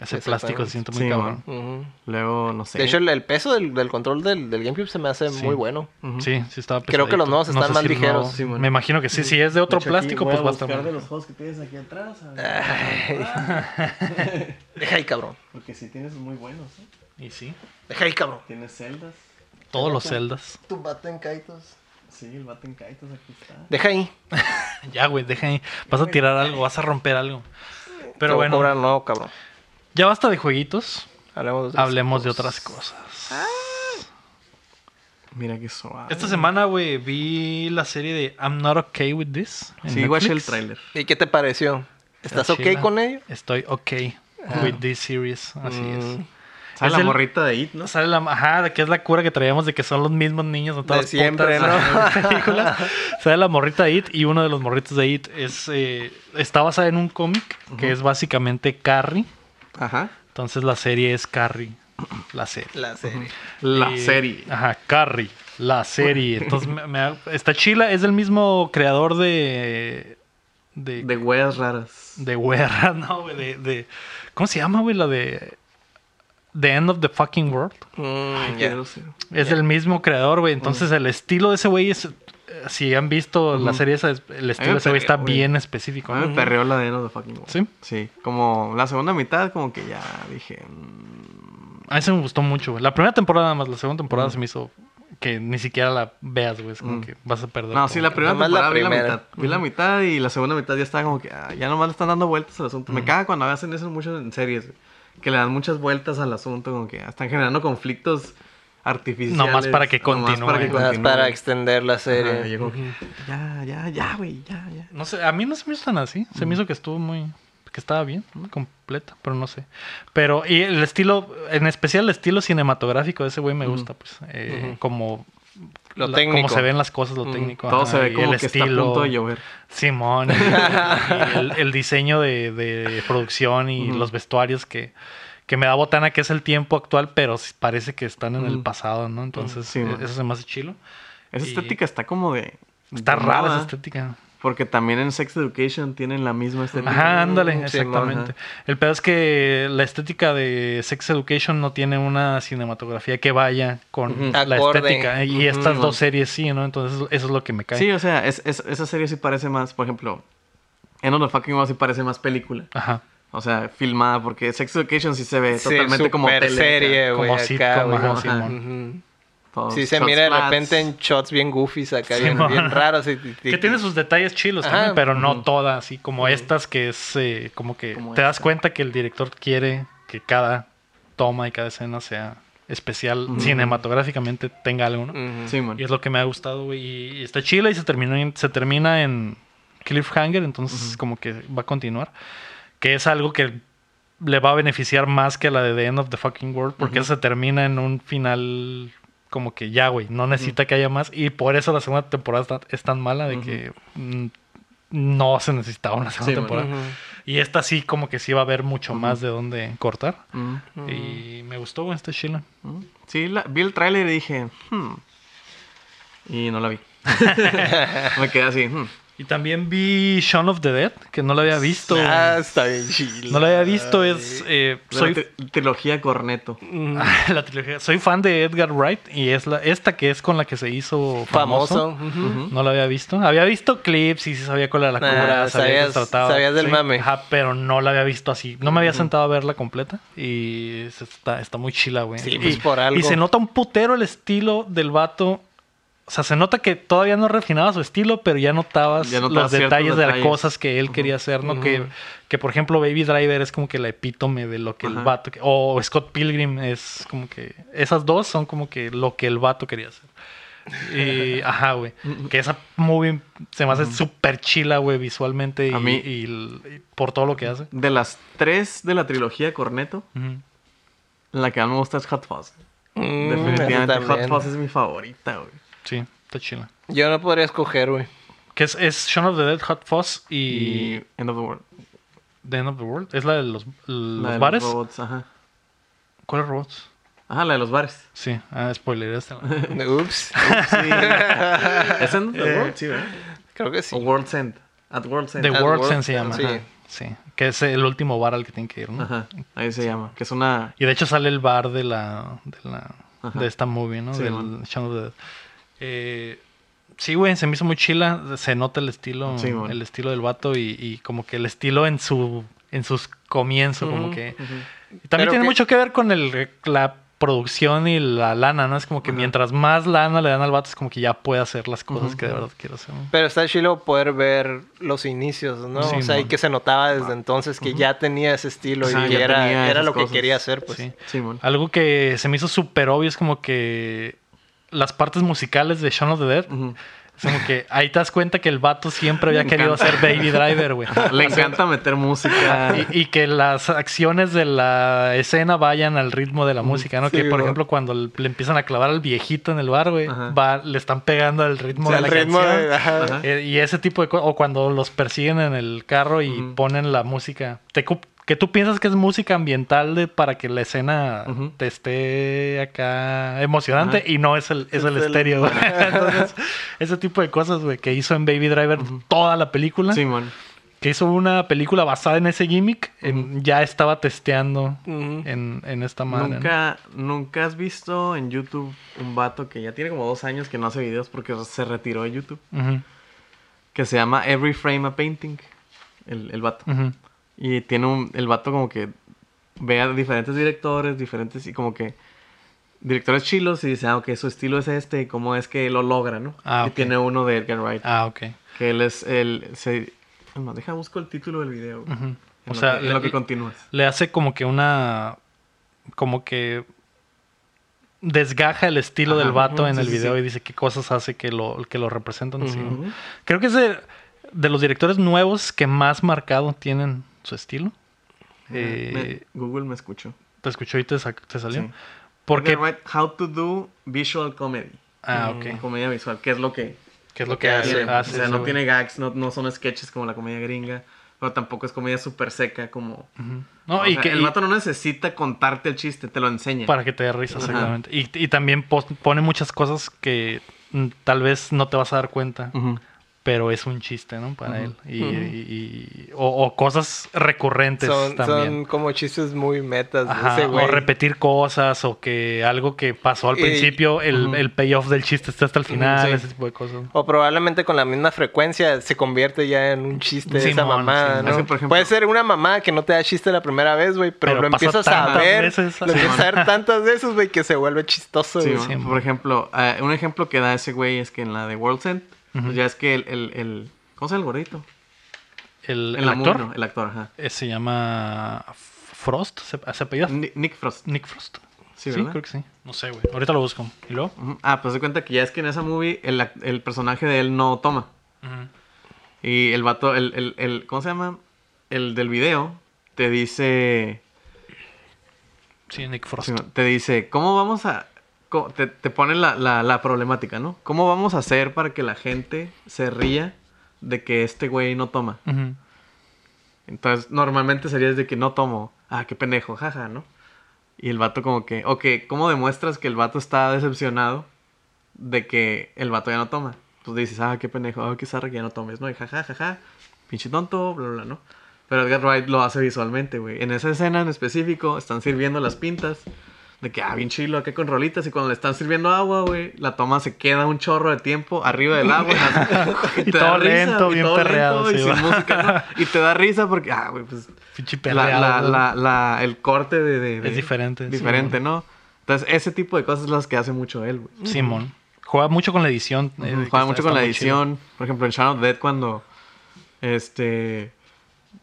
S1: Ese
S2: Exactamente.
S1: plástico se siente muy
S3: Sí,
S1: cabrón.
S2: Ujú.
S3: pues, Luego, no sé.
S2: De hecho, el, el peso del, del control del, del GameCube se me hace
S1: Sí.
S2: muy bueno.
S3: Ujú.
S1: Sí, sí estaba
S2: Creo que
S1: pesadito.
S2: los nuevos
S1: No
S2: están
S1: sé
S2: más
S1: si el nuevo-
S2: ligeros.
S3: Sí, bueno.
S1: Me imagino que sí, si es de otro
S3: De hecho, aquí
S1: plástico,
S3: voy
S1: pues va a estar.
S3: buscar de
S1: mal.
S3: los juegos que tienes aquí atrás. a ver. Ah,
S2: Deja ahí, cabrón.
S3: Porque sí tienes muy buenos, ¿eh?
S1: Y sí,
S2: Deja ahí, cabrón.
S3: Tienes celdas.
S1: todos los celdas.
S2: Tu bate en caitos.
S3: Sí, el Batten Kaitos pues, aquí está.
S2: Deja ahí.
S1: Ya, güey, deja ahí. Vas a tirar algo, vas a romper algo. Pero bueno,
S2: no, cabrón.
S1: ya basta de jueguitos.
S2: Hablemos de otras
S1: Hablemos de
S2: cosas.
S1: otras cosas.
S2: Ah.
S3: Mira qué suave.
S1: Esta semana, güey, vi la serie de I'm Not Okay With This. en
S3: Sí, watch el
S1: Netflix.
S3: tráiler.
S2: ¿Y qué te pareció? ¿Estás
S1: Está
S2: ok
S1: chila.
S2: con ello? Ah.
S1: Estoy ok with this series. Así
S2: Mm.
S3: Sale
S1: Es
S3: la
S1: el-
S3: morrita de It, ¿no?
S1: es. Sale la... Ajá, de que es la cura que traíamos de que son los mismos niños de todas
S2: De
S1: las
S2: siempre,
S1: putas
S2: ¿no?
S1: películas. Sale la morrita de It y uno de los morritos de It es, eh, está basada en un cómic que es básicamente Carrie.
S3: Ajá.
S1: Entonces la serie es Carrie. La serie.
S2: La serie.
S3: La
S1: Y-
S3: serie.
S1: Eh, Ajá, Carrie, la serie. Entonces, me- me da- está chila, es el mismo creador de. de.
S3: De
S1: de,
S3: huellas raras.
S1: Guerra, no, güey, de, de- ¿Cómo se llama, güey? La de. The End of the Fucking World.
S2: Mm,
S3: Ya
S2: ya.
S3: lo sé.
S1: Es el mismo creador, güey. Entonces, el estilo de ese güey es. eh, Si han visto la
S3: Ujú.
S1: serie esa, es- el estilo de ese güey
S3: perrea,
S1: está
S3: güey.
S1: bien específico.
S3: A mí
S1: ¿no?
S3: me perreó la de No de Fucking World.
S1: ¿Sí?
S3: Sí. Como la segunda mitad, como que ya dije. mm,
S1: A ese me gustó mucho, güey. La primera temporada nada más, la segunda temporada se me hizo que ni siquiera la veas, güey. Es como
S3: Mm.
S1: que vas a perder.
S3: No,
S1: todo.
S3: sí, la primera
S2: Nomás la
S3: temporada vi la
S2: primera.
S3: mitad. Vi la mitad y la segunda mitad ya estaba como que ah, ya nomás le están dando vueltas al asunto. Me caga cuando hacen eso mucho en series, güey, que le dan muchas vueltas al asunto, como que ah, están generando conflictos artificiales.
S1: Nomás para que
S3: nomás para que
S1: continúe.
S2: Nada más
S3: continúe.
S2: Para extender la serie.
S3: Ajá, yo como que, ya, ya, ya, güey, ya, ya.
S1: No sé, a mí no se me hizo tan así. Se
S3: Mm.
S1: me hizo que estuvo muy. que estaba bien, completa, pero no sé. Pero, y el estilo, en especial el estilo cinematográfico de ese güey me
S3: Mm.
S1: gusta, pues. eh, Como.
S2: Lo
S1: la-
S2: técnico.
S1: Como se ven las cosas, lo
S2: Ujú.
S1: técnico.
S3: Mm. Todo
S1: ajá,
S3: se
S1: y
S3: ve como que
S1: el
S3: está a punto
S1: estilo.
S3: de llover.
S1: Simón. y el, el diseño de, de producción y
S3: Ujú.
S1: los vestuarios que. Que me da botana que es el tiempo actual, pero parece que están en el
S3: Ujú.
S1: pasado, ¿no? Entonces,
S3: Mm. Sí,
S1: eh,
S3: man. Mm.
S1: eso se me hace chilo.
S3: Esa
S1: Y-
S3: estética está como de.
S1: Está
S3: de
S1: rara
S3: moda,
S1: esa estética.
S3: Porque también en Sex Education tienen la misma estética.
S1: Ajá, ándale,
S2: Mm, sí,
S1: exactamente. El pedo es que la estética de Sex Education no tiene una cinematografía que vaya con
S3: Ujú.
S1: la
S2: Acorde.
S1: estética. ¿eh? Y
S2: Ujú,
S1: estas
S3: man.
S1: dos series sí, ¿no? Entonces eso es lo que me cae.
S3: Sí, o sea, es- es- esa serie sí parece más, por ejemplo, en On the Fucking Wall sí parece más película.
S1: Ajá.
S3: O sea, filmada, porque Sex Education sí se ve
S2: Sí,
S3: totalmente como
S2: super
S3: tele.
S2: serie, güey.
S1: Como
S2: acá,
S1: sitcom,
S2: güey.
S1: ajá,
S2: Ujú.
S1: Simón.
S3: Todos
S2: Sí, se
S3: shots
S2: mira de
S3: flats.
S2: repente en shots bien goofies acá, bien,
S1: Simón.
S2: bien raros. y- y-
S1: Que tiene sus detalles chilos
S2: Ajá.
S1: también, pero no
S3: Ujú.
S1: todas, así como estas que es eh, como que
S3: Como
S1: te das
S3: esta.
S1: cuenta que el director quiere que cada toma y cada escena sea especial
S3: Ujú.
S1: cinematográficamente, tenga algo, ¿no?
S2: Ujú.
S3: Sí, man.
S1: Y es lo que me ha gustado, güey. Y- Y está chila y se termina en, se termina en Cliffhanger, entonces como que va a continuar. Que es algo que le va a beneficiar más que la de The End of the Fucking World, porque se termina en un final como que ya, güey, no necesita que haya más. Y por eso la segunda temporada está- es tan mala de que mm, no se necesitaba una segunda
S3: Sí, man.
S1: temporada. Y esta sí como que sí va a haber mucho más de dónde cortar.
S3: Mm,
S1: Y me gustó, güey, esta chila.
S3: mm. Sí, la- vi el tráiler y dije, hmm. Y no la vi. Me quedé así, hmm.
S1: Y también vi Shaun of the Dead, que no la había visto. güey.
S2: Ah, está bien chido.
S1: No lo había visto, es. eh,
S3: De
S1: soy
S3: la tri- trilogía Corneto.
S1: la trilogía. Soy fan de Edgar Wright y es la, esta que es con la que se hizo famoso.
S2: famoso. Ujú.
S3: Ujú.
S1: No lo había visto. Había visto clips y sí sabía cuál era la
S2: Ah,
S1: cura, sabía de qué
S2: sabías-
S1: trataba.
S2: sabías del
S1: Sí.
S2: mame.
S1: Ajá, pero no la había visto así. No me había sentado a verla completa y es- está, está muy chila, güey.
S2: Sí,
S1: y,
S2: pues, por algo.
S1: y se nota un putero el estilo del vato. O sea, se nota que todavía no refinaba su estilo, pero ya notabas
S3: Ya notabas
S1: los
S3: ciertos
S1: detalles, de las
S3: detalles.
S1: cosas que él quería hacer, ¿no? que, que, por ejemplo, Baby Driver es como que la epítome de lo que el
S3: Ajá.
S1: vato... que- o Scott Pilgrim es como que... Esas dos son como que lo que el vato quería hacer. Y, ajá, güey. Que esa movie se me hace súper chila, güey, visualmente. Y,
S3: A mí-
S1: y l- y por todo lo que hace.
S3: De las tres de la trilogía Corneto,
S1: Ujú.
S3: la que más me gusta es Hot Fuzz.
S2: Mm,
S3: Definitivamente
S2: eso
S3: Hot
S2: también.
S3: Fuzz es mi favorita, güey.
S1: Sí, está chila.
S2: Yo no podría escoger, güey.
S1: Que es, es Shaun of the Dead, Hot Fuzz y,
S3: Y End of the World.
S1: The End of the World. Es la de los,
S3: La
S1: los
S3: de los
S1: bares.
S3: robots, ajá.
S1: ¿Cuáles robots?
S3: Ajá, la de los bares.
S1: Sí, ah, spoiler. esta.
S2: Ups.
S3: Sí. ¿Es en The
S2: Eh,
S3: World? Sí, ¿verdad?
S2: Creo que sí.
S3: O World's End. At World's End.
S1: The
S2: At
S1: World's End
S2: World's
S1: se
S2: End,
S1: llama.
S2: sí.
S1: ajá. Sí. Que es el último bar al que tienen que ir, ¿no?
S3: Ajá, ahí se llama. Que es una...
S1: Y de hecho sale el bar de la. de la.
S3: Ajá.
S1: de esta movie, ¿no?
S3: Sí,
S1: Del
S3: man.
S1: Shaun of the Dead. Eh, sí, güey, se me hizo muy chila. Se nota el estilo.
S3: Sí, man.
S1: el estilo del vato y, y como que el estilo en su. en sus comienzos, como
S2: Ujú,
S1: que.
S3: Ujú.
S1: Y También
S2: Pero
S1: tiene
S2: que-
S1: mucho que ver con el, la producción y la lana, ¿no? Es como que
S3: Ajá.
S1: mientras más lana le dan al vato, es como que ya puede hacer las cosas
S3: Ujú.
S1: que de verdad quiere hacer. ¿no?
S2: Pero está chilo poder ver los inicios, ¿no?
S1: Sí,
S2: o sea, y
S1: mon.
S2: que se notaba desde entonces que ya tenía ese estilo
S3: Ajá,
S2: y
S3: ya
S2: que
S3: tenía
S2: era, era
S3: esas
S2: lo que
S3: cosas.
S2: quería hacer, pues.
S1: Sí.
S3: Simón.
S1: Algo que se me hizo súper obvio es como que las partes musicales de Shaun of the Dead.
S3: Ujú.
S1: Es como que ahí te das cuenta que el vato siempre había
S3: Me
S1: querido
S3: encanta.
S1: hacer Baby Driver, güey.
S3: Le encanta meter música.
S1: Y, y que las acciones de la escena vayan al ritmo de la música, ¿no?
S2: sí,
S1: que, por
S2: bro.
S1: ejemplo, cuando le empiezan a clavar al viejito en el bar, güey,
S3: Ajá.
S1: va- le están pegando al ritmo
S2: O sea,
S1: de
S2: el
S1: la
S2: ritmo
S1: canción.
S2: de- ajá.
S3: Ajá.
S1: Eh, y ese tipo de cosas. O cuando los persiguen en el carro y
S3: Ujú.
S1: ponen la música. Te cu- que tú piensas que es música ambiental de, para que la escena
S3: Ujú.
S1: te esté acá emocionante.
S3: Ajá.
S1: Y no es el, es el
S2: el-
S1: estéreo, güey. Entonces, ese tipo de cosas, güey, que hizo en Baby Driver toda la película.
S3: Simón.
S1: Que hizo una película basada en ese gimmick. em, ya estaba testeando
S2: Ujú.
S1: en, en esta madre. ¿no?
S3: Nunca, nunca has visto en YouTube un vato que ya tiene como dos años que no hace videos porque se retiró de YouTube.
S1: Ujú,
S3: Que se llama Every Frame a Painting. El, el vato.
S1: ujú.
S3: Y tiene un. El vato como que ve a diferentes directores, diferentes. Y como que. Directores chilos y dice, ah, ok, su estilo es este y cómo es que lo logra, ¿no?
S1: Ah,
S3: y
S1: ok.
S3: tiene uno de Edgar Wright.
S1: Ah, ok.
S3: Que él es el. Se, es más, deja busco el título del video. güey,
S1: Ujú.
S3: en
S1: O
S3: lo
S1: sea,
S3: que- en
S1: le-
S3: lo que continúas.
S1: le hace como que una. Como que. Desgaja el estilo
S3: Ajá,
S1: del vato
S3: ujú,
S1: en
S3: sí,
S1: el
S3: sí,
S1: video
S3: sí.
S1: y dice qué cosas hace que lo, que lo representan. sí.
S2: Ujú.
S1: Creo que es de, de los directores nuevos que más marcado tienen su estilo. Eh,
S3: Me- Google me escuchó.
S1: te escuchó y te, sa- te salió.
S3: Sí.
S1: Porque.
S3: Edgar Wright, How to do visual comedy.
S1: Ah,
S3: Mm,
S1: ok.
S3: Comedia visual, que es lo que
S1: ¿Qué es lo que hace?
S3: tiene,
S1: Ah,
S3: pues,
S1: sí,
S3: o sea,
S1: sí,
S3: no
S1: güey.
S3: tiene gags, no, no son sketches como la comedia gringa, pero tampoco es comedia súper seca como...
S1: Ujú. No,
S3: o
S1: y
S3: sea,
S1: que.
S3: el
S1: y-
S3: vato no necesita contarte el chiste, te lo enseña.
S1: Para que te dé risa,
S3: Ajá.
S1: exactamente. Y, y también pos- pone muchas cosas que mm, tal vez no te vas a dar cuenta.
S3: Ujú.
S1: pero es un chiste, ¿no? Para
S3: Ujú.
S1: él. Y, y- y- o, o cosas recurrentes
S2: Son, son
S1: también.
S2: como chistes muy metas de
S1: Ajá,
S2: ese
S1: o
S2: güey.
S1: repetir cosas, o que algo que pasó al
S2: Y-
S1: principio, el,
S3: Ujú.
S1: el payoff del chiste está hasta el final,
S2: sí.
S1: ese tipo de cosas.
S2: O probablemente con la misma frecuencia se convierte ya en un chiste de esa
S1: Simón,
S2: mamada,
S1: Simón.
S2: ¿no?
S3: Es que, por ejemplo-
S2: Puede ser una mamada que no te da chiste la primera vez, güey, pero,
S1: Pero
S2: lo
S1: pasa
S2: empiezas a
S1: tantas
S2: ver,
S1: veces,
S2: lo
S1: Simón.
S2: empiezas a ver tantas veces, güey, que se vuelve chistoso,
S3: Sí,
S2: güey.
S3: ¿no?
S1: sí,
S3: por
S1: man.
S3: ejemplo, eh, un ejemplo que da ese güey es que en la de World's End, pues
S1: Ujú.
S3: ya es que el... el, el- ¿Cómo se llama el gordito?
S1: El,
S3: En
S1: el
S3: la movie,
S1: actor
S3: no, el actor, ajá.
S1: eh, se llama Frost, se, se apellida
S3: Ni- Nick Frost.
S1: Nick Frost.
S3: Mm. Sí, ¿verdad?
S1: creo que sí. No sé, güey. Ahorita lo busco. ¿Y luego?
S3: Ujú. Ah, pues se cuenta que ya es que en esa movie el, act- el personaje de él no toma.
S1: Ujú.
S3: Y el vato, el, el, el, ¿cómo se llama? El del video te dice,
S1: Sí, Nick Frost.
S3: sí, te dice, ¿cómo vamos a...? co- Te, te pone la, la, la problemática, ¿no? ¿Cómo vamos a hacer para que la gente se ría de que este güey no toma?
S1: Ujú.
S3: Entonces, normalmente sería de que no tomo. Ah, qué pendejo, jaja, ¿no? Y el vato como que, ok, ¿cómo demuestras que el vato está decepcionado de que el vato ya no toma? Pues dices, ah, qué pendejo, ah, qué zarra que ya no tomes, ¿no? Y jaja, jaja, pinche tonto, bla, bla, bla, ¿no? Pero Edgar Wright lo hace visualmente, güey. En esa escena en específico están sirviendo las pintas de que, ah, bien chilo, acá con rolitas. Y cuando le están sirviendo agua, güey, la toma se queda un chorro de tiempo arriba del agua.
S1: Y
S3: te
S1: todo
S3: da risa,
S1: lento,
S3: güey,
S1: bien perreado,
S3: y
S1: sí,
S3: sin
S1: va.
S3: música, ¿no? Y te da risa porque, ah, güey, pues.
S1: Pinche
S3: la-
S1: perreado,
S3: la-
S1: güey.
S3: la- la- el corte de, de- de-
S1: Es diferente, sí,
S3: Diferente, ¿no? Entonces, ese tipo de cosas es las que hace mucho él, güey.
S1: Simón. Juega mucho con la edición. eh, que
S3: Juega
S1: está-
S3: mucho
S1: está
S3: con la
S1: muy chido.
S3: edición. Por ejemplo, en Shadow Dead, cuando. Este.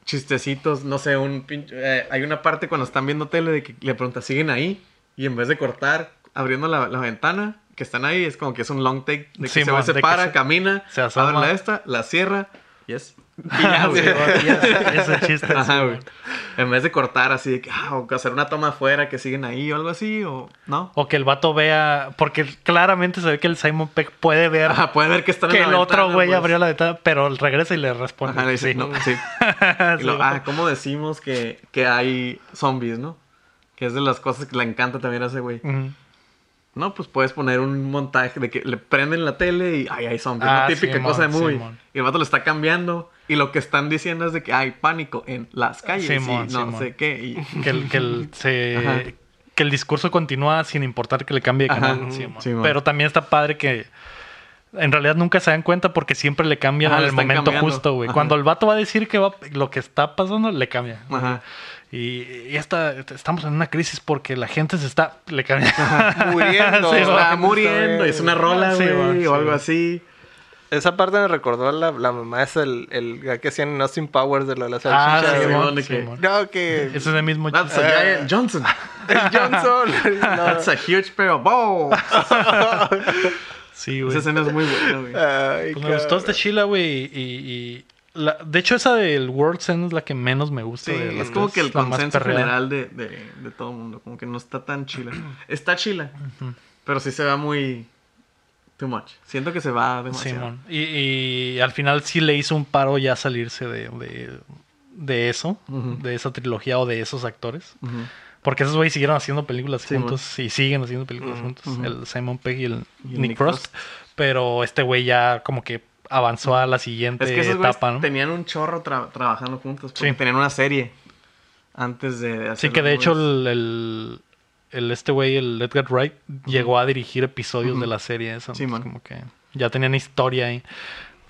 S3: Chistecitos, no sé, un pinche. eh, hay una parte cuando están viendo tele de que le pregunta, ¿siguen ahí? Y en vez de cortar, abriendo la, la ventana, que están ahí, es como que es un long take. De que
S1: Sí,
S3: se,
S1: man,
S3: va, se
S1: de que
S3: para,
S1: se-
S3: camina,
S1: se asoma.
S3: abre la esta, la cierra, yes.
S1: Y ya, güey.
S3: Sí,
S1: y ya, Ese chiste.
S3: Ajá,
S1: sí,
S3: güey. En vez de cortar así, de que, ah, o hacer una toma afuera que siguen ahí o algo así, o no.
S1: O que el vato vea, porque claramente se ve que el Simon Peck puede ver
S3: Ajá, puede ver que están
S1: que
S3: en la
S1: el otro
S3: ventana,
S1: güey
S3: pues.
S1: abrió la ventana, pero él regresa y le responde.
S3: Ajá, le dice,
S1: sí.
S3: no, sí.
S1: Sí.
S3: Y lo, ah, ¿cómo decimos que, que hay zombies, no? Que es de las cosas que le encanta también a ese güey.
S1: Ujú.
S3: No, pues puedes poner un montaje de que le prenden la tele y ay, hay zombies.
S1: Ah,
S3: ¿no? típica
S1: Simón,
S3: cosa de movie.
S1: Simón.
S3: Y el vato lo está cambiando. Y lo que están diciendo es de que hay pánico en las calles.
S1: Simón,
S3: y no
S1: Simón.
S3: sé qué. Y...
S1: Que el, que el,
S3: Ajá.
S1: se, que el discurso continúa sin importar que le cambie de
S3: Ajá,
S1: canal.
S3: ujú,
S1: sí, amor.
S3: sí, amor.
S1: Pero también está padre que en realidad nunca se dan cuenta porque siempre le cambian
S3: Ajá,
S1: al
S3: le están
S1: momento
S3: cambiando.
S1: justo, güey.
S3: Ajá.
S1: Cuando el vato va a decir que va, lo que está pasando, le cambia.
S3: Ajá.
S1: Y, y esta, estamos en una crisis porque la gente se está... Le cambia.
S2: Muriendo.
S1: Sí,
S2: Está
S1: va.
S3: Está muriendo. y Es una rola,
S1: Sí,
S3: güey.
S1: va, sí,
S3: o algo
S1: va.
S3: así.
S2: Esa parte me recordó la, la mamá, es el, el gag que hacían en Austin Powers de lo de la
S1: Ah,
S2: salchicha.
S1: sí,
S2: güey.
S1: amor,
S3: de
S1: sí,
S3: que-
S1: amor.
S2: no, que.
S1: Ese es el mismo
S3: That's
S1: chiste.
S3: a giant pues, Johnson.
S2: Johnson.
S1: Ah,
S2: No.
S3: That's a huge pair of balls.
S1: Sí, güey.
S3: Esa escena es muy buena, güey.
S2: Ay,
S1: Pues me gustó esta chila, güey. Y, y la- de hecho, esa del World's End es la que menos me gusta.
S3: Sí,
S1: de las
S3: es como
S1: tres,
S3: que el
S1: la más
S3: consenso
S1: perreada.
S3: general de, de- de todo el mundo, como que no está tan chila. Está chila, pero sí se va muy... Too much. Siento que se va demasiado.
S1: Simón. Y, y al final sí le hizo un paro ya salirse de, de, de eso,
S3: Ujú.
S1: de esa trilogía o de esos actores.
S3: Ujú.
S1: Porque esos güeyes siguieron haciendo películas
S3: Simón.
S1: juntos y siguen haciendo películas juntos.
S3: ujú.
S1: El Simon Pegg y el
S3: Y
S1: Nick, Frost. Pero este güey ya como que avanzó a la siguiente
S3: Es que esos güeyes
S1: etapa, ¿no?
S3: tenían un chorro tra- trabajando juntos, porque
S1: Sí.
S3: tenían una serie antes de hacer
S1: Sí, que de
S3: los
S1: hecho
S3: movies.
S1: el, el- el- este güey, el Edgar Wright, llegó a dirigir episodios de la serie. Eso,
S3: Sí,
S1: pues,
S3: man.
S1: como que ya tenían historia ahí.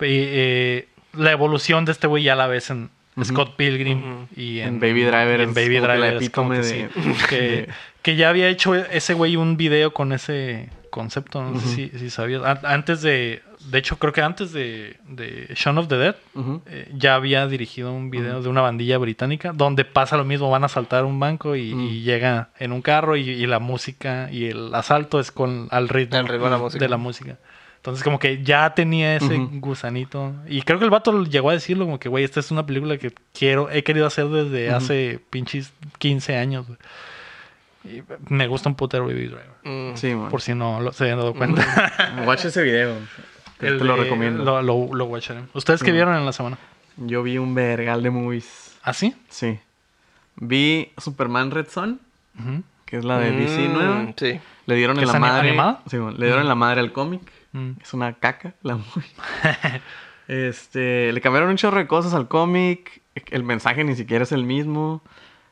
S1: Y, eh, la evolución de este güey ya la ves en Scott Pilgrim y en,
S3: En Baby Driver
S1: y en
S3: es
S1: Baby
S3: como que la
S1: Driver. es como que,
S3: epítome
S1: sí, que, que ya había hecho ese güey un video con ese concepto. No sé si, si sabías. An- Antes de. De hecho, creo que antes de, de Shaun of the Dead,
S3: Ujú.
S1: eh, ya había dirigido un video de una bandilla británica donde pasa lo mismo, van a asaltar un banco y, y llega en un carro y, y la música y el asalto es con al ritmo,
S2: Al ritmo de la música.
S1: música. Entonces como que ya tenía ese
S3: Ujú.
S1: gusanito y creo que el vato llegó a decirlo como que güey, esta es una película que quiero he querido hacer desde hace pinches 15 años. güey". Y me gusta un putero Baby Driver.
S2: Mm.
S3: Sí, man.
S1: Por si no lo, se habían dado cuenta.
S3: Watch ese video. Te,
S1: El
S3: te lo
S1: de-
S3: recomiendo.
S1: Lo, lo, lo watcharé. ¿Ustedes qué
S3: Ujú.
S1: vieron en la semana?
S3: Yo vi un vergal de movies.
S1: ¿Ah, sí?
S3: Sí. Vi Superman Red Son,
S1: Ujú.
S3: que es la de DC
S2: Mm,
S3: nueva.
S2: Sí.
S3: Le dieron
S1: ¿Que
S3: en la
S1: es ani-
S3: madre.
S1: animada?
S3: Sí, bueno, le dieron en la madre al cómic.
S1: Mm.
S3: Es una caca, la muy. Este, le cambiaron un chorro de cosas al cómic. El mensaje ni siquiera es el mismo.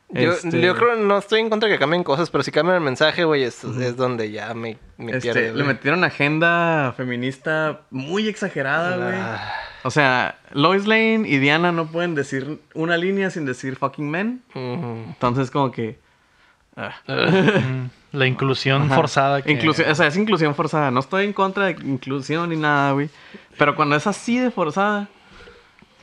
S2: Yo,
S3: Este,
S2: yo creo que no estoy en contra de que cambien cosas, pero si cambian el mensaje, güey, es, es donde ya me, me
S3: este,
S2: pierde.
S3: le
S2: güey.
S3: metieron agenda feminista muy exagerada, güey.
S2: Ah,
S3: O sea, Lois Lane y Diana no pueden decir una línea sin decir fucking men.
S2: mm.
S3: Entonces, como que. ah.
S1: Mm, La inclusión
S3: Ajá.
S1: forzada. Que...
S3: Inclusión- eh, o sea, es inclusión forzada. No estoy en contra de inclusión ni nada, güey. Pero cuando es así de forzada,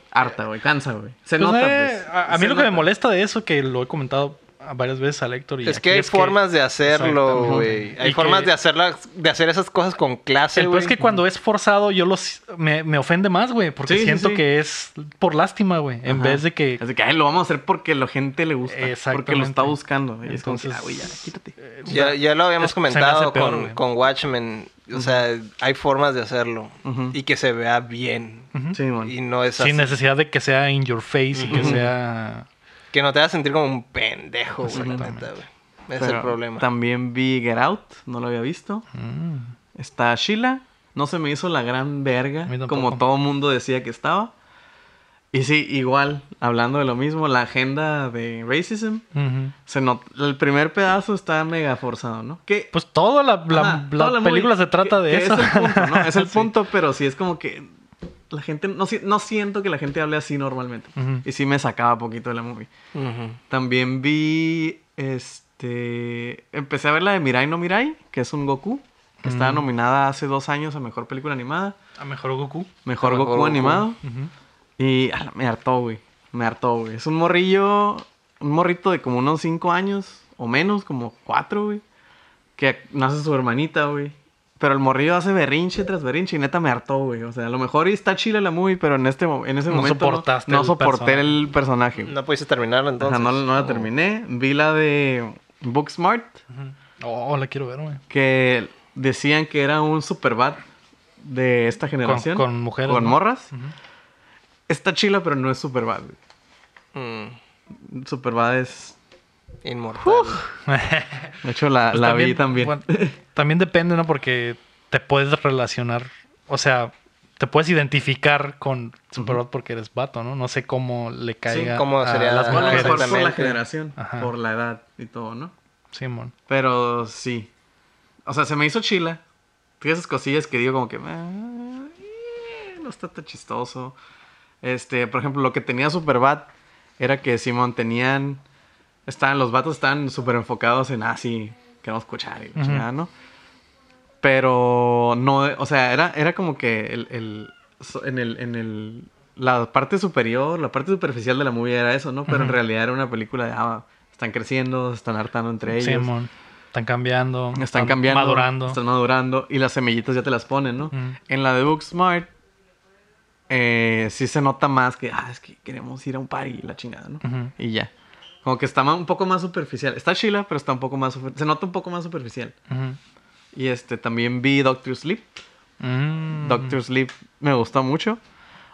S3: harta, güey. Cansa, güey. Se
S1: Pues,
S3: nota,
S1: eh,
S3: pues.
S1: a, a mí
S3: Se
S1: lo que me
S3: nota.
S1: molesta de eso, que lo he comentado a varias veces al Héctor. Y
S2: Es
S1: aquí
S2: que hay formas de hacerlo,
S1: Exactamente.
S2: güey. Hay
S1: Y
S2: formas
S1: que-
S2: de, hacerlas, de hacer esas cosas con clase,
S1: El peor
S2: güey.
S1: es que cuando es forzado, yo los me, me ofende más, güey. Porque
S3: Sí, sí,
S1: siento
S3: sí.
S1: que es por lástima, güey. En
S3: Ajá.
S1: vez de que.
S3: Así que, ay, lo vamos a hacer porque la gente le gusta. Porque lo
S1: Exactamente.
S3: está buscando. Y es como que,
S1: Entonces,
S3: ah, güey, ya, quítate.
S1: eh,
S2: Ya, ya lo habíamos
S1: Es- se me hace
S2: comentado
S1: peor,
S2: con,
S1: güey.
S2: con Watchmen. O sea, hay formas de hacerlo
S3: Ujú.
S2: y que se vea bien.
S1: ujú.
S3: Sí, man.
S2: Y no es así.
S1: Sin necesidad de que sea in your face y que
S3: Ujú.
S1: sea.
S2: Que no te vas a sentir como un pendejo, güey. la
S1: Exactamente.
S2: neta, güey. Ese es
S3: Pero
S2: el problema.
S3: También vi Get Out. No lo había visto.
S1: mm,
S3: Está Sheila. No se me hizo la gran verga,
S1: A mí tampoco.
S3: como todo mundo decía que estaba. Y sí, igual, hablando de lo mismo, la agenda de racism,
S1: ujú.
S3: se nota, el primer pedazo está mega forzado, ¿no? Que
S1: Pues toda la, la-
S3: ajá,
S1: la
S3: toda la
S1: película
S3: movie-
S1: se trata
S3: que-
S1: de
S3: que
S1: eso.
S3: Es el punto, ¿no? Es el
S1: Sí.
S3: punto, pero sí es como que la gente no, si- no siento que la gente hable así normalmente.
S1: Ujú.
S3: Y sí me sacaba poquito de la movie.
S2: Ujú.
S3: También vi este empecé a ver la de Mirai no Mirai, que es un Goku, que estaba
S1: Mm.
S3: nominada hace dos años a mejor película animada.
S1: A mejor Goku.
S3: Mejor,
S2: Mejor
S3: Goku,
S2: Goku.
S3: animado.
S1: Ujú.
S3: Y ala, me hartó, güey. Me hartó, güey. Es un morrillo, un morrito de como unos 5 años o menos, como 4, güey. Que nace su hermanita, güey. Pero el morrillo hace berrinche tras berrinche y neta me hartó, güey. O sea, a lo mejor y está chila la movie, pero en, este, mo- en ese
S1: No
S3: momento
S1: soportaste
S3: no,
S1: el
S3: soporté
S1: personaje.
S3: el personaje. güey.
S2: No pudiste terminarlo
S3: O sea,
S2: entonces.
S3: no, no la terminé. Vi la de Booksmart,
S1: Oh, la quiero ver, güey.
S3: que decían que era un superbad de esta generación.
S1: con mujeres,
S3: Con
S1: ¿no?
S3: morras.
S1: Ujú.
S3: Está chila, pero no es superbad, güey.
S2: Mm.
S3: Superbad es
S2: Inmortal.
S3: De hecho, la,
S1: Pues
S3: la vi también.
S1: bueno, también depende, ¿no? Porque te puedes relacionar, o sea, te puedes identificar con Superbad porque eres vato, ¿no? No sé cómo le caiga
S2: cómo
S1: a
S2: sería-
S1: las
S3: Bueno, a lo
S1: mujeres.
S3: mejor por la
S2: Exactamente.
S3: generación,
S1: Ajá.
S3: por la edad y todo, ¿no?
S1: Simón.
S3: Pero sí. O sea, se me hizo chila. Tiene esas cosillas que digo como que... "Ah, eh, no está tan chistoso. Este, por ejemplo, lo que tenía Superbad era que Simón tenían... Estaban, los vatos estaban súper enfocados en, ah, sí, queremos escuchar y la
S1: Ujú.
S3: chingada, ¿no? Pero no, o sea, era, era como que el, el- so- en el, en el, la parte superior, la parte superficial de la movie era eso, ¿no? Pero en
S1: Ujú.
S3: realidad era una película de, ah, están creciendo, se están hartando entre ellos.
S1: Simón. Están cambiando.
S3: Están, cambiando.
S1: Madurando.
S3: Están madurando. Y las semillitas ya te las ponen, ¿no?
S1: Ujú.
S3: En la de Booksmart, eh, sí se nota más que, ah, es que queremos ir a un party y la chingada, ¿no?
S1: Ujú.
S3: Y ya. Como que está ma- un poco más superficial. Está chila, pero está un poco más... super- Se nota un poco más superficial.
S1: Ujú.
S3: Y este, también vi Doctor Sleep.
S1: Mm.
S3: Doctor Sleep me gustó mucho.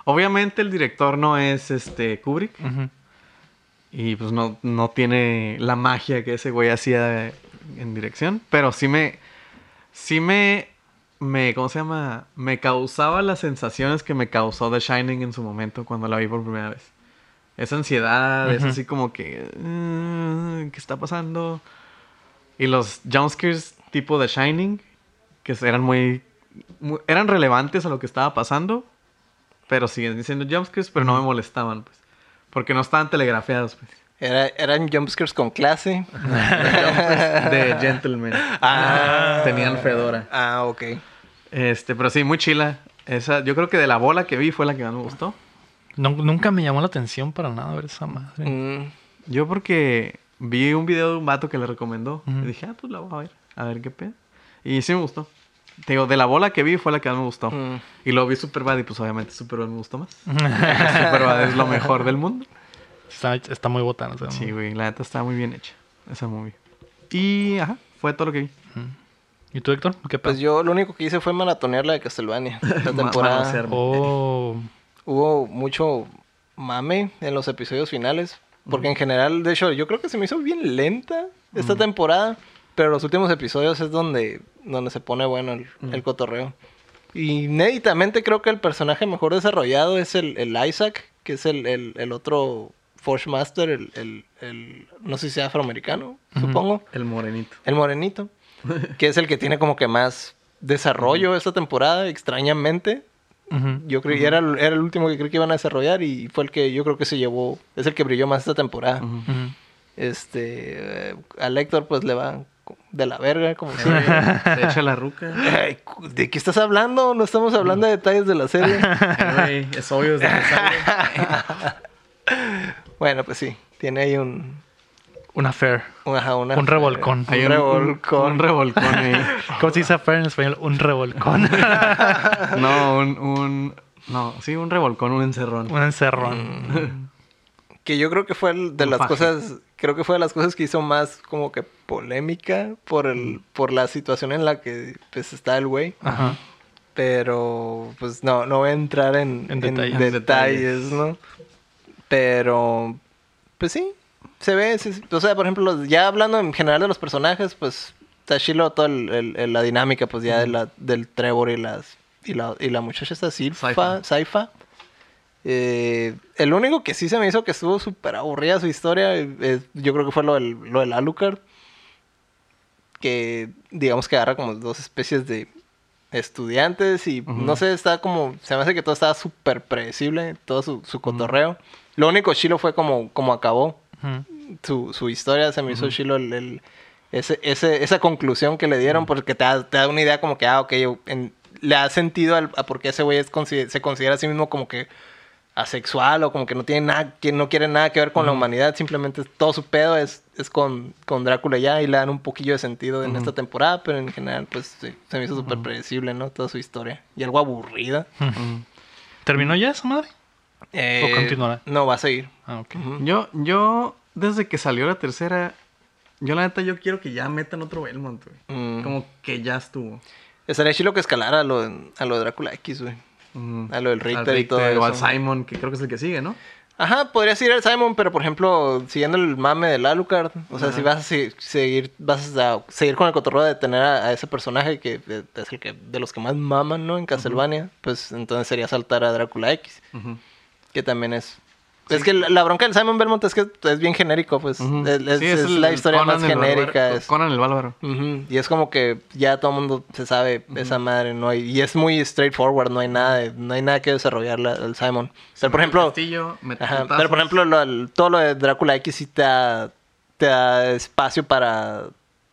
S3: Obviamente el director no es este Kubrick.
S1: Ujú.
S3: Y pues no, no tiene la magia que ese güey hacía en dirección. Pero sí me. Sí me. me ¿Cómo se llama? Me causaba las sensaciones que me causó The Shining en su momento cuando la vi por primera vez. Esa ansiedad, es
S1: Ujú.
S3: así como que. "Mm, ¿Qué está pasando? Y los jumpscares tipo The Shining, que eran muy, muy- eran relevantes a lo que estaba pasando, pero siguen diciendo jumpscares, pero no me molestaban, pues. Porque no estaban telegrafiados, pues.
S2: Era, eran jumpscares con clase.
S3: De gentleman.
S2: Ah.
S3: Tenían fedora.
S2: Ah, ok.
S3: Este, pero sí, muy chila. Esa, yo creo que de la bola que vi fue la que más me gustó.
S1: Nu- nunca me llamó la atención para nada ver esa madre.
S2: Mm,
S3: Yo porque vi un video de un vato que le recomendó.
S1: Ujú.
S3: Y dije, ah, pues la voy a ver. A ver qué pedo. Y sí me gustó. Te digo, de la bola que vi fue la que más me gustó.
S2: mm.
S3: Y luego vi Superbad y pues obviamente Superbad me gustó más. Superbad es lo mejor del mundo.
S1: está, está muy botana. esa
S3: Sí,
S1: madre.
S3: güey, la neta está muy bien hecha esa movie. Y, ajá, fue todo lo que vi.
S1: ¿Y tú, Héctor? ¿Qué
S2: Pues
S1: pasa?
S2: yo lo único que hice fue maratonear la de Castlevania. La
S3: Ma-
S2: temporada.
S3: manosearme.
S1: Oh.
S2: Hubo mucho mame en los episodios finales. Porque en general, de hecho, yo creo que se me hizo bien lenta esta temporada. Pero los últimos episodios es donde, donde se pone bueno el, el cotorreo. Y inéditamente creo que el personaje mejor desarrollado es el, el Isaac, que es el, el- el otro Forge Master, el, el- el- no sé si sea afroamericano, supongo.
S3: El morenito.
S2: El morenito. Que es el que tiene como que más desarrollo esta temporada, extrañamente.
S1: Ujú.
S2: Yo creí, era, el- era el último que creí que iban a desarrollar y fue el que yo creo que se llevó, es el que brilló más esta temporada.
S3: Ujú.
S1: Ujú.
S2: Este, eh, al Héctor pues le va de la verga, como
S3: Sí,
S2: que...
S3: se echa la ruca.
S2: Ay, cu- ¿De qué estás hablando? No estamos hablando de detalles de la serie.
S3: Eh, güey, es obvio desde que sale.
S2: bueno, pues sí, tiene ahí un...
S1: Una fair.
S2: un- ajá, una- eh,
S1: Un revolcón.
S2: Un revolcón.
S3: Un revolcón ahí.
S1: ¿Cómo se dice fair en español? Un revolcón.
S3: No, un, un. No, sí, un revolcón, un encerrón.
S1: un encerrón.
S2: Que yo creo que fue el- de
S3: Un
S2: las
S3: faje.
S2: cosas, creo que fue de las cosas que hizo más como que polémica por el, por la situación en la que pues está el güey.
S1: Ajá.
S2: Pero pues no, no voy a entrar en,
S1: En
S2: en
S1: detalles.
S2: detalles.
S3: En detalles.
S2: ¿no? Pero pues sí, se ve, sí, sí. o sea, por ejemplo, los- ya hablando en general de los personajes, pues está chilo toda el- el- el- la dinámica pues ya de la, del Trevor y las y la, y la muchacha esta Silfa,
S3: Saifa.
S2: Saifa. Eh, el único que sí se me hizo que estuvo súper aburrida su historia, eh, eh, yo creo que fue lo del, lo del Alucard. Que digamos que agarra como dos especies de estudiantes y no sé, está como, se me hace que todo estaba súper predecible, todo su, su cotorreo. Lo único chilo fue como, como acabó
S1: Ujú.
S2: su, su historia, se me hizo chilo el, el- ese, ese- esa conclusión que le dieron, porque te da, te da una idea como que, ah, ok, en- le ha sentido al- a por qué ese güey es consi- se considera a sí mismo como que asexual o como que no tiene nada, que no quiere nada que ver con la humanidad, simplemente todo su pedo es, es con, con Drácula ya y le dan un poquillo de sentido en esta temporada, pero en general pues sí, se me hizo súper predecible, ¿no? Toda su historia y algo aburrida.
S1: ¿Terminó ya esa madre?
S2: Eh,
S1: continuará?
S2: No, va a seguir.
S1: Ah, ok.
S2: Ujú.
S3: Yo, yo, desde que salió la tercera, yo la neta, yo quiero que ya metan otro Belmont, güey.
S2: Mm.
S3: Como que ya estuvo.
S2: Estaría chilo que escalara a lo, de- a lo de Drácula X, güey.
S3: Ujú.
S2: A lo del
S3: Al
S2: Richter y todo
S3: Richter, O al
S2: eso.
S3: Simon, que creo que es el que sigue, ¿no?
S2: Ajá, podrías ir al Simon, pero por ejemplo, siguiendo el mame del Alucard, o sea,
S3: Ajá.
S2: si vas a se- seguir, vas a seguir con el cotorreo de tener a, a ese personaje que eh, es el que de los que más maman, ¿no? En Castlevania, pues entonces sería saltar a Drácula X,
S3: Ujú.
S2: que también es es que la, la bronca del Simon Belmont es que es bien genérico, pues.
S3: Ujú.
S2: Es, es-
S3: Sí,
S2: es
S3: el
S2: la historia
S3: Conan
S2: más
S3: el bárbaro-
S2: genérica. es-
S3: Conan el bárbaro.
S2: Ujú, Y es como que ya todo el mundo se sabe esa madre, ¿no? hay- Y es muy straightforward, no hay nada, de- no hay nada que desarrollar la- el Simon. Pero por ejemplo,
S3: Castillo, mete
S2: ajá,
S3: putazos.
S2: pero por ejemplo lo- el- todo lo de Drácula X sí te da, te da espacio para,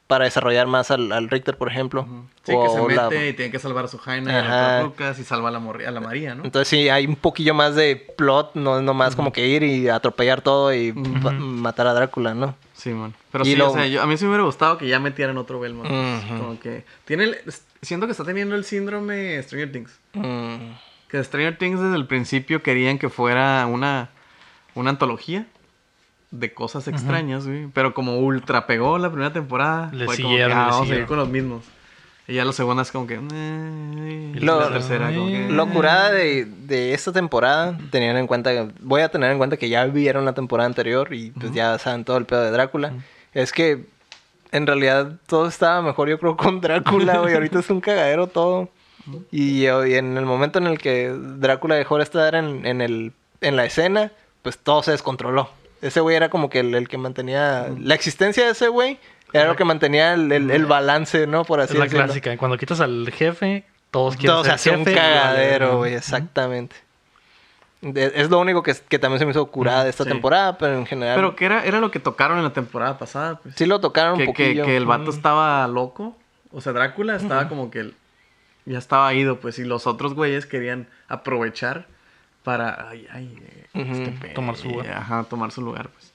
S2: para desarrollar más al, al Richter, por ejemplo.
S3: Sí, que se
S2: o la-
S3: mete y tiene que salvar a su Jaina y a
S2: Ajá.
S3: la Lucas y salva a la, morri- a la María, ¿no?
S2: Entonces sí, hay un poquillo más de plot, no es nomás como que ir y atropellar todo y pa- matar a Drácula, ¿no?
S3: Sí, man. Pero
S2: Y
S3: sí,
S2: lo-
S3: o sea, yo- a mí sí me hubiera gustado que ya metieran otro Belmont. pues,
S2: Ujú.
S3: Como que tiene el- es- siento que está teniendo el síndrome Stranger Things.
S2: Mm,
S3: Que Stranger Things desde el principio querían que fuera una, una antología de cosas extrañas, güey. Pero como ultra pegó la primera temporada,
S1: Le
S3: fue
S1: siguieron,
S3: como que,
S1: le
S3: ah, vamos a
S1: siguieron.
S3: seguir con los mismos. Y ya la segunda es como que... eh, y
S2: Lo-
S3: la tercera como que...
S2: Lo curada de, de esta temporada, teniendo en cuenta, voy a tener en cuenta que ya vieron la temporada anterior y pues ya saben todo el pedo de Drácula, es que en realidad todo estaba mejor yo creo con Drácula, güey, ahorita es un cagadero todo. Y, yo- y en el momento en el que Drácula dejó de estar en, en el, en la escena, pues todo se descontroló. Ese güey era como que el, el que mantenía la existencia de ese güey. Era lo que mantenía el, el- el balance, ¿no? Por así
S1: es la
S2: decirlo.
S1: clásica. Cuando quitas al jefe, todos quieren
S2: Todo se
S1: ser
S2: hace un
S1: jefe.
S2: cagadero, güey, exactamente. De- es lo único que, que también se me hizo curada de esta
S3: Sí.
S2: temporada, pero en general.
S3: Pero que era, era lo que tocaron en la temporada pasada, pues.
S2: sí lo tocaron
S3: que,
S2: un
S3: que-
S2: poquillo.
S3: que el vato estaba loco. O sea, Drácula estaba como que el- ya estaba ido, pues. Y los otros güeyes querían aprovechar para. Ay, ay, eh,
S2: Ujú.
S3: pe-
S1: Tomar su lugar.
S3: Ajá, tomar su lugar, pues.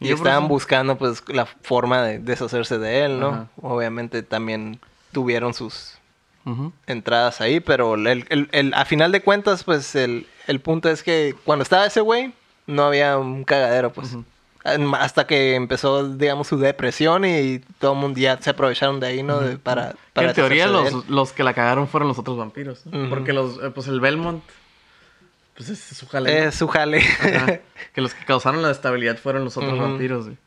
S2: Y
S3: yo por
S2: estaban
S3: eso-
S2: buscando, pues, la forma de deshacerse de él, ¿no?
S3: Ajá.
S2: Obviamente también tuvieron sus
S3: Ujú.
S2: entradas ahí, pero el, el- el- a final de cuentas, pues, el, el punto es que cuando estaba ese güey, no había un cagadero, pues. Em, Hasta que empezó, digamos, su depresión y todo el mundo ya se aprovecharon de ahí, ¿no? De- para,
S3: Que
S2: para
S3: en teoría
S2: deshacerse de él.
S3: los, los que la cagaron fueron los otros vampiros. ¿no?
S2: Ujú.
S3: Porque los, eh, pues el Belmont. Pues ese es su jale. ¿no?
S2: Es su jale.
S3: Ajá. que los que causaron la estabilidad fueron los otros
S2: Ujú.
S3: vampiros, güey.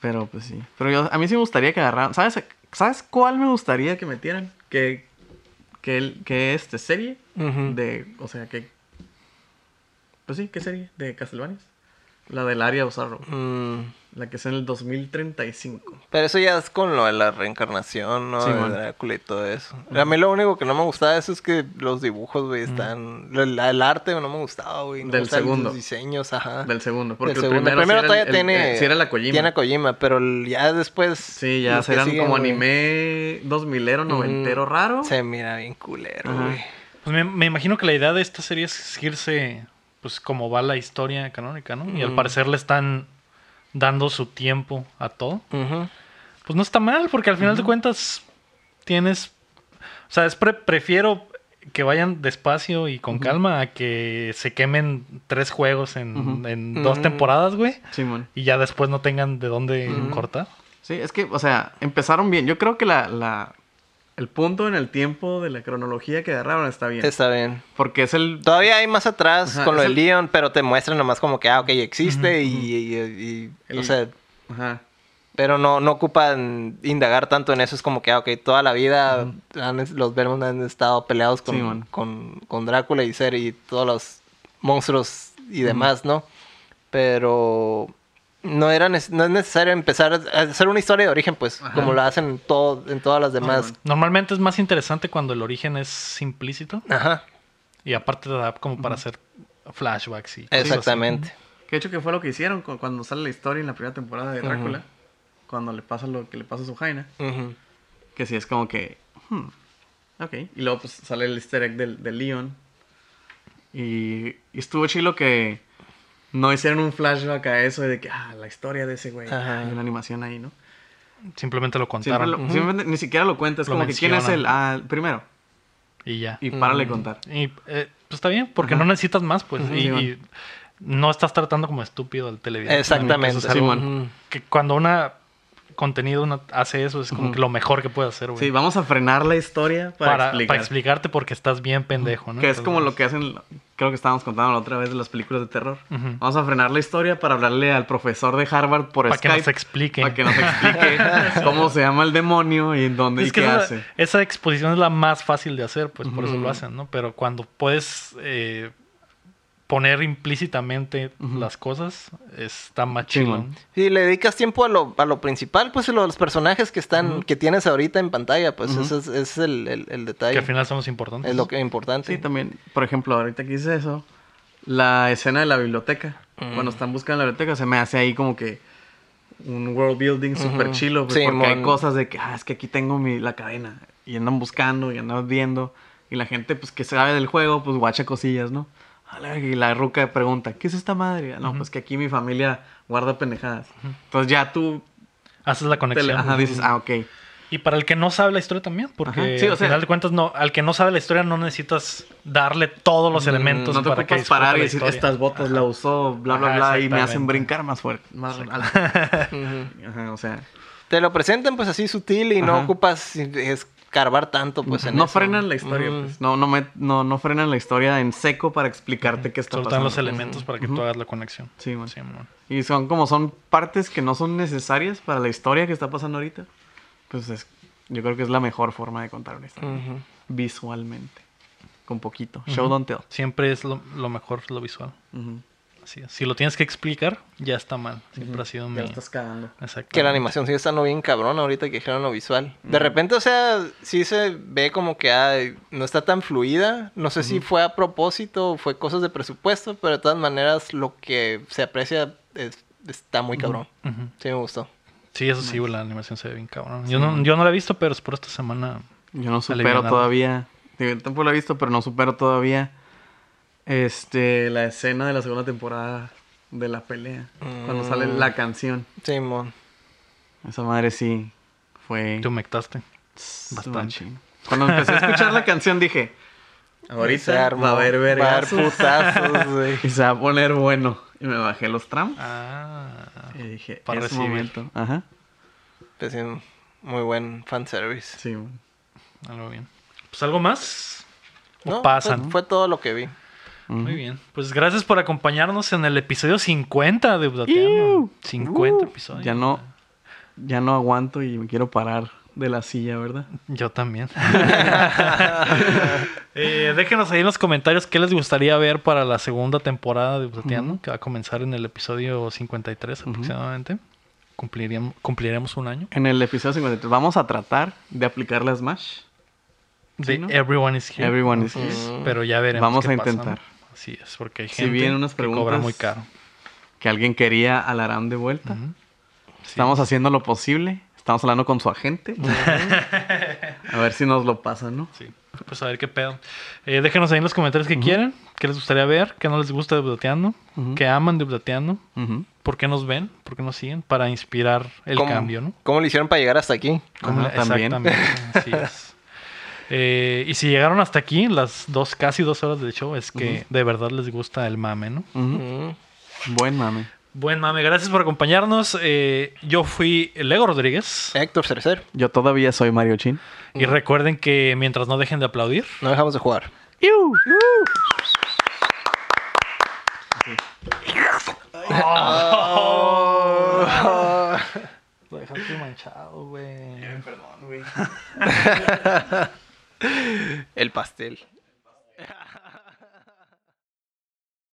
S3: Pero pues sí. Pero yo, a mí sí me gustaría que agarraran. ¿Sabes, ¿sabes cuál me gustaría que metieran? Que, que, el- que este serie
S2: Ujú.
S3: de. O sea, que. Pues sí, ¿qué serie? De Castlevania. La del área Osaro.
S2: Mm,
S3: La que es en el 2035.
S2: Pero eso ya es con lo de la reencarnación, ¿no?
S3: Sí,
S2: de
S3: mon.
S2: Drácula y todo eso. A mí lo único que no me gustaba de eso es que los dibujos, güey, están... El, el arte no me gustaba, güey. No
S3: Del
S2: me gustaban
S3: segundo.
S2: Los diseños, ajá.
S3: Del segundo. Porque
S2: Del segundo. Ah. El primero,
S3: sí era
S2: todavía
S3: el- el-
S2: tiene...
S3: el- sí era la Kojima.
S2: Tiene a Kojima, pero el- ya después...
S3: Sí, ya
S2: los que
S3: serán
S2: siguen,
S3: como
S2: güey,
S3: anime dos milero, noventero raro.
S2: Se mira bien culero,
S3: Ajá.
S2: güey.
S1: Pues me, me imagino que la idea de esta serie es irse, pues, como va la historia canónica, ¿no? Y al
S2: Mm.
S1: parecer le están dando su tiempo a todo.
S2: Ujú.
S1: Pues no está mal, porque al final de cuentas tienes. O sea, es pre- prefiero que vayan despacio y con calma a que se quemen tres juegos en,
S3: Ujú.
S1: en dos
S2: Ujú.
S1: temporadas, güey.
S3: Simón.
S1: Y ya después no tengan de dónde cortar.
S3: Sí, es que, o sea, empezaron bien. Yo creo que la, la- el punto en el tiempo de la cronología que agarraron está bien.
S2: Está bien.
S3: Porque es el...
S2: Todavía hay más atrás
S3: Ajá,
S2: con lo
S3: es
S2: de
S3: el-
S2: Leon, pero te muestran nomás como que, ah, ok, existe y, y- y- y- O
S3: El-
S2: sea,
S3: Ajá.
S2: pero no, no ocupan indagar tanto en eso. Es como que, ah, ok, toda la vida han- los Belmont han estado peleados con,
S3: Sí, man.
S2: con, con Drácula y Ser y todos los monstruos y demás, ¿no? Pero no, era nece- no es necesario empezar a hacer una historia de origen, pues,
S3: Ajá.
S2: como lo hacen en, todo, en todas las demás.
S3: man.
S1: Normalmente es más interesante cuando el origen es implícito.
S2: Ajá,
S1: Y aparte te da como para hacer flashbacks y cosas así.
S2: exactamente.
S3: Que de hecho que fue lo que hicieron cu- cuando sale la historia en la primera temporada de Drácula. Cuando le pasa lo que le pasa a su Jaina.
S2: Ujú.
S3: Que sí es como que... hmm, ok. Y luego pues sale el easter egg del, del Leon. Y, y estuvo chilo que no hicieron un flashback a eso de que, ah, la historia de ese güey.
S2: Ajá.
S3: Hay una animación ahí, ¿no?
S1: Simplemente lo
S3: Siempre
S1: contaron
S3: pues lo- siempre- ni siquiera lo cuentas,
S1: Lo
S3: como que quién es
S1: mencionan.
S3: el ah, el primero.
S1: y ya.
S3: Y párale de contar.
S1: Y, eh, pues está bien, porque no necesitas más, pues.
S3: Ujú,
S1: y,
S3: Simón.
S1: y no estás tratando como estúpido al televidente.
S2: Exactamente.
S1: Eso es algo
S2: Ujú.
S1: que cuando una contenido no- hace eso, es como que lo mejor que puede hacer, güey.
S3: Sí, vamos a frenar la historia para,
S1: para,
S3: explicar.
S1: para explicarte porque estás bien pendejo, ¿no?
S3: Que es como
S1: Entonces,
S3: lo que hacen, creo que estábamos contando la otra vez de las películas de terror.
S1: Ujú.
S3: Vamos a frenar la historia para hablarle al profesor de Harvard por
S1: Para que
S3: Skype.
S1: nos explique.
S3: Para que nos explique cómo se llama el demonio y en dónde y
S1: Es que
S3: qué
S1: esa,
S3: hace.
S1: esa exposición es la más fácil de hacer, pues por eso lo hacen, ¿no? Pero cuando puedes eh, poner implícitamente las cosas, está más chido.
S3: Simón.
S2: Si le dedicas tiempo a lo, a lo principal, pues a los personajes que están, que tienes ahorita en pantalla, pues ese es, ese es el, el- el
S1: Que
S2: detalle.
S1: al final somos importantes.
S2: Es lo que es importante.
S3: Sí, también, por ejemplo, ahorita que hice eso, la escena de la biblioteca.
S1: Mm.
S3: Cuando están buscando la biblioteca, se me hace ahí como que un world building súper chilo. pues,
S2: Sí,
S3: porque hay
S2: mon.
S3: cosas de que, ah, es que aquí tengo mi, la cadena. Y andan buscando y andan viendo. Y la gente, pues, que sabe del juego, pues, guacha cosillas, ¿no? A la verga, Y la ruca pregunta, ¿qué es esta madre? No, pues que aquí mi familia guarda pendejadas. Entonces ya tú
S1: Haces la
S3: te le-
S1: conexión.
S3: ajá, dices, ah, ok.
S1: Y para el que no sabe la historia también, porque
S3: Ajá. Sí, o
S1: al
S3: sea-
S1: final de cuentas, no, al que no sabe la historia no necesitas darle todos los elementos
S3: Mm, no te
S1: para que
S3: ocupas
S1: disfrute
S3: parar y
S1: la
S3: decir,
S1: historia.
S3: estas botas la usó, bla, bla,
S1: Ajá,
S3: bla, y me hacen
S1: exactamente.
S3: brincar más fuerte. Más alto.
S2: Ujú.
S3: Ajá, o sea,
S2: Te lo presentan pues así sutil y no
S3: Ajá.
S2: ocupas escarbar tanto pues en
S3: no
S2: eso.
S3: frenan la historia,
S2: Ujú.
S3: pues. No, no, me- no, no frenan la historia en seco para explicarte qué está
S1: Soltan
S3: pasando.
S1: los elementos para que tú hagas la conexión.
S3: Sí, man.
S1: Sí, man.
S3: Y son como son partes que no son necesarias para la historia que está pasando ahorita. Pues es, yo creo que es la mejor forma de contar una historia.
S2: Ujú.
S3: Visualmente. Con poquito. Show don't tell.
S1: Siempre es lo, lo mejor, lo visual.
S3: Ujú.
S1: Así es. Si lo tienes que explicar, ya está mal. Siempre ha sido mi...
S3: Ya la estás cagando.
S1: Exacto.
S2: Que la animación sigue estando bien cabrón ahorita que dijeron lo visual. De repente, o sea, sí se ve como que ay, no está tan fluida. No sé si fue a propósito o fue cosas de presupuesto, pero de todas maneras lo que se aprecia es- está muy cabrón.
S1: Ujú.
S2: Sí me gustó.
S1: Sí, eso sí, la animación se ve bien cabrón. Yo, no, yo no la he visto, pero es por esta semana.
S3: Yo no supero
S1: Alivianado.
S3: todavía. Digo, yo tampoco lo he visto, pero no supero todavía. Este, la escena de la segunda temporada de la pelea. Cuando sale la canción.
S2: Simón.
S3: Esa madre sí fue
S1: Te humectaste.
S3: tss,
S1: bastante.
S3: machín. Cuando empecé a escuchar la canción dije,
S2: Se
S3: ahorita
S2: armó,
S3: va a haber
S2: Va a haber
S3: vergas
S2: putazos, güey.
S3: y se va a poner bueno. Y me bajé los tramos
S1: Ah.
S3: y dije,
S1: Para
S3: es
S1: recibir.
S3: momento. Ajá.
S2: Pues, sí, muy buen fanservice.
S3: Sí, bueno.
S1: Algo bien. Pues algo más. O
S2: No, pues,
S1: pasan.
S2: Fue, fue todo lo que vi.
S1: Muy bien. Pues gracias por acompañarnos en el episodio 50 de Updateando. 50 episodios.
S3: uh, Ya no ya no aguanto y me quiero parar de la silla, ¿verdad?
S1: Yo también. Eh, déjenos ahí en los comentarios qué les gustaría ver para la segunda temporada de Busateando, que va a comenzar en el episodio 53 aproximadamente. Cumpliríamos- cumpliremos un año.
S3: En el episodio 53 vamos a tratar de aplicar la Smash.
S1: De
S3: ¿no?
S1: Everyone is Here.
S3: Everyone is here.
S2: Mm.
S1: Pero ya veremos.
S3: Vamos
S1: qué
S3: a
S1: pasa,
S3: intentar.
S1: ¿no? Así es, porque hay
S3: Si
S1: gente
S3: vienen unas
S1: que cobra
S3: preguntas,
S1: muy caro.
S3: Que alguien quería al Aram de vuelta. Estamos haciendo lo posible. Estamos hablando con su agente. a ver si nos lo pasa, ¿no?
S1: Sí. Pues a ver qué pedo. Eh, déjenos ahí en los comentarios qué quieren, qué les gustaría ver, qué no les gusta de Updateando, qué aman de Updateando,
S3: Ujú.
S1: por qué nos ven, por qué nos siguen, para inspirar el
S2: ¿Cómo-
S1: cambio, ¿no?
S2: ¿Cómo le hicieron para llegar hasta aquí?
S1: Como
S3: Ajá,
S1: la-
S3: también.
S1: Exactamente, así es. Eh, y si llegaron hasta aquí, las dos, casi dos horas de show, es que de verdad les gusta el mame, ¿no?
S3: Ujú.
S2: Mm.
S3: Buen mame.
S1: Buen mame, gracias por acompañarnos. Eh, yo fui Lego Rodríguez.
S2: Héctor Tercer,
S3: Yo todavía soy Mario Chin.
S1: Y recuerden que mientras no dejen de aplaudir,
S2: no dejamos de jugar.
S1: Lo dejaste manchado, güey.
S2: El pastel.